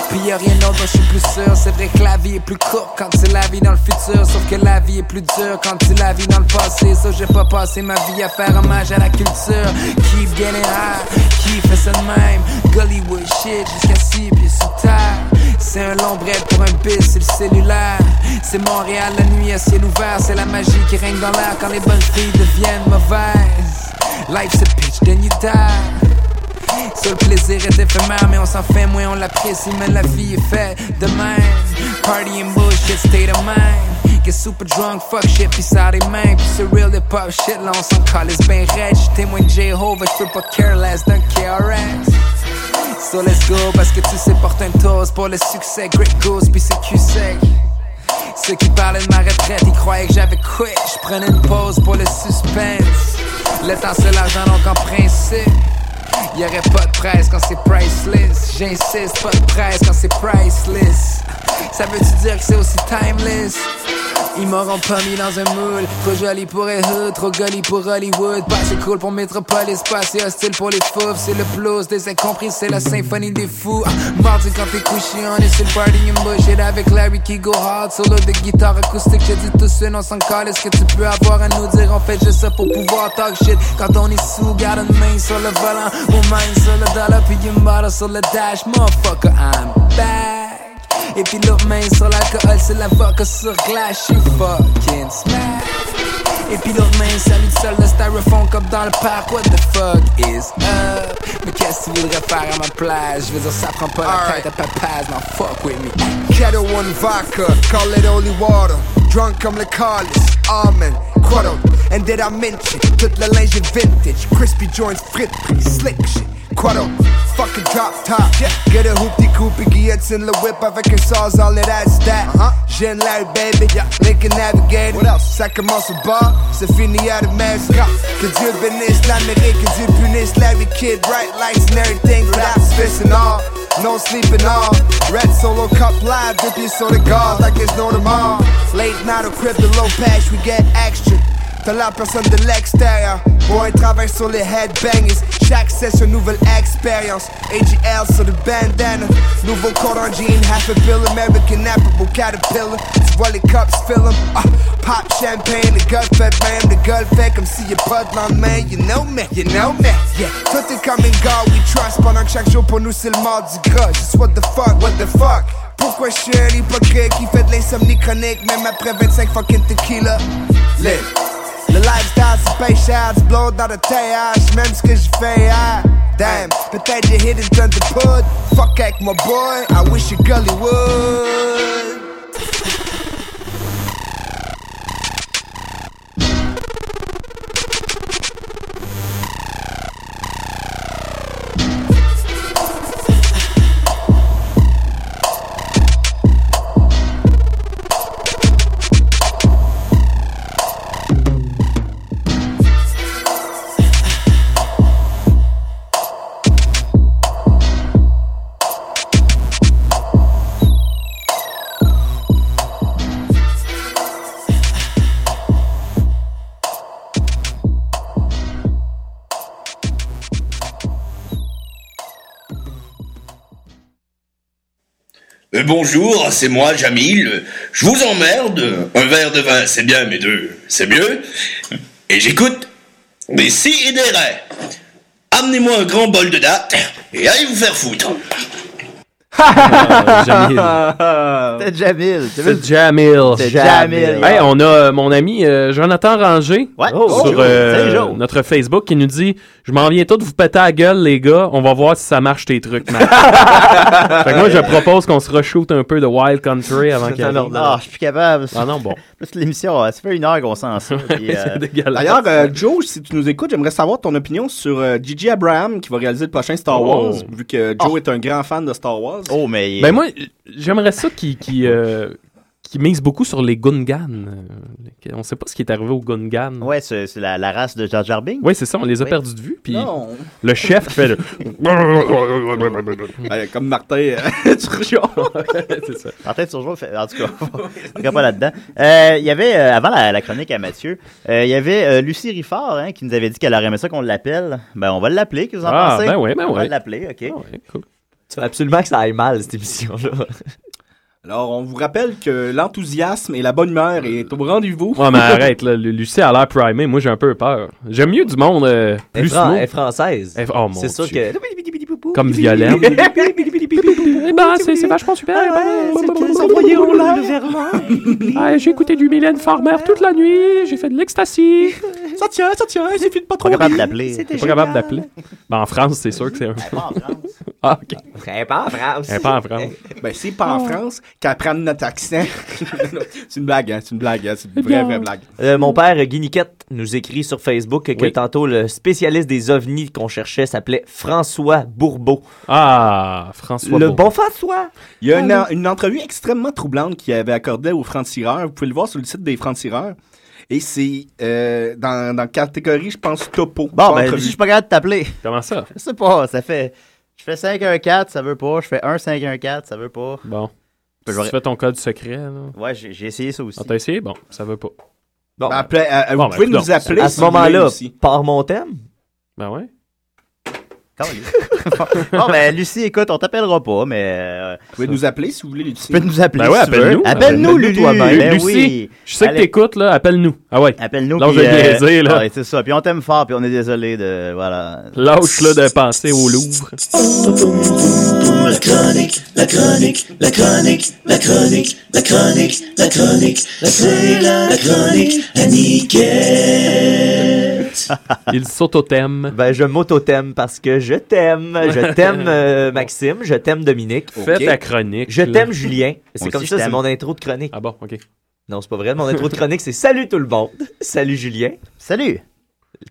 [SPEAKER 18] Puis y'a rien d'autre, dont je suis plus sûr. C'est vrai que la vie est plus courte quand c'est la vie dans le futur. Sauf que la vie est plus dure quand c'est la vie dans le passé. Ça, j'ai pas passé ma vie à faire hommage à la culture. Keep getting high, keep fait ça de même. Gollywood shit jusqu'à 6 pieds sous terre. C'est un long break pour un bis, c'est le cellulaire. C'est Montréal la nuit à ciel ouvert. C'est la magie qui règne dans l'air quand les bonnes filles deviennent mauvaises. Life's a bitch, then you die. Seul plaisir est éphémère, mais on s'en fait moins, on l'apprécie, mais la vie est faite de même. Party and bullshit, state of mind. Get super drunk, fuck shit, pis ça des mains. Pis c'est real hip hop shit, là on s'en calisse ben raide. J'suis témoin de Jehovah, j'peux pas careless d'un KRS. So let's go, parce que tu sais porter un toast pour le succès. Great goose, pis c'est cul sec. Ceux qui parlaient de ma retraite, ils croyaient que j'avais quit. J'prenais une pause pour le suspense. Le temps c'est l'argent, donc en principe. Y'aurait pas de presse quand c'est priceless. J'insiste, pas de presse quand c'est priceless. Ça veut-tu dire que c'est aussi timeless? Ils m'auront pas mis dans un moule. Trop joli pour les hoods, trop gully pour Hollywood. Pas assez cool pour Métropolis, pas assez hostile pour les fous. C'est le blues des incompris, c'est la symphonie des fous. Ah, mardi quand t'es couché, on est sur le party in bullshit avec Larry qui go hard. Solo de guitare acoustique, je dis tout seul, on s'en calme. Est-ce que tu peux avoir à nous dire? On fait juste ça pour pouvoir talk shit. Quand on est sous, garde une main sur le volant. Ou main sur le dollar, puis une barre sur le dash. Motherfucker, I'm back. Et puis l'autre main sur l'alcool, c'est la vodka sur glace, je suis fucking smack. Et puis l'autre main salue seul le styrofoam comme dans le parc, what the fuck is up? Mais qu'est-ce que tu voudrais faire à ma place? Je veux dire, ça prend pas la tête à papaz, non fuck with me.
[SPEAKER 19] Kettle one vodka, call it holy water. Drunk comme le Carlos, almond, quarter. And did I mention toute la linge est vintage? Crispy joints, frites, slick shit, quarter. Fuck a drop top, get a hoopty coopy guillotine, le whip avec un sauce, all of that's that. J'ai une Larry baby, Lincoln Navigator. Ça commence au bar, c'est fini à la maison. Que Dieu bénisse l'Amérique, que Dieu punisse Larry Kid, right lights and everything, raps, fists and all. No sleeping all. Red solo cup live, dip you so the guard like there's no tomorrow. Late night au crib de low pass, we get extra. T'as la personne de l'extérieur. Boy, travaille sur les headbangers. Chaque session, nouvelle expérience. AGL sur le bandana. Nouveau code en jean, half a bill. American Apple Caterpillar. Tu vois les cups fill 'em. Ah, pop champagne, le gueule fait bam. Le gueule fait comme si y'a pas de lendemain. You know me, you know me. Yeah, tout est comme une gare, we trust. Pendant que chaque jour pour nous c'est le mort du gras. Just what the fuck, what the fuck. Pourquoi je suis un hypocrite qui fait de l'insomnie chronique, même après 25 fucking tequila? Lit. Le lifestyle c'est pêcheur, tu blow dans le théâtre, même ce que je fais ah. Damn, peut-être j'ai hit it under the hood. Fuck avec my boy, I wish you gully would.
[SPEAKER 13] Euh, bonjour, c'est moi, Jamil. Je vous emmerde. Un verre de vin, c'est bien, mais deux, c'est mieux. Et j'écoute des si et des raies. Amenez-moi un grand bol de date et allez vous faire foutre.
[SPEAKER 11] Ah, Jamil.
[SPEAKER 9] Euh.
[SPEAKER 7] C'était Jamil. T'as vu?
[SPEAKER 11] C'est Jamil.
[SPEAKER 7] C'est Jamil.
[SPEAKER 11] Hey, on a euh, mon ami euh, Jonathan Ranger
[SPEAKER 7] Oh, Joe.
[SPEAKER 11] sur euh,
[SPEAKER 7] Salut, Joe.
[SPEAKER 11] notre Facebook qui nous dit Je m'en viens tout vous péter à la gueule, les gars. On va voir si ça marche tes trucs, Matt. fait que moi, je propose qu'on se reshoot un peu de Wild Country avant qu'il
[SPEAKER 7] Non, non,
[SPEAKER 11] arrive.
[SPEAKER 7] non, je suis plus capable.
[SPEAKER 11] Ah non, bon.
[SPEAKER 7] Parce que l'émission, ça fait une heure qu'on s'en sort. puis, euh,
[SPEAKER 9] D'ailleurs, euh, Joe, si tu nous écoutes, j'aimerais savoir ton opinion sur euh, Gigi Abraham qui va réaliser le prochain Star
[SPEAKER 11] Oh.
[SPEAKER 9] Wars, vu que Joe est un grand fan de Star Wars.
[SPEAKER 7] Oh, mais.
[SPEAKER 11] Ben moi, j'aimerais ça qui qui mise beaucoup sur les Gungans. Euh, On sait pas ce qui est arrivé aux Gungans.
[SPEAKER 7] Ouais, c'est c'est la, la race de Jar Jar Binks.
[SPEAKER 11] Oui, c'est ça, on les a
[SPEAKER 7] Oui.
[SPEAKER 11] perdus de vue. Puis
[SPEAKER 7] Non.
[SPEAKER 11] le chef qui fait le.
[SPEAKER 9] Ouais, comme Martin, euh, Turgeon.
[SPEAKER 11] c'est ça.
[SPEAKER 7] Martin Turgeon fait. En tout cas, on ne pas là-dedans. Euh, Il y avait, euh, avant la, la chronique à Mathieu, euh, il y avait euh, Lucie Riffard hein, qui nous avait dit qu'elle aurait aimé ça qu'on l'appelle. Ben, on va l'appeler. Qu'est-ce que vous en
[SPEAKER 10] Ah,
[SPEAKER 7] pensez?
[SPEAKER 10] ben oui, ben
[SPEAKER 7] On va
[SPEAKER 10] oui.
[SPEAKER 7] l'appeler,
[SPEAKER 11] Ah
[SPEAKER 7] OK.
[SPEAKER 10] Tu veux absolument que ça aille mal, cette émission-là.
[SPEAKER 9] Alors, on vous rappelle que l'enthousiasme et la bonne humeur est au rendez-vous.
[SPEAKER 11] Ouais, mais arrête, là, Lu- Lucie a l'air primée. Moi, j'ai un peu peur. J'aime mieux du monde euh,
[SPEAKER 10] Elle est
[SPEAKER 11] plus
[SPEAKER 10] fran-
[SPEAKER 11] smooth.
[SPEAKER 10] elle est française.
[SPEAKER 11] Elle- oh, mon
[SPEAKER 10] C'est sûr
[SPEAKER 11] Dieu.
[SPEAKER 10] que.
[SPEAKER 11] Comme Violaine.
[SPEAKER 8] Ah Ben, c'est c'est vachement super. ben, Ah, J'ai écouté du Mylène Farmer toute la nuit. J'ai fait de l'ecstasy.
[SPEAKER 9] Ça tient, ça tient. Il suffit de pas
[SPEAKER 11] Pas capable d'appeler.
[SPEAKER 8] C'était
[SPEAKER 11] Pas capable
[SPEAKER 8] génial.
[SPEAKER 11] d'appeler. Ben, en France, c'est sûr que c'est un. ah, ok.
[SPEAKER 10] Elle est pas en France.
[SPEAKER 11] Elle est pas en France.
[SPEAKER 9] Ben, c'est pas en
[SPEAKER 10] Ouais.
[SPEAKER 9] France qu'elle prend notre accent. c'est une blague, hein, c'est une blague, hein, c'est une
[SPEAKER 10] Eh
[SPEAKER 9] vraie,
[SPEAKER 10] bien.
[SPEAKER 9] vraie blague.
[SPEAKER 10] Euh, mon père, euh, Guy Niquette, nous écrit sur Facebook que
[SPEAKER 9] Oui.
[SPEAKER 10] tantôt le spécialiste des ovnis qu'on cherchait s'appelait François Bourbeau.
[SPEAKER 11] Ah, François
[SPEAKER 10] Le
[SPEAKER 9] Bourbeau.
[SPEAKER 10] bon François!
[SPEAKER 9] Il y a une,
[SPEAKER 10] Ah,
[SPEAKER 9] une entrevue extrêmement troublante qu'il avait accordée aux francs-tireurs. Vous pouvez le voir sur le site des francs-tireurs. Et c'est euh, dans, dans la catégorie, je pense, topo.
[SPEAKER 7] Bon, ben, je suis pas capable de t'appeler.
[SPEAKER 11] Comment ça?
[SPEAKER 7] Je sais pas, ça fait. Je fais 514, ça veut pas. Je fais 1514, ça veut pas.
[SPEAKER 11] Bon.
[SPEAKER 7] Ben,
[SPEAKER 11] Si
[SPEAKER 7] j'aurais-
[SPEAKER 11] tu fais ton code secret, là.
[SPEAKER 7] Ouais, j'ai j'ai essayé ça aussi.
[SPEAKER 11] Ah, t'as essayé? Bon, ça veut pas.
[SPEAKER 9] Ben, appelez- euh, euh, vous pouvez nous appeler
[SPEAKER 10] À
[SPEAKER 9] si
[SPEAKER 10] ce
[SPEAKER 9] vous voulez
[SPEAKER 10] moment-là,
[SPEAKER 9] aussi.
[SPEAKER 10] par mon thème.
[SPEAKER 11] Ben ouais.
[SPEAKER 7] bon, ben, Lucie, écoute, on t'appellera pas, mais. euh,
[SPEAKER 9] Vous pouvez nous appeler si vous voulez, Lucie.
[SPEAKER 7] Tu peux nous appeler.
[SPEAKER 11] Ben ouais,
[SPEAKER 7] si tu veux.
[SPEAKER 11] appelle-nous.
[SPEAKER 7] Appelle-nous,
[SPEAKER 11] Appelle-nous
[SPEAKER 7] Lulu.
[SPEAKER 11] toi-même.
[SPEAKER 7] Ben
[SPEAKER 11] Lucie,
[SPEAKER 7] oui.
[SPEAKER 11] je sais que
[SPEAKER 7] Allez.
[SPEAKER 11] t'écoutes, là. Appelle-nous. Ah ouais.
[SPEAKER 7] Appelle-nous.
[SPEAKER 11] Lâche
[SPEAKER 7] puis,
[SPEAKER 11] de
[SPEAKER 7] euh,
[SPEAKER 11] niaiser, là.
[SPEAKER 7] ouais, c'est ça. Puis on t'aime fort, puis on est désolé de. Voilà.
[SPEAKER 11] Lâche, là, de penser au Louvre.
[SPEAKER 15] La chronique, la chronique, la chronique, la chronique, la chronique, la chronique, la chronique, la chronique, la
[SPEAKER 11] Il s'auto-thème.
[SPEAKER 10] Ben, je m'auto-thème parce que je t'aime. Je t'aime, euh, Maxime. Je t'aime, Dominique.
[SPEAKER 11] Fais Ok. ta chronique,
[SPEAKER 10] Je
[SPEAKER 11] là.
[SPEAKER 10] t'aime, Julien.
[SPEAKER 11] Moi
[SPEAKER 10] C'est comme
[SPEAKER 11] aussi,
[SPEAKER 10] ça,
[SPEAKER 11] je
[SPEAKER 10] c'est
[SPEAKER 11] t'aime.
[SPEAKER 10] mon intro de chronique.
[SPEAKER 11] Ah bon, OK.
[SPEAKER 10] Non, c'est pas vrai. Mon intro de chronique, c'est Salut tout le monde. Salut, Julien.
[SPEAKER 7] Salut.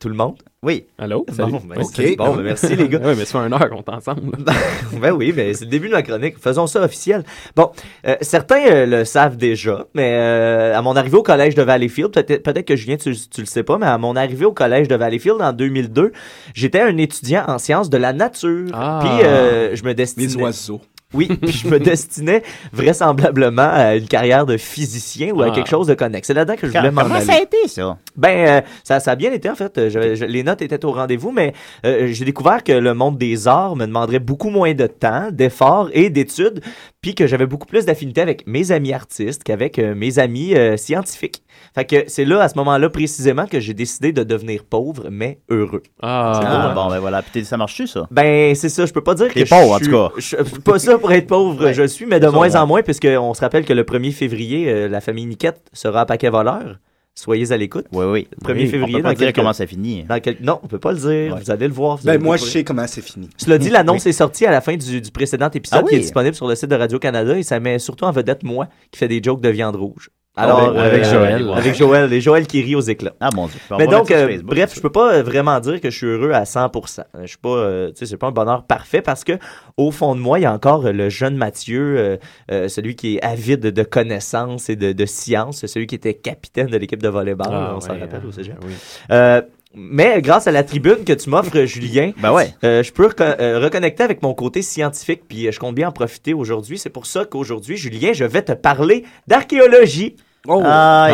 [SPEAKER 10] Tout le monde.
[SPEAKER 7] Oui.
[SPEAKER 11] Allô? Salut.
[SPEAKER 10] Bon, ben,
[SPEAKER 11] Ok.
[SPEAKER 10] salut. Bon, ben, merci, les gars.
[SPEAKER 11] Ouais, mais ça fait une heure qu'on est ensemble. là.
[SPEAKER 10] ben oui, mais c'est le début de ma chronique. Faisons ça officiel. Bon, euh, certains euh, le savent déjà, mais euh, à mon arrivée au collège de Valleyfield, peut-être peut-être que Julien, tu, tu le sais pas, mais à mon arrivée au collège de Valleyfield en 2002, j'étais un étudiant en sciences de la nature.
[SPEAKER 11] Ah.
[SPEAKER 10] Puis euh, je me destinais.
[SPEAKER 9] Les oiseaux.
[SPEAKER 10] Oui, puis je me destinais vraisemblablement à une carrière de physicien ou à
[SPEAKER 7] Ah.
[SPEAKER 10] quelque chose de connexe. C'est là-dedans que je voulais m'en
[SPEAKER 7] Comment
[SPEAKER 10] aller.
[SPEAKER 7] ça a été, ça?
[SPEAKER 10] Ben, euh, ça, ça a bien été, en fait. Euh, je- je- les notes étaient au rendez-vous, mais euh, j'ai découvert que le monde des arts me demanderait beaucoup moins de temps, d'efforts et d'études, puis que j'avais beaucoup plus d'affinité avec mes amis artistes qu'avec euh, mes amis euh, scientifiques. Fait que c'est là, à ce moment-là, précisément, que j'ai décidé de devenir pauvre, mais heureux.
[SPEAKER 11] Ah,
[SPEAKER 10] C'est beau, hein?
[SPEAKER 7] bon, ben voilà. Puis t'es- ça marche-tu, ça?
[SPEAKER 10] Ben, c'est ça, je peux pas dire que
[SPEAKER 7] T'es
[SPEAKER 10] je
[SPEAKER 7] pauvre, en
[SPEAKER 10] suis-
[SPEAKER 7] tout cas.
[SPEAKER 10] Je suis pas ça pour être pauvre, je le suis, mais de
[SPEAKER 7] Ça,
[SPEAKER 10] moins
[SPEAKER 7] ouais.
[SPEAKER 10] en moins, puisqu'on se rappelle que le 1er février, euh, la famille Niquette sera à paquet voleur. Soyez à l'écoute.
[SPEAKER 7] Oui, oui.
[SPEAKER 10] 1er
[SPEAKER 7] Oui.
[SPEAKER 10] février.
[SPEAKER 7] On peut pas
[SPEAKER 10] dans
[SPEAKER 7] dire
[SPEAKER 10] quelques-
[SPEAKER 7] comment ça finit.
[SPEAKER 10] dans quel- Non, on peut pas le dire. Vous allez le voir. vous allez
[SPEAKER 9] Ben, moi, je
[SPEAKER 10] découvrir.
[SPEAKER 9] sais comment c'est fini.
[SPEAKER 10] Cela dit, l'annonce
[SPEAKER 9] Oui.
[SPEAKER 10] est sortie à la fin du, du précédent épisode
[SPEAKER 9] Ah oui.
[SPEAKER 10] qui est disponible sur le site de Radio-Canada et ça met surtout en vedette moi qui fait des jokes de viande rouge. Alors,
[SPEAKER 7] Ah ben,
[SPEAKER 10] euh,
[SPEAKER 7] Avec- avec Joël.
[SPEAKER 10] Avec Joël. Et Joël qui rit aux éclats.
[SPEAKER 7] Ah, mon Dieu.
[SPEAKER 10] Mais
[SPEAKER 7] On va
[SPEAKER 10] donc,
[SPEAKER 7] mettre ça sur
[SPEAKER 10] euh,
[SPEAKER 7] Facebook.
[SPEAKER 10] bref, je peux pas vraiment dire que je suis heureux à 100%. Je suis pas, euh, tu sais, c'est pas un bonheur parfait parce que au fond de moi, il y a encore euh, le jeune Mathieu, euh, euh, celui qui est avide de connaissances et de, de sciences, celui qui était capitaine de l'équipe de volleyball,
[SPEAKER 11] Ah,
[SPEAKER 10] on s'en
[SPEAKER 11] ouais,
[SPEAKER 10] rappelle
[SPEAKER 11] euh,
[SPEAKER 10] au cégep.
[SPEAKER 11] oui.
[SPEAKER 10] Euh, mais grâce à la tribune que tu m'offres, Julien,
[SPEAKER 7] Ben
[SPEAKER 10] euh, je peux reco- euh, reconnecter avec mon côté scientifique, puis euh, je compte bien en profiter aujourd'hui. C'est pour ça qu'aujourd'hui, Julien, je vais te parler d'archéologie.
[SPEAKER 7] Ah,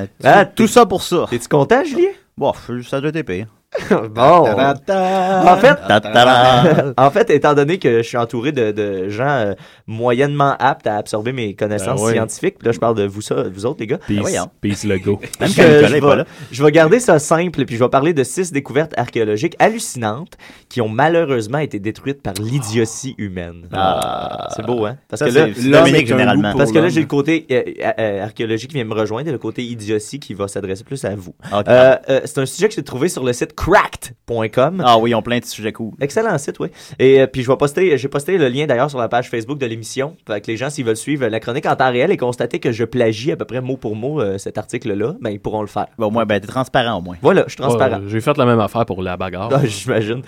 [SPEAKER 7] il y a-
[SPEAKER 10] Ah.
[SPEAKER 7] tout ça pour ça.
[SPEAKER 10] Es-tu content, Julien?
[SPEAKER 7] Bon, ça doit être pire.
[SPEAKER 10] bon.
[SPEAKER 9] Ta-ta-ta.
[SPEAKER 10] En fait,
[SPEAKER 9] Ta-ta-ta.
[SPEAKER 10] en fait, étant donné que je suis entouré de, de gens euh, moyennement aptes à absorber mes connaissances
[SPEAKER 11] Ben oui.
[SPEAKER 10] scientifiques, puis là, je parle de vous, ça, vous autres, les gars.
[SPEAKER 11] Peace,
[SPEAKER 10] Ben voyons.
[SPEAKER 11] peace, le go.
[SPEAKER 10] Même
[SPEAKER 11] Même
[SPEAKER 10] que
[SPEAKER 11] quand Nicolas
[SPEAKER 10] je,
[SPEAKER 11] est pas
[SPEAKER 10] vais,
[SPEAKER 11] là.
[SPEAKER 10] je vais garder ça simple, puis je vais parler de six découvertes archéologiques hallucinantes qui ont malheureusement été détruites par l'idiotie humaine.
[SPEAKER 7] Ah.
[SPEAKER 10] c'est beau, hein? Parce
[SPEAKER 7] Ça,
[SPEAKER 10] que là,
[SPEAKER 7] c'est- c'est L'homme Dominique, est un généralement. loup pour
[SPEAKER 10] Parce que là,
[SPEAKER 7] l'homme.
[SPEAKER 10] j'ai le côté euh, euh, archéologie qui vient me rejoindre et le côté idiotie qui va s'adresser plus à vous.
[SPEAKER 7] Ok.
[SPEAKER 10] Euh, euh, c'est un sujet que j'ai trouvé sur le site cracked.com. Ah oui, ils ont plein de sujets cool. Excellent site, oui. Et euh, puis, je vais poster, j'ai posté le lien d'ailleurs sur la page Facebook de l'émission. Fait que les gens, s'ils veulent suivre la chronique en temps réel et constater que je plagie à peu près mot pour mot euh, cet article-là, ben, ils pourront le faire. au moins, ben, t'es transparent au moins. Voilà, je suis transparent.
[SPEAKER 11] Ouais, Euh, J'ai fait la même affaire pour la bagarre.
[SPEAKER 10] Ah, J'imagine.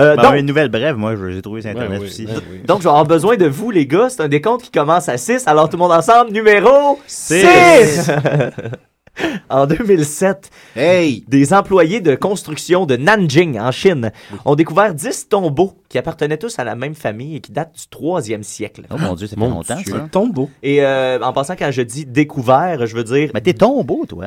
[SPEAKER 10] Euh,
[SPEAKER 11] Ben,
[SPEAKER 10] donc,
[SPEAKER 11] une
[SPEAKER 10] nouvelle brève, moi, j'ai trouvé sur
[SPEAKER 11] Internet Ben oui, aussi. ben oui.
[SPEAKER 10] Donc, je vais avoir besoin de vous, les gars. C'est un décompte qui commence à 6. Alors, tout le monde ensemble, numéro
[SPEAKER 7] Six.
[SPEAKER 10] 6! En 2007,
[SPEAKER 9] Eh,
[SPEAKER 10] des employés de construction de Nanjing, en Chine, ont découvert 10 tombeaux qui appartenaient tous à la même famille et qui datent du 3e siècle. Oh mon Dieu, ça fait longtemps,
[SPEAKER 7] ça.
[SPEAKER 10] tombeau. Et euh, en passant, quand je dis découvert, je veux dire... Mais t'es tombeau, toi.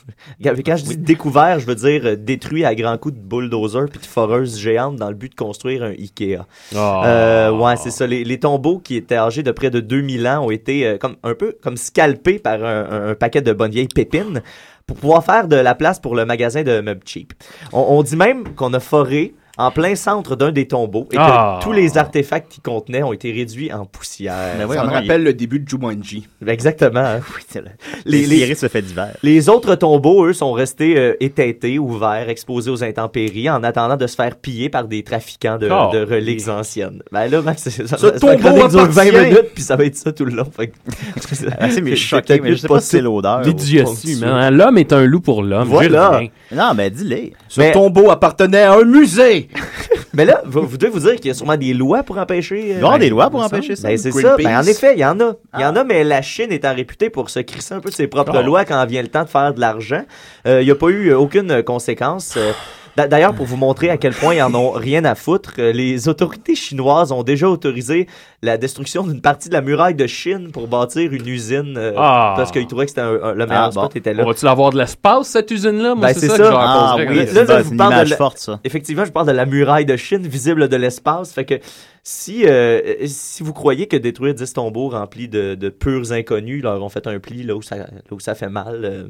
[SPEAKER 10] quand je dis découvert, je veux dire euh, détruit à grands coups de bulldozer puis de foreuse géante dans le but de construire un Ikea.
[SPEAKER 11] Ah.
[SPEAKER 10] Euh, ouais, c'est ça. Les, les tombeaux qui étaient âgés de près de 2000 ans ont été euh, comme, un peu comme scalpés par un, un- un paquet de bonnes vieilles pépines pour pouvoir faire de la place pour le magasin de meubles cheap. On, on dit même qu'on a foré en plein centre d'un des tombeaux et que
[SPEAKER 9] Ah.
[SPEAKER 10] tous les artefacts qu'il contenait ont été réduits en poussière.
[SPEAKER 9] Euh, Ça me rappelle le début de Jumanji.
[SPEAKER 7] Ben, hein.
[SPEAKER 10] Exactement.
[SPEAKER 9] Les virées
[SPEAKER 10] se fait d'hiver. Les autres tombeaux, eux, sont restés euh, étêtés, ouverts, exposés aux intempéries, en attendant de se faire piller par des trafiquants de,
[SPEAKER 11] Oh.
[SPEAKER 10] de reliques anciennes. Ben là, Max, c'est ça.
[SPEAKER 11] Ce
[SPEAKER 10] c'est- ma
[SPEAKER 11] tombeau
[SPEAKER 10] chronique dure 20
[SPEAKER 11] appartient.
[SPEAKER 10] minutes, puis ça va être ça tout le long. Fait que-
[SPEAKER 7] Ah, c'est, mais je suis choqué,
[SPEAKER 10] peut-être
[SPEAKER 7] mais je
[SPEAKER 10] mieux
[SPEAKER 7] sais
[SPEAKER 10] de
[SPEAKER 7] pas si c'est
[SPEAKER 10] tout-
[SPEAKER 7] l'odeur
[SPEAKER 10] des
[SPEAKER 11] L'idiotie,
[SPEAKER 10] ponctuer.
[SPEAKER 11] man. Hein, L'homme est un loup pour l'homme.
[SPEAKER 10] Voilà.
[SPEAKER 11] J'ai rien.
[SPEAKER 10] Non, mais dis-le.
[SPEAKER 9] Ce tombeau appartenait à un musée.
[SPEAKER 10] mais là, vous, vous devez vous dire qu'il y a sûrement des lois pour empêcher. euh,
[SPEAKER 7] Il doit y avoir des lois pour empêcher ça.
[SPEAKER 10] Ben, c'est ça.
[SPEAKER 7] Greenpeace.
[SPEAKER 10] Ben, en effet, il y en a. Il
[SPEAKER 11] Ah.
[SPEAKER 10] y en a, mais la Chine étant réputée pour se crisser un peu de ses propres
[SPEAKER 7] Oh.
[SPEAKER 10] lois quand vient le temps de faire de l'argent, euh, il n'y a pas eu euh, aucune conséquence. Euh, d'a- D'ailleurs, pour vous montrer à quel point ils en ont rien à foutre, euh, les autorités chinoises ont déjà autorisé la destruction d'une partie de la muraille de Chine pour bâtir une usine euh,
[SPEAKER 11] Ah.
[SPEAKER 10] parce qu'ils trouvaient que c'était un- un- le meilleur
[SPEAKER 11] Ah, bon.
[SPEAKER 10] spot était là.
[SPEAKER 11] On va-tu l'avoir de l'espace, cette usine-là? Moi,
[SPEAKER 10] Ben,
[SPEAKER 11] c'est ça, que je raconterais quand même.
[SPEAKER 10] Là, là, je vous parle de la- Effectivement, je parle de la muraille de Chine visible de l'espace. Fait que si, euh, si vous croyez que détruire 10 tombeaux remplis de, de purs inconnus leur ont fait un pli là où ça, là où ça fait mal, euh,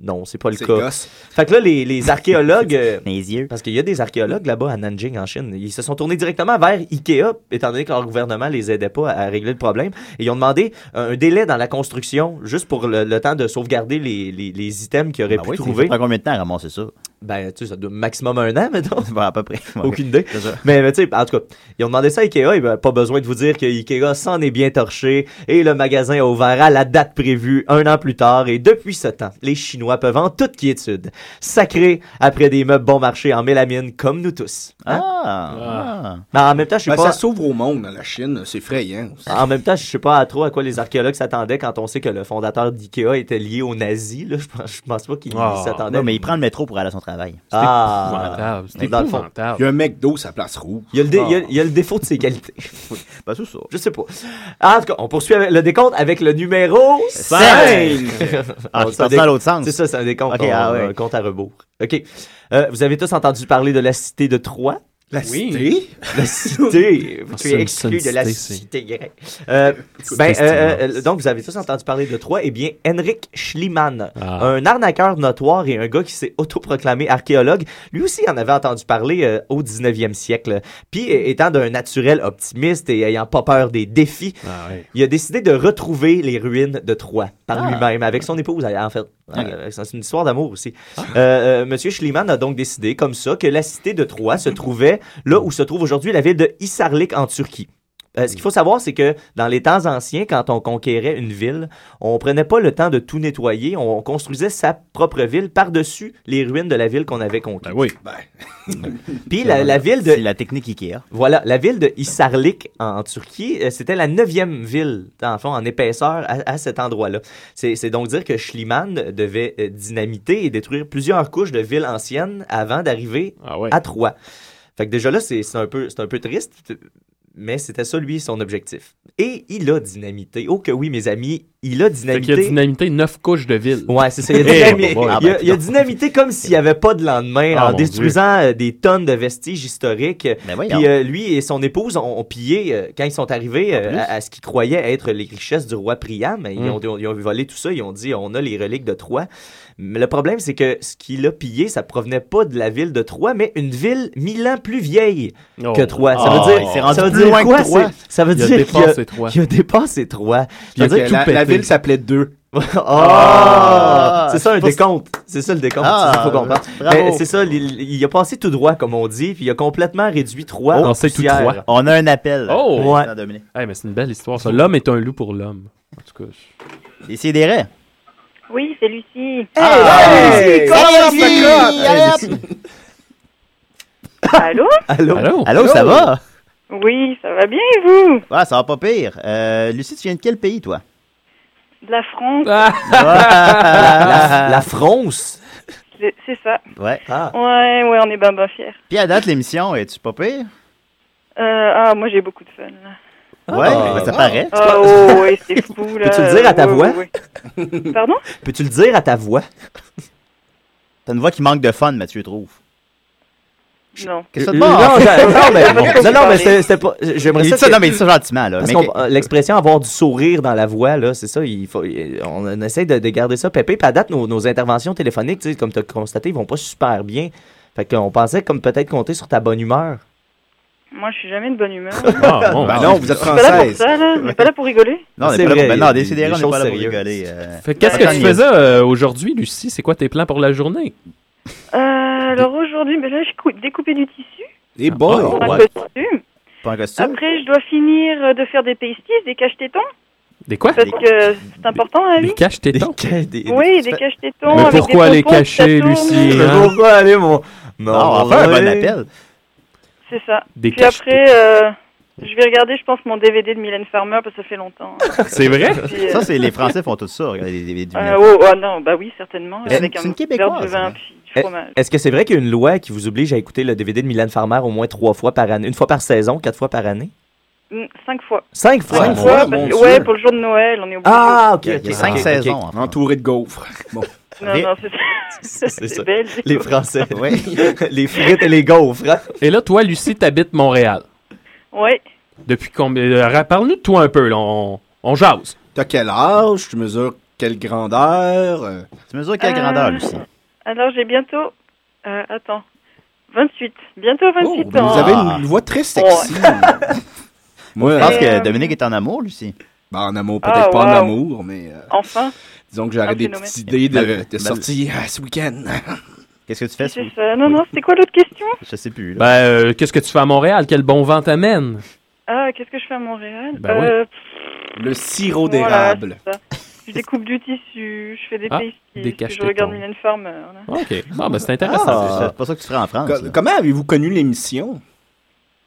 [SPEAKER 10] non, c'est pas le
[SPEAKER 9] C'est
[SPEAKER 10] cas.
[SPEAKER 9] gosse.
[SPEAKER 10] Fait que là, les, les archéologues. euh, Parce qu'il y a des archéologues là-bas à Nanjing, en Chine. Ils se sont tournés directement vers IKEA, étant donné que leur gouvernement les aidait pas à, à régler le problème. Et ils ont demandé un délai dans la construction, juste pour le, le temps de sauvegarder les, les- les items qu'ils auraient
[SPEAKER 7] Ben
[SPEAKER 10] pu
[SPEAKER 7] oui, ça
[SPEAKER 10] trouver.
[SPEAKER 7] prend
[SPEAKER 10] combien de temps à ramasser ça? Ben, tu sais, ça doit maximum un an, mettons. à peu près.
[SPEAKER 7] ouais.
[SPEAKER 10] Aucune idée.
[SPEAKER 7] C'est ça.
[SPEAKER 10] Mais, mais tu sais, en tout cas, ils ont demandé ça à Ikea. Et ben, pas besoin de vous dire que Ikea s'en est bien torché et le magasin a ouvert à la date prévue un an plus tard. Et depuis ce temps, les Chinois peuvent en toute quiétude sacrer après des meubles bon marché en mélamine comme nous tous. Hein?
[SPEAKER 7] Ah.
[SPEAKER 10] Mais en même temps, je sais
[SPEAKER 9] Ben,
[SPEAKER 10] pas.
[SPEAKER 9] Ça s'ouvre au monde, à la Chine. C'est effrayant.
[SPEAKER 10] En même temps, je sais pas trop à quoi les archéologues s'attendaient quand on sait que le fondateur d'IKEA était lié aux nazis. Là. Je, pense, je pense pas qu'ils
[SPEAKER 7] Ah.
[SPEAKER 10] s'attendaient.
[SPEAKER 7] Non, mais il
[SPEAKER 10] prend le métro pour aller à son travail.
[SPEAKER 7] C'est
[SPEAKER 10] Ah,
[SPEAKER 7] épouvantable, c'est
[SPEAKER 10] Mais dans le fond,
[SPEAKER 7] épouvantable.
[SPEAKER 9] Il y a un McDo, sa place rouge.
[SPEAKER 10] Il y, a le dé-
[SPEAKER 9] Ah.
[SPEAKER 10] il y a- il y a le défaut de ses qualités. ben, c'est ça. Je sais pas. Ah, en tout cas, on poursuit avec le décompte avec le numéro 5.
[SPEAKER 7] Ah, tu partais dans l'autre sens.
[SPEAKER 10] C'est ça, c'est un décompte.
[SPEAKER 7] Ok,
[SPEAKER 10] on-
[SPEAKER 7] ah ouais.
[SPEAKER 10] un compte à rebours. OK. Euh, vous avez tous entendu parler de la cité de Troie?
[SPEAKER 9] La Oui. cité?
[SPEAKER 10] La cité.
[SPEAKER 9] Ah,
[SPEAKER 10] tu
[SPEAKER 9] c'est une-
[SPEAKER 10] es
[SPEAKER 9] c'est une
[SPEAKER 10] exclu de la
[SPEAKER 9] cité,
[SPEAKER 10] cité grecque. Euh, ben,
[SPEAKER 9] c'est une
[SPEAKER 10] euh, euh, donc, vous avez tous entendu parler de Troie. Eh bien, Henrik Schliemann, un arnaqueur notoire et un gars qui s'est autoproclamé archéologue, lui aussi en avait entendu parler euh, au 19e siècle. Puis, euh, étant d'un naturel optimiste et ayant pas peur des défis,
[SPEAKER 11] Ah
[SPEAKER 10] il a décidé de retrouver les ruines de Troie par
[SPEAKER 7] Ah.
[SPEAKER 10] lui-même, avec son épouse, en fait. Euh, C'est une histoire d'amour aussi. Euh, euh, Monsieur Schliemann a donc décidé, comme ça, que la cité de Troie se trouvait là où se trouve aujourd'hui la ville de Hisarlik en Turquie. Euh, ce qu'il faut savoir, c'est que dans les temps anciens, quand on conquérait une ville, on prenait pas le temps de tout nettoyer, on construisait sa propre ville par-dessus les ruines de la ville qu'on avait conquise. oui. Puis la, la ville de... la technique Ikea. Voilà, la ville de Hisarlik en, en Turquie, euh, c'était la neuvième ville, dans le fond, en épaisseur à, à cet endroit-là. C'est c'est donc dire que Schliemann devait euh, dynamiter et détruire plusieurs couches de villes anciennes avant d'arriver
[SPEAKER 11] Ah
[SPEAKER 10] à Troyes. Fait que déjà là, c'est c'est un, peu- c'est un peu triste, mais c'était ça, lui, son objectif. Et il a dynamité. Oh que oui, mes amis, il a
[SPEAKER 11] Fait
[SPEAKER 10] dynamité.
[SPEAKER 11] qu'il a dynamité neuf couches de ville. Eh, oh
[SPEAKER 10] Ouais, c'est ça. Il a,
[SPEAKER 7] Eh, oh
[SPEAKER 10] Ah, ben, dynami- il a- il a dynamité comme s'il n'y avait pas de lendemain
[SPEAKER 11] Ah,
[SPEAKER 10] en
[SPEAKER 11] mon
[SPEAKER 10] détruisant euh, des tonnes de vestiges historiques.
[SPEAKER 7] Ben
[SPEAKER 11] voyons.
[SPEAKER 10] Puis euh, lui et son épouse ont, ont pillé, euh, quand ils sont arrivés euh,
[SPEAKER 11] plus.
[SPEAKER 10] à, à ce qu'ils croyaient être les richesses du roi Priam, ils,
[SPEAKER 7] Hmm.
[SPEAKER 11] Mm.
[SPEAKER 10] ont, ils ont- ils ont volé tout ça, ils ont dit on a les reliques de Troie. Mais le problème, c'est que ce qu'il a pillé, ça provenait pas de la ville de Troie, mais une ville mille ans plus vieille que Troie. Ça
[SPEAKER 7] Oh.
[SPEAKER 10] veut dire,
[SPEAKER 7] Il s'est
[SPEAKER 10] ça
[SPEAKER 7] rendu
[SPEAKER 10] veut
[SPEAKER 7] plus
[SPEAKER 10] dire
[SPEAKER 7] loin que
[SPEAKER 10] quoi?
[SPEAKER 7] Troie.
[SPEAKER 10] C'est- Ça veut
[SPEAKER 7] Il a
[SPEAKER 10] dire qu'il a-
[SPEAKER 7] dépassé Troie.
[SPEAKER 10] qu'il a dépassé Troie.
[SPEAKER 9] Puis
[SPEAKER 10] Ça veut dire
[SPEAKER 9] que
[SPEAKER 10] tout
[SPEAKER 9] la, la
[SPEAKER 10] pété.
[SPEAKER 9] ville s'appelait Deux.
[SPEAKER 10] Ah! c'est ça un
[SPEAKER 9] Parce-
[SPEAKER 10] décompte. C'est ça le décompte.
[SPEAKER 9] Ah!
[SPEAKER 10] c'est ça qu'il faut comprendre.
[SPEAKER 7] Bravo.
[SPEAKER 10] Mais c'est ça, il, il a passé tout droit, comme on dit, puis il a complètement réduit trois.
[SPEAKER 11] Oh,
[SPEAKER 10] en
[SPEAKER 11] c'est tout
[SPEAKER 10] poussière.
[SPEAKER 11] droit.
[SPEAKER 7] On a un appel.
[SPEAKER 11] Oh!
[SPEAKER 10] Ouais.
[SPEAKER 11] Hey, mais c'est une belle histoire, ça. L'homme est un loup pour l'homme. En tout cas.
[SPEAKER 7] Essayez des raies.
[SPEAKER 20] Oui, c'est Lucie.
[SPEAKER 10] Ah,
[SPEAKER 7] Hey, Lucie, commence le
[SPEAKER 20] Lucie! Allô?
[SPEAKER 10] Allô?
[SPEAKER 7] Allô? ça va?
[SPEAKER 20] Oui, ça va bien, vous?
[SPEAKER 7] Ouais, ça va pas pire. Euh, Lucie, tu viens de quel pays, toi?
[SPEAKER 20] De la France.
[SPEAKER 10] Ah.
[SPEAKER 20] Ah!
[SPEAKER 7] la,
[SPEAKER 10] France? Ah.
[SPEAKER 20] C'est c'est ça.
[SPEAKER 7] Ouais.
[SPEAKER 20] Ouais, ouais, on est ben ben fiers.
[SPEAKER 7] Puis à date, l'émission, es-tu pas pire?
[SPEAKER 20] Euh, ah, moi, j'ai beaucoup de fun, là.
[SPEAKER 7] Ouais, ben, ça paraît.
[SPEAKER 20] Ah, oh, ouais, c'est fou, là.
[SPEAKER 10] Peux-tu le dire à ta
[SPEAKER 20] Ouais,
[SPEAKER 10] voix?
[SPEAKER 20] ouais, ouais. Pardon?
[SPEAKER 10] Peux-tu le dire à ta voix?
[SPEAKER 7] T'as une voix qui manque de fun, Mathieu trouve.
[SPEAKER 20] Non.
[SPEAKER 7] Qu'est-ce que ça te
[SPEAKER 10] Non,
[SPEAKER 7] barre?
[SPEAKER 10] j'ai- non, mais,
[SPEAKER 7] Bon.
[SPEAKER 10] non, non, mais c'était c'était pas. J'aimerais
[SPEAKER 7] Il dit ça, non, mais il dit ça gentiment, là.
[SPEAKER 10] Parce
[SPEAKER 7] Mais
[SPEAKER 10] qu'on-
[SPEAKER 7] que-
[SPEAKER 10] euh, L'expression avoir du sourire dans la voix, là, c'est ça. Il faut, il- on, on essaie de, de garder ça. Pépé, puis à date, nos, nos interventions téléphoniques, tu sais, comme tu as constaté, ils vont pas super bien. Fait qu'on pensait comme peut-être compter sur ta bonne humeur.
[SPEAKER 20] Moi, je suis jamais de bonne humeur.
[SPEAKER 10] Ah, bon, ben non, vous êtes
[SPEAKER 20] Je suis pas là pour
[SPEAKER 10] française.
[SPEAKER 20] ça, là. On n'est pas là pour rigoler.
[SPEAKER 7] Non, on est
[SPEAKER 10] C'est
[SPEAKER 7] pas là pour-
[SPEAKER 10] vrai,
[SPEAKER 7] ben
[SPEAKER 10] il
[SPEAKER 7] non,
[SPEAKER 10] y a des-
[SPEAKER 7] décidément,
[SPEAKER 10] des
[SPEAKER 7] on n'est pas
[SPEAKER 10] choses
[SPEAKER 7] là pour
[SPEAKER 10] sérieuses.
[SPEAKER 7] rigoler. euh.
[SPEAKER 11] Fait que qu'est-ce que tu faisais euh, aujourd'hui, Lucie? C'est quoi tes plans pour la journée?
[SPEAKER 20] Euh, alors aujourd'hui, ben là, j'ai cou- découpé du tissu
[SPEAKER 11] Et
[SPEAKER 20] pour un costume.
[SPEAKER 7] Pas un
[SPEAKER 20] Après, je dois finir euh, de faire des pastis, des caches-tétons.
[SPEAKER 11] Des quoi?
[SPEAKER 20] Parce que c'est important, la vie.
[SPEAKER 11] Des caches-tétons?
[SPEAKER 20] Oui, des caches-tétons.
[SPEAKER 11] Mais
[SPEAKER 20] avec des
[SPEAKER 11] pourquoi les
[SPEAKER 20] pompons,
[SPEAKER 11] cacher,
[SPEAKER 20] ça tourne.
[SPEAKER 11] Lucie? hein?
[SPEAKER 10] Pourquoi aller, mon.
[SPEAKER 7] Non, Ah, on va faire un bon
[SPEAKER 10] oui.
[SPEAKER 7] appel.
[SPEAKER 20] C'est ça.
[SPEAKER 11] Des
[SPEAKER 20] Puis après, euh, je vais regarder, je pense, mon DVD de Mylène Farmer, parce que ça fait longtemps.
[SPEAKER 7] C'est vrai?
[SPEAKER 20] Puis, euh,
[SPEAKER 7] Ça, c'est les Français font tout ça. Regardez, les- les- les-
[SPEAKER 20] euh, oh, oh, non, bah oui, certainement.
[SPEAKER 10] C'est-
[SPEAKER 20] avec
[SPEAKER 10] c'est
[SPEAKER 20] un
[SPEAKER 10] une
[SPEAKER 20] verre de
[SPEAKER 10] Québécoise,
[SPEAKER 20] vin
[SPEAKER 10] hein.
[SPEAKER 20] puis du
[SPEAKER 10] Eh,
[SPEAKER 20] fromage.
[SPEAKER 10] Est-ce que c'est vrai qu'il y a une loi qui vous oblige à écouter le DVD de Milan Farmer au moins trois fois par année? Une fois par saison, quatre fois par année?
[SPEAKER 20] Mm, Cinq fois.
[SPEAKER 10] Cinq fois?
[SPEAKER 20] Cinq
[SPEAKER 10] Ah,
[SPEAKER 20] fois,
[SPEAKER 10] mon
[SPEAKER 20] parce que-
[SPEAKER 10] Dieu.
[SPEAKER 20] ouais, pour le jour de Noël, on est obligé.
[SPEAKER 10] Ah, ok,
[SPEAKER 9] Il y a- il y a cinq saisons,
[SPEAKER 10] enfin.
[SPEAKER 9] Entouré de gaufres. Bon.
[SPEAKER 7] Ah,
[SPEAKER 20] Non, non, c'est
[SPEAKER 10] C'est ça.
[SPEAKER 20] C'est belle.
[SPEAKER 10] Les Français.
[SPEAKER 7] Ouais.
[SPEAKER 10] les frites et les gaufres. hein?
[SPEAKER 11] Et là, toi, Lucie, t'habites Montréal.
[SPEAKER 20] Ouais.
[SPEAKER 11] Depuis combien. euh, Parle-nous de toi un peu, là. On, on jase.
[SPEAKER 9] T'as quel âge? Tu mesures quelle grandeur? euh?
[SPEAKER 7] Tu mesures
[SPEAKER 20] quelle Euh, grandeur, Lucie? Alors, j'ai bientôt. euh, attends. 28. Bientôt 28
[SPEAKER 9] Oh, Vous
[SPEAKER 20] ans. Oh.
[SPEAKER 9] avez une voix très sexy. Moi,
[SPEAKER 7] Je pense que Dominique est en amour, Lucie.
[SPEAKER 9] Ben, en amour,
[SPEAKER 20] euh, Ah,
[SPEAKER 9] peut-être pas en
[SPEAKER 20] wow.
[SPEAKER 9] amour, mais euh,
[SPEAKER 20] Enfin.
[SPEAKER 9] disons que j'aurais
[SPEAKER 20] Un
[SPEAKER 9] des
[SPEAKER 20] phénomène.
[SPEAKER 9] petites idées de,
[SPEAKER 7] Mal-
[SPEAKER 9] de
[SPEAKER 7] mal-
[SPEAKER 9] sorties euh, ce week-end.
[SPEAKER 7] Ben, Qu'est-ce que tu fais?
[SPEAKER 20] C'est ça. Non, non, c'était quoi l'autre question
[SPEAKER 7] Je sais plus.
[SPEAKER 11] Ben, euh, qu'est-ce que tu fais à Montréal? Quel bon vent t'amène?
[SPEAKER 20] Ah, qu'est-ce que je fais à Montréal
[SPEAKER 9] Bah
[SPEAKER 11] Ben oui.
[SPEAKER 20] Euh,
[SPEAKER 9] Le sirop
[SPEAKER 20] Voilà,
[SPEAKER 9] d'érable.
[SPEAKER 20] c'est ça. Je découvre du tissu, je fais des
[SPEAKER 11] Ah,
[SPEAKER 20] pastis,
[SPEAKER 11] des
[SPEAKER 20] puis je
[SPEAKER 11] cachetétons.
[SPEAKER 20] regarde Mylène Farmer. là.
[SPEAKER 11] OK. Bon, ben, c'est intéressant.
[SPEAKER 7] Ah. C'est pas ça que tu ferais en France.
[SPEAKER 9] Co- comment avez-vous connu l'émission?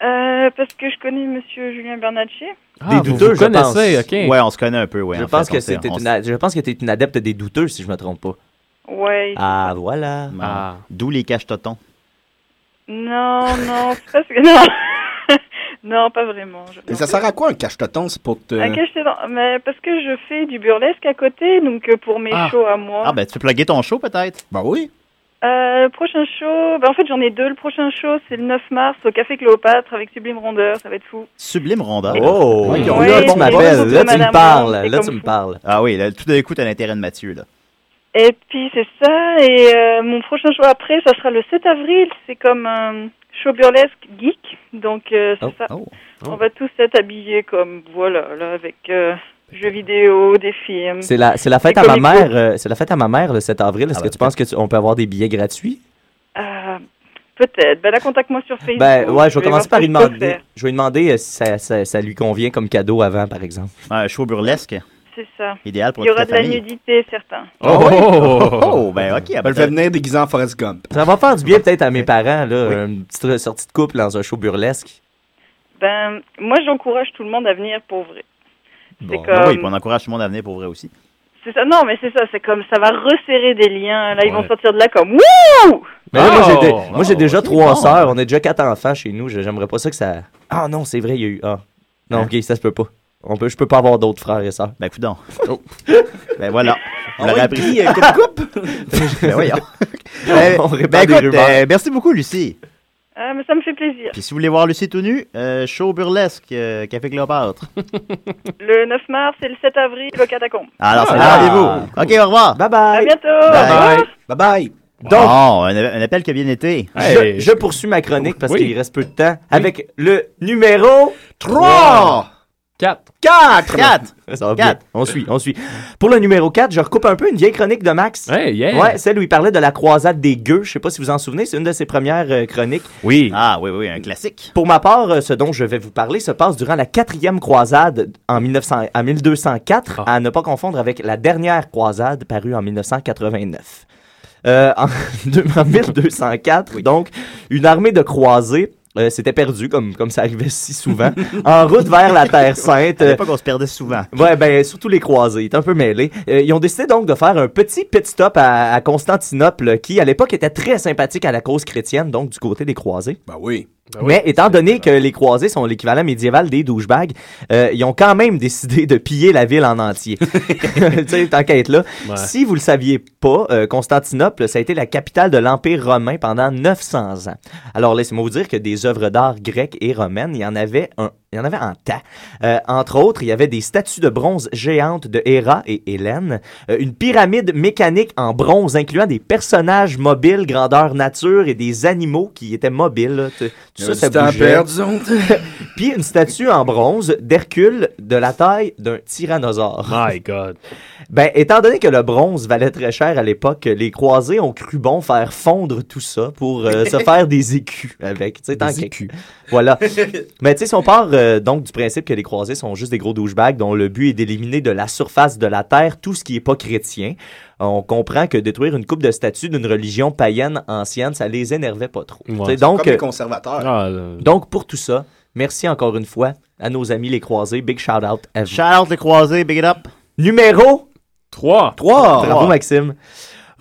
[SPEAKER 20] Euh, parce que je connais Monsieur Julien Bernatchez.
[SPEAKER 11] Ah.
[SPEAKER 10] des douteux, je pense.
[SPEAKER 7] Ouais, on se connaît un peu, ouais.
[SPEAKER 10] Je
[SPEAKER 7] en
[SPEAKER 10] pense,
[SPEAKER 7] fait, on
[SPEAKER 10] que
[SPEAKER 7] sait,
[SPEAKER 10] c'était
[SPEAKER 7] on
[SPEAKER 10] une,
[SPEAKER 7] sait.
[SPEAKER 10] a- je pense que t'es une adepte des douteux, si je me trompe pas.
[SPEAKER 20] Ouais.
[SPEAKER 10] Ah, voilà.
[SPEAKER 7] Ah. D'où les cachetotons.
[SPEAKER 20] Non, non, c'est parce que non, non, pas vraiment. je-
[SPEAKER 9] Mais ça sert à quoi un cacheton? C'est pour
[SPEAKER 10] Euh,
[SPEAKER 9] te...
[SPEAKER 20] Un cachetéton. mais parce que je fais du burlesque à côté, donc euh, pour mes
[SPEAKER 7] Ah.
[SPEAKER 20] shows à moi.
[SPEAKER 10] bah.
[SPEAKER 7] Ah, ben, tu peux plugger ton show, peut-être?
[SPEAKER 9] Ben oui.
[SPEAKER 20] Euh, le prochain show, ben, en fait j'en ai deux. Le prochain show c'est le 9 mars au Café Cléopâtre avec Sublime Rondeur, ça va être fou.
[SPEAKER 7] Sublime Ronda.
[SPEAKER 10] Oh!
[SPEAKER 7] Ouais,
[SPEAKER 10] là,
[SPEAKER 7] on a un
[SPEAKER 10] tu
[SPEAKER 7] bon
[SPEAKER 10] m'appelles, là,
[SPEAKER 7] bon.
[SPEAKER 10] tu me
[SPEAKER 20] Madame
[SPEAKER 10] parles,
[SPEAKER 20] Blonde, c'est
[SPEAKER 10] là, tu
[SPEAKER 20] comme
[SPEAKER 10] me parles.
[SPEAKER 7] Ah oui, là, tout d'un coup, t'as l'intérêt de Mathieu, là.
[SPEAKER 20] Et puis c'est ça, et euh, mon prochain show après, ça sera le 7 avril, c'est comme un show burlesque geek, donc euh, c'est
[SPEAKER 7] Oh,
[SPEAKER 20] ça.
[SPEAKER 7] oh, oh.
[SPEAKER 20] On va tous être habillés comme, voilà, là, avec euh, jeux vidéo, des films.
[SPEAKER 10] C'est la, c'est la fête
[SPEAKER 20] des
[SPEAKER 10] à ma
[SPEAKER 20] comic
[SPEAKER 10] mère, euh, c'est la fête à ma mère le 7 avril. Est-ce
[SPEAKER 7] Ah bah,
[SPEAKER 10] que tu penses qu'on peut avoir des billets gratuits?
[SPEAKER 20] Euh, Peut-être. Ben là, contacte-moi sur Facebook.
[SPEAKER 10] Ben ouais, je vais
[SPEAKER 20] vais
[SPEAKER 10] commencer
[SPEAKER 20] voir
[SPEAKER 10] par
[SPEAKER 20] ce
[SPEAKER 10] lui
[SPEAKER 20] que je peux
[SPEAKER 10] demander.
[SPEAKER 20] faire.
[SPEAKER 10] Je vais lui demander euh, si ça, ça- ça lui convient comme cadeau avant, par exemple.
[SPEAKER 7] Un show burlesque.
[SPEAKER 20] C'est ça.
[SPEAKER 7] Idéal pour
[SPEAKER 20] Il y aura
[SPEAKER 7] toute
[SPEAKER 20] de
[SPEAKER 7] la
[SPEAKER 20] la
[SPEAKER 7] famille.
[SPEAKER 20] nudité, certain.
[SPEAKER 7] Ah oui? Oh, ben,
[SPEAKER 9] Ben,
[SPEAKER 7] ok.
[SPEAKER 9] je vais venir déguisé en Forrest Gump.
[SPEAKER 10] Ça va faire du bien peut-être à mes parents, là, une petite re- sortie de couple dans un show burlesque.
[SPEAKER 20] Ben, moi, j'encourage tout le monde à venir pour vrai. C'est
[SPEAKER 7] Bon. ben
[SPEAKER 20] comme-
[SPEAKER 7] Oui, puis on encourage tout le monde à venir pour vrai aussi.
[SPEAKER 20] C'est ça. Non, mais c'est ça. C'est comme ça va resserrer des liens. Là, ils vont
[SPEAKER 7] Ouais.
[SPEAKER 20] sortir de là comme wouh.
[SPEAKER 10] Mais là, moi, j'ai, dé-
[SPEAKER 7] Oh!
[SPEAKER 10] moi, j'ai
[SPEAKER 7] Oh,
[SPEAKER 10] déjà
[SPEAKER 7] ok,
[SPEAKER 10] trois
[SPEAKER 7] bon.
[SPEAKER 10] sœurs, on a déjà quatre enfants chez nous. je- J'aimerais pas ça que ça. Ah non, c'est vrai, il y a eu. Ah. Non,
[SPEAKER 7] Hein?
[SPEAKER 10] ok, ça se peut pas. On peut, je peux pas avoir d'autres frères et sœurs. Oh.
[SPEAKER 7] Ben, coudons. ben, voilà.
[SPEAKER 9] Ah
[SPEAKER 7] On
[SPEAKER 10] On
[SPEAKER 7] l'aurait
[SPEAKER 10] va
[SPEAKER 7] appris.
[SPEAKER 10] écrit, euh, coupe, coupe.
[SPEAKER 7] ben, voyons.
[SPEAKER 10] On-
[SPEAKER 7] Euh,
[SPEAKER 10] on
[SPEAKER 7] ben,
[SPEAKER 10] répand des
[SPEAKER 7] écoute,
[SPEAKER 10] rumeurs.
[SPEAKER 7] euh, merci beaucoup, Lucie.
[SPEAKER 20] Ah, mais ça me fait plaisir.
[SPEAKER 7] Puis si vous voulez voir Lucie tout nu, euh, show burlesque, euh, Café Cléopâtre.
[SPEAKER 20] Le 9 mars et le 7 avril au catacombe.
[SPEAKER 7] Alors, c'est
[SPEAKER 10] Ah,
[SPEAKER 7] rendez-vous. OK, au revoir.
[SPEAKER 10] Bye bye.
[SPEAKER 20] À bientôt.
[SPEAKER 10] Bye bye.
[SPEAKER 7] Donc, oh, un, un appel qui a bien été.
[SPEAKER 10] Je, je poursuis ma chronique parce qu'il reste peu de temps avec le numéro 3.
[SPEAKER 7] Trois.
[SPEAKER 10] 4. 4.
[SPEAKER 7] Quatre. Quatre.
[SPEAKER 10] On suit, on suit. Pour le numéro 4, je recoupe un peu une vieille chronique de Max.
[SPEAKER 11] Hey, yeah.
[SPEAKER 10] Ouais, celle où il parlait de la croisade des gueux. Je sais pas si vous en souvenez, c'est une de ses premières euh, chroniques.
[SPEAKER 7] Oui. Ah, oui, oui, un classique.
[SPEAKER 10] Pour ma part, euh, ce dont je vais vous parler se passe durant la quatrième croisade en 1900 en 1204,
[SPEAKER 11] Ah.
[SPEAKER 10] à ne pas confondre avec la dernière croisade parue en 1989. Euh, en, deux- en 1204, donc, une armée de croisés euh, s'était perdue, comme, comme ça arrivait si souvent, en route vers la Terre Sainte. euh,
[SPEAKER 7] À l'époque, on se perdait souvent.
[SPEAKER 10] Ouais, ben, surtout les croisés, ils un peu mêlés. Euh, ils ont décidé donc de faire un petit pit stop à, à Constantinople, qui à l'époque était très sympathique à la cause chrétienne, donc du côté des croisés.
[SPEAKER 9] Ben oui.
[SPEAKER 10] Mais étant donné que les croisés sont l'équivalent médiéval des douchebags, euh, ils ont quand même décidé de piller la ville en entier. tu sais, t'enquête là.
[SPEAKER 11] Ouais.
[SPEAKER 10] Si vous le saviez pas, euh, Constantinople, ça a été la capitale de l'Empire romain pendant 900 ans. Alors laissez-moi vous dire que des œuvres d'art grecques et romaines, il y en avait un, il y en avait un tas. Euh, entre autres, il y avait des statues de bronze géantes de Héra et Hélène, euh, une pyramide mécanique en bronze incluant des personnages mobiles grandeur nature et des animaux qui étaient mobiles. là. Tu- Tout
[SPEAKER 9] Il y
[SPEAKER 10] ça,
[SPEAKER 9] avait
[SPEAKER 10] ça
[SPEAKER 9] du temps à
[SPEAKER 10] bougeait.
[SPEAKER 9] perdre, disons.
[SPEAKER 10] Puis une statue en bronze d'Hercule de la taille d'un tyrannosaure.
[SPEAKER 11] My God.
[SPEAKER 10] Ben, étant donné que le bronze valait très cher à l'époque, les croisés ont cru bon faire fondre tout ça pour euh, se faire des écus avec. tu sais, tant que- Voilà. Mais tu sais, si on part euh, donc du principe que les croisés sont juste des gros douchebags dont le but est d'éliminer de la surface de la terre tout ce qui n'est pas chrétien, on comprend que détruire une coupe de statues d'une religion païenne ancienne, ça les énervait pas trop. Tu sais, donc,
[SPEAKER 9] Comme les
[SPEAKER 10] euh,
[SPEAKER 9] conservateurs.
[SPEAKER 11] Ah, euh,
[SPEAKER 10] donc, pour tout ça, merci encore une fois à nos amis les croisés. Big shout out à vous.
[SPEAKER 7] Shout out les croisés, big it up.
[SPEAKER 10] Numéro
[SPEAKER 11] 3.
[SPEAKER 10] 3.
[SPEAKER 7] Trois.
[SPEAKER 10] Bravo, Maxime.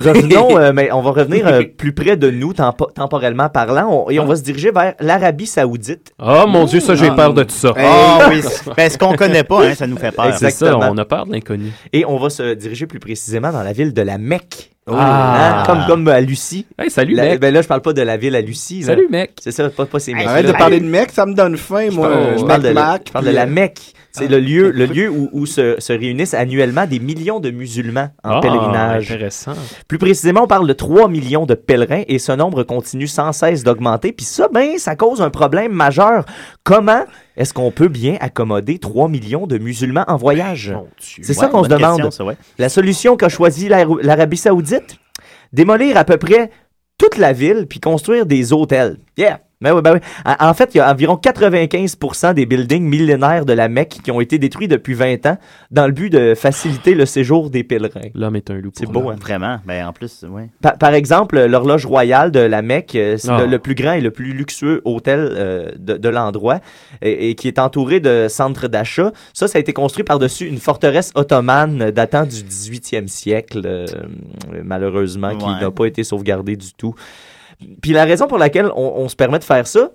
[SPEAKER 10] Revenons, euh, mais on va revenir euh, plus près de nous, tempo- temporellement parlant, on- et on va se diriger vers l'Arabie Saoudite.
[SPEAKER 11] Oh Ah. mon Dieu, ça, j'ai peur de tout ça.
[SPEAKER 10] Ah
[SPEAKER 11] Ah oui, c'est- ben, ce qu'on connaît pas, hein, ça nous fait peur. C'est ça, on a peur de l'inconnu.
[SPEAKER 10] Et on va se diriger plus précisément dans la ville de la Mecque.
[SPEAKER 11] Ah.
[SPEAKER 10] Hein, comme, comme à Lucie.
[SPEAKER 11] Hey, salut,
[SPEAKER 10] La-
[SPEAKER 11] mec.
[SPEAKER 10] Ben là, je parle pas de la ville à Lucie. là.
[SPEAKER 11] Salut, mec.
[SPEAKER 10] C'est ça, pas, pas ces mecs.
[SPEAKER 9] Arrête de parler de mec, ça me donne faim, moi. euh,
[SPEAKER 10] parle- je
[SPEAKER 9] Je
[SPEAKER 10] parle de,
[SPEAKER 9] mec,
[SPEAKER 10] la-
[SPEAKER 9] Mac,
[SPEAKER 10] je parle de
[SPEAKER 9] puis,
[SPEAKER 10] la
[SPEAKER 9] euh,
[SPEAKER 10] Mecque. C'est le lieu, le lieu où, où se, se réunissent annuellement des millions de musulmans en
[SPEAKER 11] Ah,
[SPEAKER 10] pèlerinage.
[SPEAKER 11] intéressant.
[SPEAKER 10] Plus précisément, on parle de 3 millions de pèlerins et ce nombre continue sans cesse d'augmenter. Puis ça, ben, ça cause un problème majeur. Comment est-ce qu'on peut bien accommoder 3 millions de musulmans en voyage? C'est ça
[SPEAKER 7] Ouais,
[SPEAKER 10] qu'on se
[SPEAKER 7] bonne question,
[SPEAKER 10] demande.
[SPEAKER 7] ça, ouais.
[SPEAKER 10] La solution qu'a choisie l'Ar- l'Arabie Saoudite? Démolir à peu près toute la ville puis construire des hôtels. Yeah! Ben oui, ben oui. En- En fait, il y a environ 95% des buildings millénaires de la Mecque qui ont été détruits depuis 20 ans dans le but de faciliter le séjour des pèlerins.
[SPEAKER 11] L'homme est un loup.
[SPEAKER 10] C'est beau, hein?
[SPEAKER 7] Vraiment. Ben, en plus, ouais.
[SPEAKER 10] Par, par exemple, euh, l'horloge royale de la Mecque, euh, c'est
[SPEAKER 7] Ah.
[SPEAKER 10] le, le plus grand et le plus luxueux hôtel euh, de, de l'endroit et, et qui est entouré de centres d'achat. Ça, ça a été construit par-dessus une forteresse ottomane euh, datant du 18e siècle, euh, euh, malheureusement, qui
[SPEAKER 7] Ouais.
[SPEAKER 10] n'a pas été sauvegardée du tout. Puis la raison pour laquelle on, on se permet de faire ça,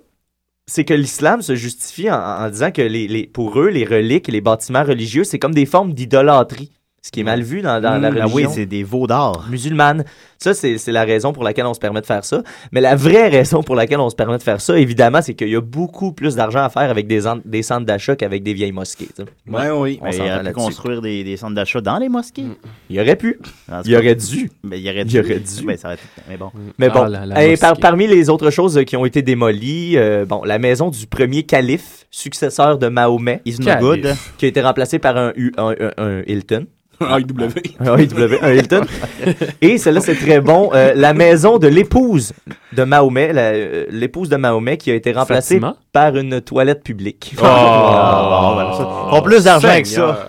[SPEAKER 10] c'est que l'islam se justifie en, en disant que les, les- pour eux, les reliques et les bâtiments religieux, c'est comme des formes d'idolâtrie, ce qui est mal vu dans, dans la
[SPEAKER 7] Mm, ah
[SPEAKER 10] religion
[SPEAKER 7] oui, c'est des veaux d'or.
[SPEAKER 10] musulmane. Ça, c'est c'est la raison pour laquelle on se permet de faire ça. Mais la vraie raison pour laquelle on se permet de faire ça, évidemment, c'est qu'il y a beaucoup plus d'argent à faire avec des, en- des centres d'achat qu'avec des vieilles mosquées. tu sais.
[SPEAKER 7] Ben
[SPEAKER 9] Ouais, oui.
[SPEAKER 10] On
[SPEAKER 7] On
[SPEAKER 10] s'entend
[SPEAKER 7] aurait pu
[SPEAKER 10] là-dessus.
[SPEAKER 7] construire des, des centres d'achat dans les mosquées.
[SPEAKER 10] Il aurait pu.
[SPEAKER 7] En tout
[SPEAKER 10] Il
[SPEAKER 7] cas,
[SPEAKER 10] aurait dû.
[SPEAKER 7] Ben, il aurait
[SPEAKER 10] Il
[SPEAKER 7] dû.
[SPEAKER 10] aurait dû. Mm.
[SPEAKER 7] Ben, ça aurait été- Mais bon.
[SPEAKER 10] Mais bon,
[SPEAKER 7] Ah, la- la
[SPEAKER 10] et par-
[SPEAKER 7] mosquée.
[SPEAKER 10] parmi les autres choses qui ont été démolies, euh, bon, la maison du premier calife, successeur de Mahomet,
[SPEAKER 7] no Calife. good.
[SPEAKER 10] qui a été remplacé par un, U- un- un- un Hilton.
[SPEAKER 9] Un IW.
[SPEAKER 10] Un IW, un Hilton. Et celle-là, c'est très bon. euh, la maison de l'épouse de Mahomet, la- euh, l'épouse de Mahomet qui a été remplacée
[SPEAKER 11] Fatima?
[SPEAKER 10] par une toilette publique.
[SPEAKER 11] Oh! Ah, bon, voilà, ça.
[SPEAKER 9] Oh.
[SPEAKER 11] Ils font plus d'argent que ça. Seigneur.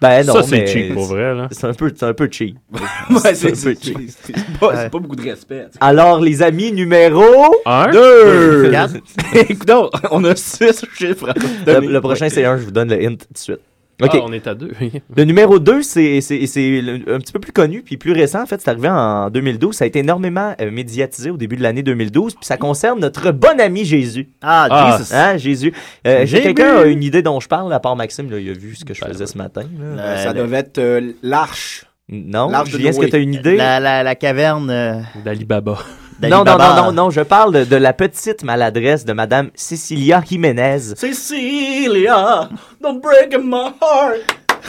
[SPEAKER 10] Ben non,
[SPEAKER 11] Ça, c'est
[SPEAKER 10] mais
[SPEAKER 11] cheap, pour vrai, là.
[SPEAKER 10] C'est un peu, c'est un peu cheap.
[SPEAKER 9] Ouais,
[SPEAKER 10] C'est un
[SPEAKER 9] c'est
[SPEAKER 10] peu
[SPEAKER 9] c'est-
[SPEAKER 10] cheap.
[SPEAKER 9] c'est- c'est pas c'est pas beaucoup de respect.
[SPEAKER 10] Alors, les amis, numéro 1,
[SPEAKER 9] deux,
[SPEAKER 10] 2,
[SPEAKER 9] quatre.
[SPEAKER 10] Écoute, on a 6 chiffres. Le, le prochain, c'est 1, je vous donne le hint tout de suite. OK.
[SPEAKER 11] Ah, on est à deux.
[SPEAKER 10] Le numéro 2, c'est c'est- c'est le- un petit peu plus connu, puis plus récent. En fait, c'est arrivé en 2012. Ça a été énormément euh, médiatisé au début de l'année 2012, puis ça concerne notre bon ami Jésus.
[SPEAKER 7] Ah,
[SPEAKER 10] Ah,
[SPEAKER 7] Jesus.
[SPEAKER 10] hein, Jésus. Euh, est-ce que
[SPEAKER 9] Jésus.
[SPEAKER 10] Quelqu'un a une idée dont je parle, à part Maxime, là, il a vu ce que je
[SPEAKER 11] Ben
[SPEAKER 10] faisais ce matin. là. Ben,
[SPEAKER 9] Euh, ça devait être euh, l'arche.
[SPEAKER 10] Non,
[SPEAKER 9] L'arche de
[SPEAKER 10] Julien, est-ce que
[SPEAKER 9] Noé.
[SPEAKER 10] tu as une idée?
[SPEAKER 7] La, la, la caverne. euh,
[SPEAKER 11] D'Alibaba.
[SPEAKER 10] Non, non, non, non, non, je parle de, de la petite maladresse de Madame Cecilia Jiménez.
[SPEAKER 9] Cecilia, don't break my heart.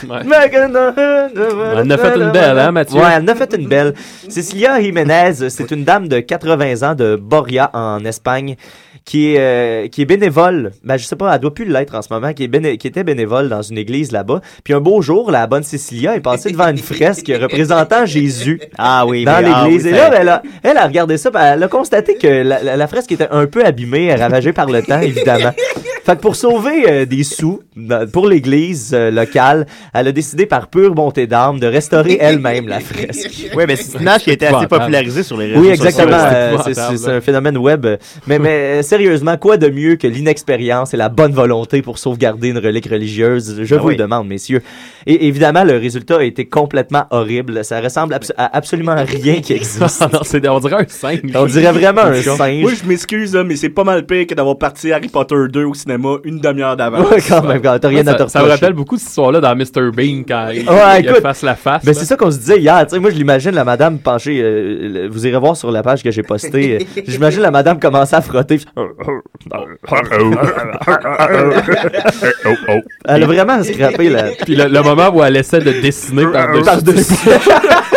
[SPEAKER 10] Elle
[SPEAKER 11] Elle en a fait une belle, hein, Mathieu?
[SPEAKER 10] Ouais, elle en a fait une belle. Cecilia Jiménez, c'est une dame de 80 ans de Boria, en Espagne, qui est, euh, qui est bénévole. Ben, je sais pas, elle doit plus l'être en ce moment, qui, est béné- qui était bénévole dans une église là-bas. Puis un beau jour, la bonne Cecilia est passée devant une fresque représentant Jésus.
[SPEAKER 7] Ah oui,
[SPEAKER 10] dans
[SPEAKER 7] mais- ah
[SPEAKER 10] l'église.
[SPEAKER 7] oui,
[SPEAKER 10] Et
[SPEAKER 7] ça-
[SPEAKER 10] là, ben, elle, a, elle a regardé ça, puis elle a constaté que la, la- la fresque était un peu abîmée, ravagée par le temps, évidemment. Fait que pour sauver euh, des sous dans- pour l'église euh, locale, elle a décidé par pure bonté d'âme de restaurer elle-même la fresque.
[SPEAKER 7] Oui, mais c'est une image qui a été assez popularisée sur les réseaux
[SPEAKER 10] Oui,
[SPEAKER 7] sociaux.
[SPEAKER 10] exactement.
[SPEAKER 7] C'est
[SPEAKER 10] euh, c'est-
[SPEAKER 7] épouvantable.
[SPEAKER 10] C'est c'est un phénomène web. Mais, mais euh, sérieusement, quoi de mieux que l'inexpérience et la bonne volonté pour sauvegarder une relique religieuse? Je
[SPEAKER 7] Ah
[SPEAKER 10] vous
[SPEAKER 7] oui.
[SPEAKER 10] le demande, messieurs. Et évidemment, le résultat a été complètement horrible. Ça ressemble abso- à absolument rien qui existe.
[SPEAKER 11] non, c'est, on dirait un singe.
[SPEAKER 10] On dirait vraiment un
[SPEAKER 9] Moi,
[SPEAKER 10] singe.
[SPEAKER 9] je m'excuse, là, mais c'est pas mal pire que d'avoir parti Harry Potter 2 au cinéma une demi-heure d'avance.
[SPEAKER 10] Ouais, quand même, quand t'as rien
[SPEAKER 11] ça,
[SPEAKER 10] à te
[SPEAKER 11] Ça me
[SPEAKER 10] reprocher.
[SPEAKER 11] rappelle beaucoup cette histoire-là dans Mr. Bean quand il,
[SPEAKER 10] Ouais,
[SPEAKER 11] il
[SPEAKER 10] écoute.
[SPEAKER 11] face la face.
[SPEAKER 10] Ben,
[SPEAKER 11] là.
[SPEAKER 10] c'est ça qu'on se disait hier. Tu sais, moi, je l'imagine, la madame penchée. euh, le- vous irez voir sur la page que j'ai postée. euh, J'imagine la madame commencer à frotter. puis- Elle a vraiment scrappé, là.
[SPEAKER 11] Oh. Puis le, le moment où elle essaie de dessiner par-dessus.
[SPEAKER 10] Par-dessus.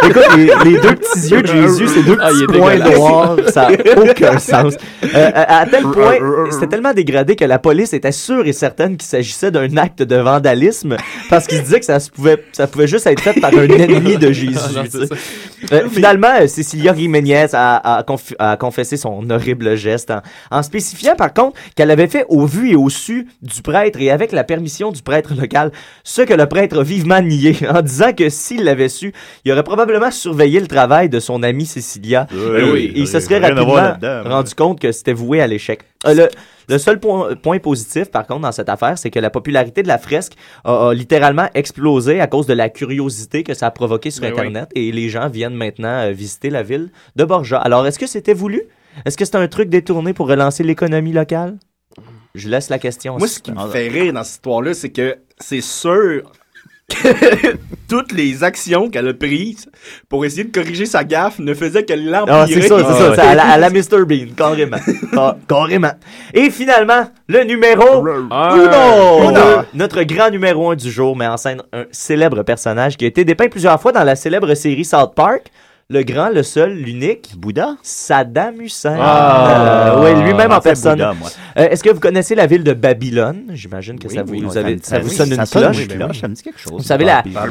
[SPEAKER 10] Écoute, les, les deux petits yeux de Jésus, ces deux
[SPEAKER 11] Ah, il est
[SPEAKER 10] petits points
[SPEAKER 11] dégueulasse.
[SPEAKER 10] noirs, ça n'a aucun sens. Euh, à, à tel point, c'était tellement dégradé que la police était sûre et certaine qu'il s'agissait d'un acte de vandalisme parce qu'ils se disaient que ça, se pouvait, ça pouvait juste être fait par un ennemi de Jésus.
[SPEAKER 11] Ah, non,
[SPEAKER 10] tu sais. Euh, finalement, euh, Cécilia Jiménez a, a conf- a confessé son horrible geste en, en spécifiant par contre qu'elle avait fait au vu et au su du prêtre et avec la permission du prêtre local, ce que le prêtre a vivement nié en disant que s'il l'avait su, il aurait probablement surveillé le travail de son amie Cécilia
[SPEAKER 7] Euh,
[SPEAKER 10] et,
[SPEAKER 7] oui,
[SPEAKER 10] et il se serait
[SPEAKER 7] rien à voir
[SPEAKER 10] rapidement
[SPEAKER 7] là-dedans,
[SPEAKER 10] rendu compte que c'était voué à l'échec. Euh, le, le seul point, point positif, par contre, dans cette affaire, c'est que la popularité de la fresque a, a littéralement explosé à cause de la curiosité que ça a provoqué sur
[SPEAKER 11] Mais oui.
[SPEAKER 10] Internet et les gens viennent maintenant euh, visiter la ville de Borja. Alors, est-ce que c'était voulu? Est-ce que c'est un truc détourné pour relancer l'économie locale? Je laisse la question.
[SPEAKER 9] Moi, ce qui me fait rire dans cette histoire-là, c'est que c'est sûr que toutes les actions qu'elle a prises pour essayer de corriger sa gaffe ne faisaient que l'empirer.
[SPEAKER 10] Ah, c'est ça, c'est ça, c'est à, la, à la Mr. Bean, carrément. Ah, carrément. Et finalement, le numéro
[SPEAKER 9] Ah,
[SPEAKER 10] Uno!
[SPEAKER 7] Uno.
[SPEAKER 10] Notre grand numéro 1 du jour met en scène un célèbre personnage qui a été dépeint plusieurs fois dans la célèbre série South Park. Le grand, le seul, l'unique. Bouddha? Saddam Hussein.
[SPEAKER 7] Ah.
[SPEAKER 10] Euh, ouais, lui-même
[SPEAKER 7] Ah,
[SPEAKER 10] en
[SPEAKER 7] c'est
[SPEAKER 10] personne.
[SPEAKER 7] Bouddha, moi.
[SPEAKER 10] Euh, Est-ce que vous connaissez la ville de Babylone? J'imagine que
[SPEAKER 7] Oui,
[SPEAKER 10] ça vous,
[SPEAKER 7] oui,
[SPEAKER 10] vous
[SPEAKER 7] ça
[SPEAKER 10] avez-
[SPEAKER 7] me-
[SPEAKER 10] ça
[SPEAKER 7] ça-
[SPEAKER 10] vous
[SPEAKER 7] oui,
[SPEAKER 10] sonne
[SPEAKER 7] ça
[SPEAKER 10] une
[SPEAKER 7] sonne une
[SPEAKER 10] cloche.
[SPEAKER 7] cloche, ça me dit quelque chose.
[SPEAKER 10] Vous savez, la,
[SPEAKER 7] Babylone.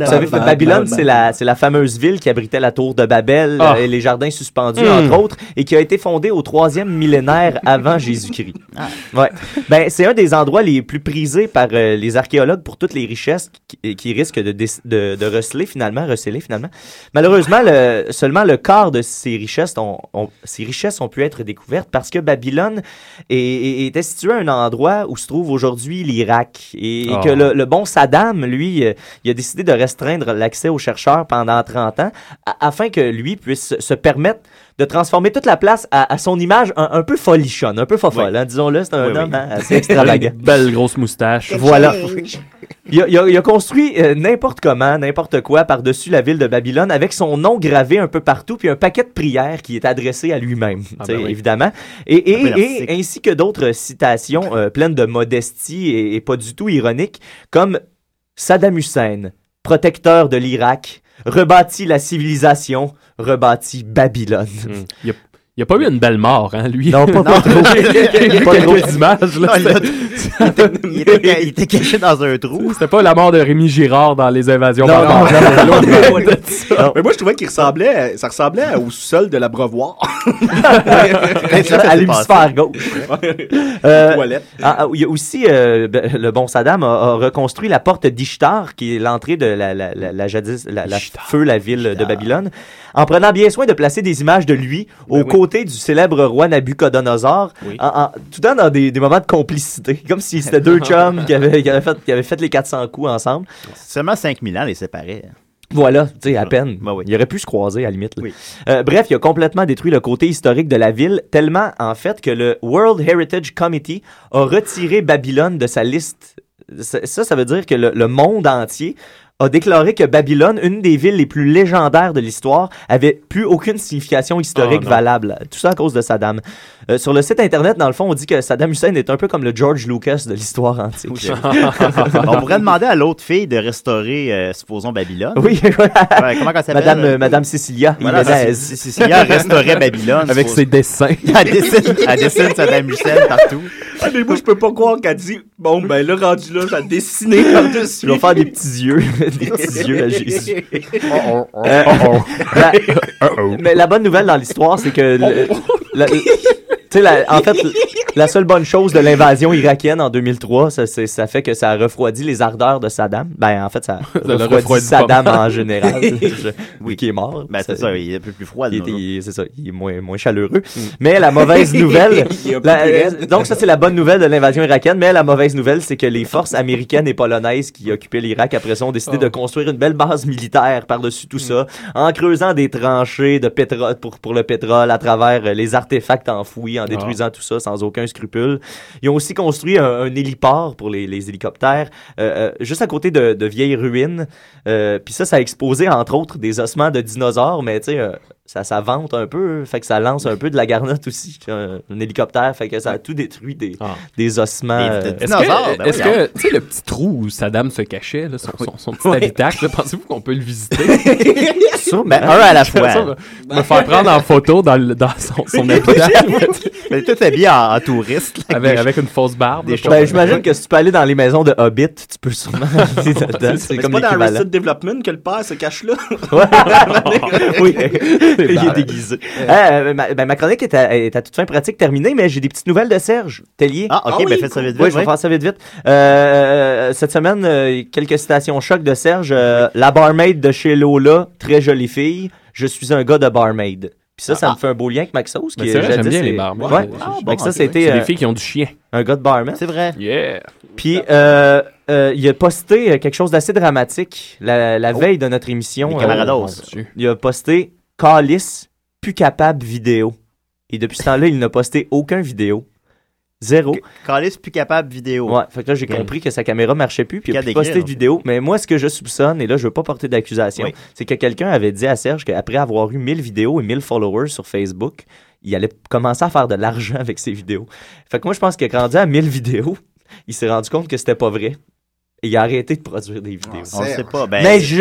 [SPEAKER 10] vous savez, Babylone, c'est la, c'est la fameuse ville qui abritait la tour de Babel
[SPEAKER 7] Ah.
[SPEAKER 10] euh, et les jardins suspendus,
[SPEAKER 7] Hmm.
[SPEAKER 10] entre autres, et qui a été fondée au troisième millénaire avant Jésus-Christ. Ouais. Ben, c'est un des endroits les plus prisés par euh, les archéologues pour toutes les richesses qui, qui risquent de, dé- de, de receler finalement, receler finalement. Malheureusement, le- seulement le quart de ces richesses ont, ont- ces richesses ont pu être découvertes parce que Babylone est- est- était située à un endroit où se trouve aujourd'hui l'Irak et, et
[SPEAKER 7] Ah.
[SPEAKER 10] que le, le bon Saddam, lui, euh, il a décidé de restreindre l'accès aux chercheurs pendant 30 ans a- afin que lui puisse se permettre de transformer toute la place à, à son image un, un peu folichonne, un peu fofolle, hein, disons-le, c'est un
[SPEAKER 11] Oui, oui.
[SPEAKER 10] homme hein, assez extravagant.
[SPEAKER 11] Une belle grosse moustache.
[SPEAKER 10] Voilà. Il a, il a- il a construit euh, n'importe comment, n'importe quoi par-dessus la ville de Babylone avec son nom gravé un peu partout puis un paquet de prières qui est adressé à lui-même,
[SPEAKER 7] Ah
[SPEAKER 10] tu sais,
[SPEAKER 7] ben oui.
[SPEAKER 10] évidemment. Et, et-
[SPEAKER 7] Un peu narcissique.
[SPEAKER 10] et ainsi que d'autres citations euh, pleines de modestie et, et pas du tout ironiques comme Saddam Hussein, protecteur de l'Irak, rebâtit la civilisation, rebâtit Babylone.
[SPEAKER 11] Hmm. Il n'y a, pas eu une belle mort, hein, lui.
[SPEAKER 10] Non, pas, pas trop.
[SPEAKER 11] J'ai vu
[SPEAKER 10] Pas trop.
[SPEAKER 11] quelques images, là.
[SPEAKER 10] Non, il a-
[SPEAKER 11] c'était-
[SPEAKER 7] Il était, il était caché dans un trou.
[SPEAKER 11] C'était pas la mort de Rémi Girard dans Les Invasions
[SPEAKER 9] Non,
[SPEAKER 11] barbares.
[SPEAKER 9] non, non,
[SPEAKER 10] Ah,
[SPEAKER 11] L'autre-
[SPEAKER 9] non, non. Ah, Mais moi, je trouvais qu'il ressemblait, à- ça ressemblait à- au sous-sol de l'abreuvoir.
[SPEAKER 10] Ben, à l'hémisphère gauche. Euh,
[SPEAKER 9] Toilette.
[SPEAKER 10] ah, ah, il y a aussi, euh, ben, le bon Saddam a, a reconstruit la porte d'Ishtar, qui est l'entrée de la, la, la, la jadis, la, la feu, la ville de Babylone, en prenant bien soin de placer des images de lui aux côtés côté du célèbre roi Nabucodonosor, en- en- tout le temps dans des, des moments de complicité, comme si c'était deux chums qui avaient, qui, avaient fait, qui avaient fait les 400 coups ensemble.
[SPEAKER 7] Seulement 5000 ans les séparaient.
[SPEAKER 10] Voilà, tu sais, à peine.
[SPEAKER 7] Ben
[SPEAKER 10] Il aurait pu se croiser, à la limite. là. Euh, bref, il a complètement détruit le côté historique de la ville, tellement, en fait, que le World Heritage Committee a retiré Babylone de sa liste. Ça, ça ça veut dire que le, le monde entier a déclaré que Babylone, une des villes les plus légendaires de l'histoire, avait plus aucune signification historique
[SPEAKER 7] Oh, non.
[SPEAKER 10] valable. Tout ça à cause de Saddam. Euh, sur le site Internet, dans le fond, on dit que Saddam Hussein est un peu comme le George Lucas de l'histoire antique.
[SPEAKER 7] On pourrait demander à l'autre fille de restaurer, euh, supposons, Babylone.
[SPEAKER 10] Oui,
[SPEAKER 7] Ouais, Ben, comment elle s'appelle?
[SPEAKER 10] Madame, euh, Madame Cecilia
[SPEAKER 7] Voilà,
[SPEAKER 10] Ibanez.
[SPEAKER 7] si- si- Cecilia restaurait Babylone.
[SPEAKER 11] Avec ses dessins.
[SPEAKER 7] Elle dessine, elle dessine Saddam Hussein partout.
[SPEAKER 9] Ah, mais moi, je peux pas croire qu'elle dit Bon, ben là, rendu là, ça a dessiné par-dessus.
[SPEAKER 10] Ils vont faire des petits yeux. des petits yeux à Jésus.
[SPEAKER 9] Oh, oh,
[SPEAKER 10] Euh,
[SPEAKER 9] oh,
[SPEAKER 10] la- Mais la bonne nouvelle dans l'histoire, c'est que. le- la- tu sais, la- en fait, la seule bonne chose de l'invasion irakienne en 2003, ça, c'est- ça fait que ça a refroidi les ardeurs de Saddam. Ben, en fait, ça,
[SPEAKER 7] le
[SPEAKER 10] refroidit,
[SPEAKER 7] refroidit pas
[SPEAKER 10] Saddam
[SPEAKER 7] mal.
[SPEAKER 10] en général. oui, qui est mort.
[SPEAKER 7] Ben, c'est ça, il est un peu plus froid. Mm.
[SPEAKER 10] Il était- il- C'est ça, il est moins, moins chaleureux. Mais la mauvaise nouvelle.
[SPEAKER 7] Il a plus
[SPEAKER 10] la- euh,
[SPEAKER 7] de reste.
[SPEAKER 10] donc, ça, c'est la bonne nouvelle de l'invasion irakienne. Mais la mauvaise nouvelle, c'est que les forces américaines et polonaises qui occupaient l'Irak après ça ont décidé
[SPEAKER 7] Oh. Mm.
[SPEAKER 10] de construire une belle base militaire par-dessus tout ça, en creusant des tranchées de pétrole pour, pour le pétrole à travers euh, les artefacts enfouis,
[SPEAKER 7] Ah.
[SPEAKER 10] en détruisant tout ça sans aucun scrupule. Ils ont aussi construit un, un héliport pour les, les hélicoptères, euh, euh, juste à côté de, de vieilles ruines. Euh, Puis ça, ça a exposé, entre autres, des ossements de dinosaures, mais tu sais, euh, ça, ça vente un peu, fait que ça lance un peu de la garnotte aussi, un, un hélicoptère, fait que ça a tout détruit des,
[SPEAKER 7] Ah.
[SPEAKER 10] des ossements. euh,
[SPEAKER 11] Est-ce que, est-ce que, tu sais, le petit trou où Saddam se cachait, là, son, son- son petit
[SPEAKER 10] Oui.
[SPEAKER 11] habitacle, là, pensez-vous qu'on peut le visiter?
[SPEAKER 10] Sûrement. Ben, un à la fois.
[SPEAKER 11] Ça, me- me faire prendre en photo dans, le- dans son, son habitat.
[SPEAKER 7] Mais tout habillé en, en touriste. là,
[SPEAKER 11] Avec,
[SPEAKER 7] des-
[SPEAKER 11] avec une fausse barbe. là,
[SPEAKER 10] Ben,
[SPEAKER 11] pour-
[SPEAKER 10] j'imagine que si tu peux aller dans les maisons de Hobbit, tu peux sûrement aller dedans.
[SPEAKER 9] Mais
[SPEAKER 10] C'est comme
[SPEAKER 9] pas dans
[SPEAKER 10] l'équivalent.
[SPEAKER 9] Arrested Development que le père se cache là.
[SPEAKER 10] oui, il
[SPEAKER 9] malade.
[SPEAKER 10] est déguisé. Euh, ma, ben, ma chronique est à, est à toute fin pratique terminée, mais j'ai des petites nouvelles de Serge Tellier.
[SPEAKER 7] Ah, ok, ben, faites ça vite, vite,
[SPEAKER 10] Oui, je vais
[SPEAKER 7] oui.
[SPEAKER 10] faire ça vite, vite. Euh, cette semaine, euh, quelques citations choc de Serge. Euh, la barmaid de chez Lola, très jolie fille. Je suis un gars de barmaid. Puis ça, ça me fait un beau lien avec Maxos.
[SPEAKER 11] Mais
[SPEAKER 10] qui
[SPEAKER 11] Ah. Ben, c'est
[SPEAKER 10] est
[SPEAKER 11] vrai, j'aime
[SPEAKER 10] jadis
[SPEAKER 11] bien les
[SPEAKER 10] est-
[SPEAKER 11] barmaids.
[SPEAKER 10] Ouais.
[SPEAKER 11] Ah,
[SPEAKER 10] Fait
[SPEAKER 11] bon,
[SPEAKER 10] que ça,
[SPEAKER 11] ok,
[SPEAKER 10] c'était,
[SPEAKER 11] c'est des
[SPEAKER 10] euh,
[SPEAKER 11] filles qui ont du chien.
[SPEAKER 10] Un gars de barman.
[SPEAKER 7] C'est vrai.
[SPEAKER 11] Yeah.
[SPEAKER 10] Puis, euh, euh, il a posté euh, quelque chose d'assez dramatique la,
[SPEAKER 11] Oh.
[SPEAKER 10] la veille de notre émission.
[SPEAKER 7] Les camarados.
[SPEAKER 10] il a posté Calice, plus capable vidéo. Et depuis ce temps-là, il n'a posté aucun vidéo. Zéro.
[SPEAKER 7] Calice plus capable vidéo.
[SPEAKER 10] Ouais, fait que là, j'ai
[SPEAKER 7] Ok.
[SPEAKER 10] compris que sa caméra marchait plus, puis il a
[SPEAKER 7] Qu'à
[SPEAKER 10] plus posté
[SPEAKER 7] décrire,
[SPEAKER 10] de vidéo. Mais moi, ce que je soupçonne, et là, je veux pas porter d'accusation,
[SPEAKER 7] Oui.
[SPEAKER 10] c'est que quelqu'un avait dit à Serge qu'après avoir eu 1000 vidéos et 1000 followers sur Facebook, il allait commencer à faire de l'argent avec ses vidéos. Fait que moi, je pense que rendu à 1000 vidéos, il s'est rendu compte que c'était pas vrai. Et il a arrêté de produire des vidéos.
[SPEAKER 7] On le sait pas. Ben,
[SPEAKER 10] mais je...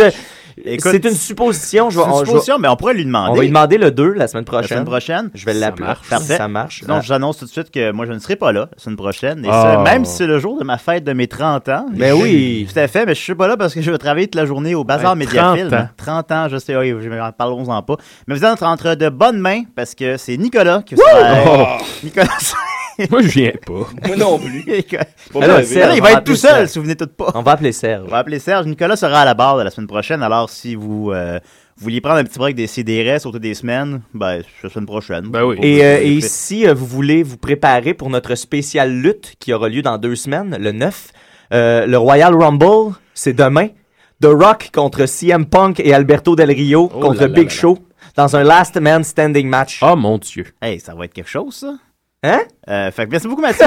[SPEAKER 7] Écoute,
[SPEAKER 10] c'est une supposition. Je vais-
[SPEAKER 7] c'est une
[SPEAKER 10] on- je vais-
[SPEAKER 7] supposition, mais on pourrait lui demander.
[SPEAKER 10] On va lui demander le 2 la semaine prochaine.
[SPEAKER 7] La semaine prochaine.
[SPEAKER 10] Je vais l'appeler.
[SPEAKER 7] Parfait.
[SPEAKER 10] Ça marche.
[SPEAKER 7] Donc, j'annonce tout de suite que moi, je ne serai pas là la semaine prochaine. Et
[SPEAKER 10] Oh.
[SPEAKER 7] ça, même si c'est le jour de ma fête de mes 30 ans.
[SPEAKER 10] Ben
[SPEAKER 7] je-
[SPEAKER 10] oui.
[SPEAKER 7] Tout à fait, mais je suis pas là parce que je vais travailler toute la journée au Bazar
[SPEAKER 10] Ouais,
[SPEAKER 7] Médiafilm.
[SPEAKER 10] 30 ans.
[SPEAKER 7] 30 ans, je sais, oui, je- parlons-en pas. Mais vous êtes entre de bonnes mains parce que c'est Nicolas qui va
[SPEAKER 11] Oh.
[SPEAKER 7] Nicolas.
[SPEAKER 11] Moi, je viens pas.
[SPEAKER 7] Moi non plus.
[SPEAKER 10] Alors, Ah Serge,
[SPEAKER 7] il
[SPEAKER 10] on
[SPEAKER 7] va
[SPEAKER 10] va
[SPEAKER 7] être tout
[SPEAKER 10] appeler
[SPEAKER 7] seul
[SPEAKER 10] Serge.
[SPEAKER 7] si vous venez tout pas.
[SPEAKER 10] On va appeler Serge.
[SPEAKER 7] On va appeler Serge. Nicolas sera à la barre de la semaine prochaine. Alors, si vous euh, vouliez prendre un petit break des CDRS autour des semaines, ben, c'est la semaine prochaine. Ben oui.
[SPEAKER 10] Et, euh, et si euh, vous voulez vous préparer pour notre spéciale lutte qui aura lieu dans deux semaines, le 9, euh, le Royal Rumble, c'est demain. The Rock contre CM Punk et Alberto Del Rio
[SPEAKER 7] Oh
[SPEAKER 10] contre
[SPEAKER 7] là là
[SPEAKER 10] Big
[SPEAKER 7] là là.
[SPEAKER 10] Show dans un Last Man Standing match.
[SPEAKER 11] Oh mon Dieu.
[SPEAKER 7] Hey, ça va être quelque chose, ça.
[SPEAKER 10] Hein?
[SPEAKER 7] Euh, fait que merci beaucoup, Mathieu.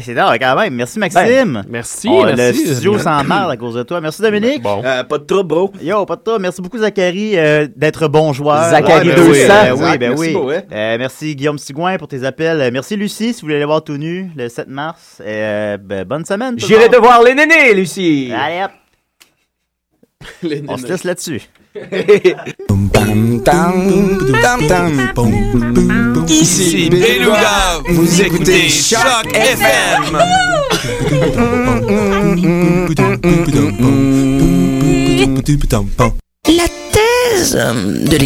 [SPEAKER 7] c'est dingue, quand même. Merci, Maxime.
[SPEAKER 11] Ben, merci,
[SPEAKER 7] Oh,
[SPEAKER 11] merci.
[SPEAKER 7] Le studio s'en marre à cause de toi. Merci, Dominique.
[SPEAKER 10] Ben,
[SPEAKER 9] Euh, pas de trouble, bro.
[SPEAKER 7] Yo, pas de trouble. Merci beaucoup, Zachary, euh, d'être bon joueur.
[SPEAKER 10] Zachary
[SPEAKER 7] Ah, ben oui,
[SPEAKER 10] 200.
[SPEAKER 7] ben oui,
[SPEAKER 10] Zach,
[SPEAKER 7] ben
[SPEAKER 10] merci
[SPEAKER 7] oui.
[SPEAKER 10] beaucoup,
[SPEAKER 9] hein.
[SPEAKER 10] ouais.
[SPEAKER 7] Euh, merci, Guillaume Sigouin, pour tes appels. Euh, merci, Lucie, si vous voulez aller voir tout nu le 7 mars. Euh, ben, bonne semaine. tout le
[SPEAKER 10] J'irai
[SPEAKER 7] monde.
[SPEAKER 10] te voir les nénés, Lucie.
[SPEAKER 7] Allez, hop. On se laisse là-dessus.
[SPEAKER 8] Ici Beluga, vous écoutez Choc FM.
[SPEAKER 15] La thèse euh, de l'équipe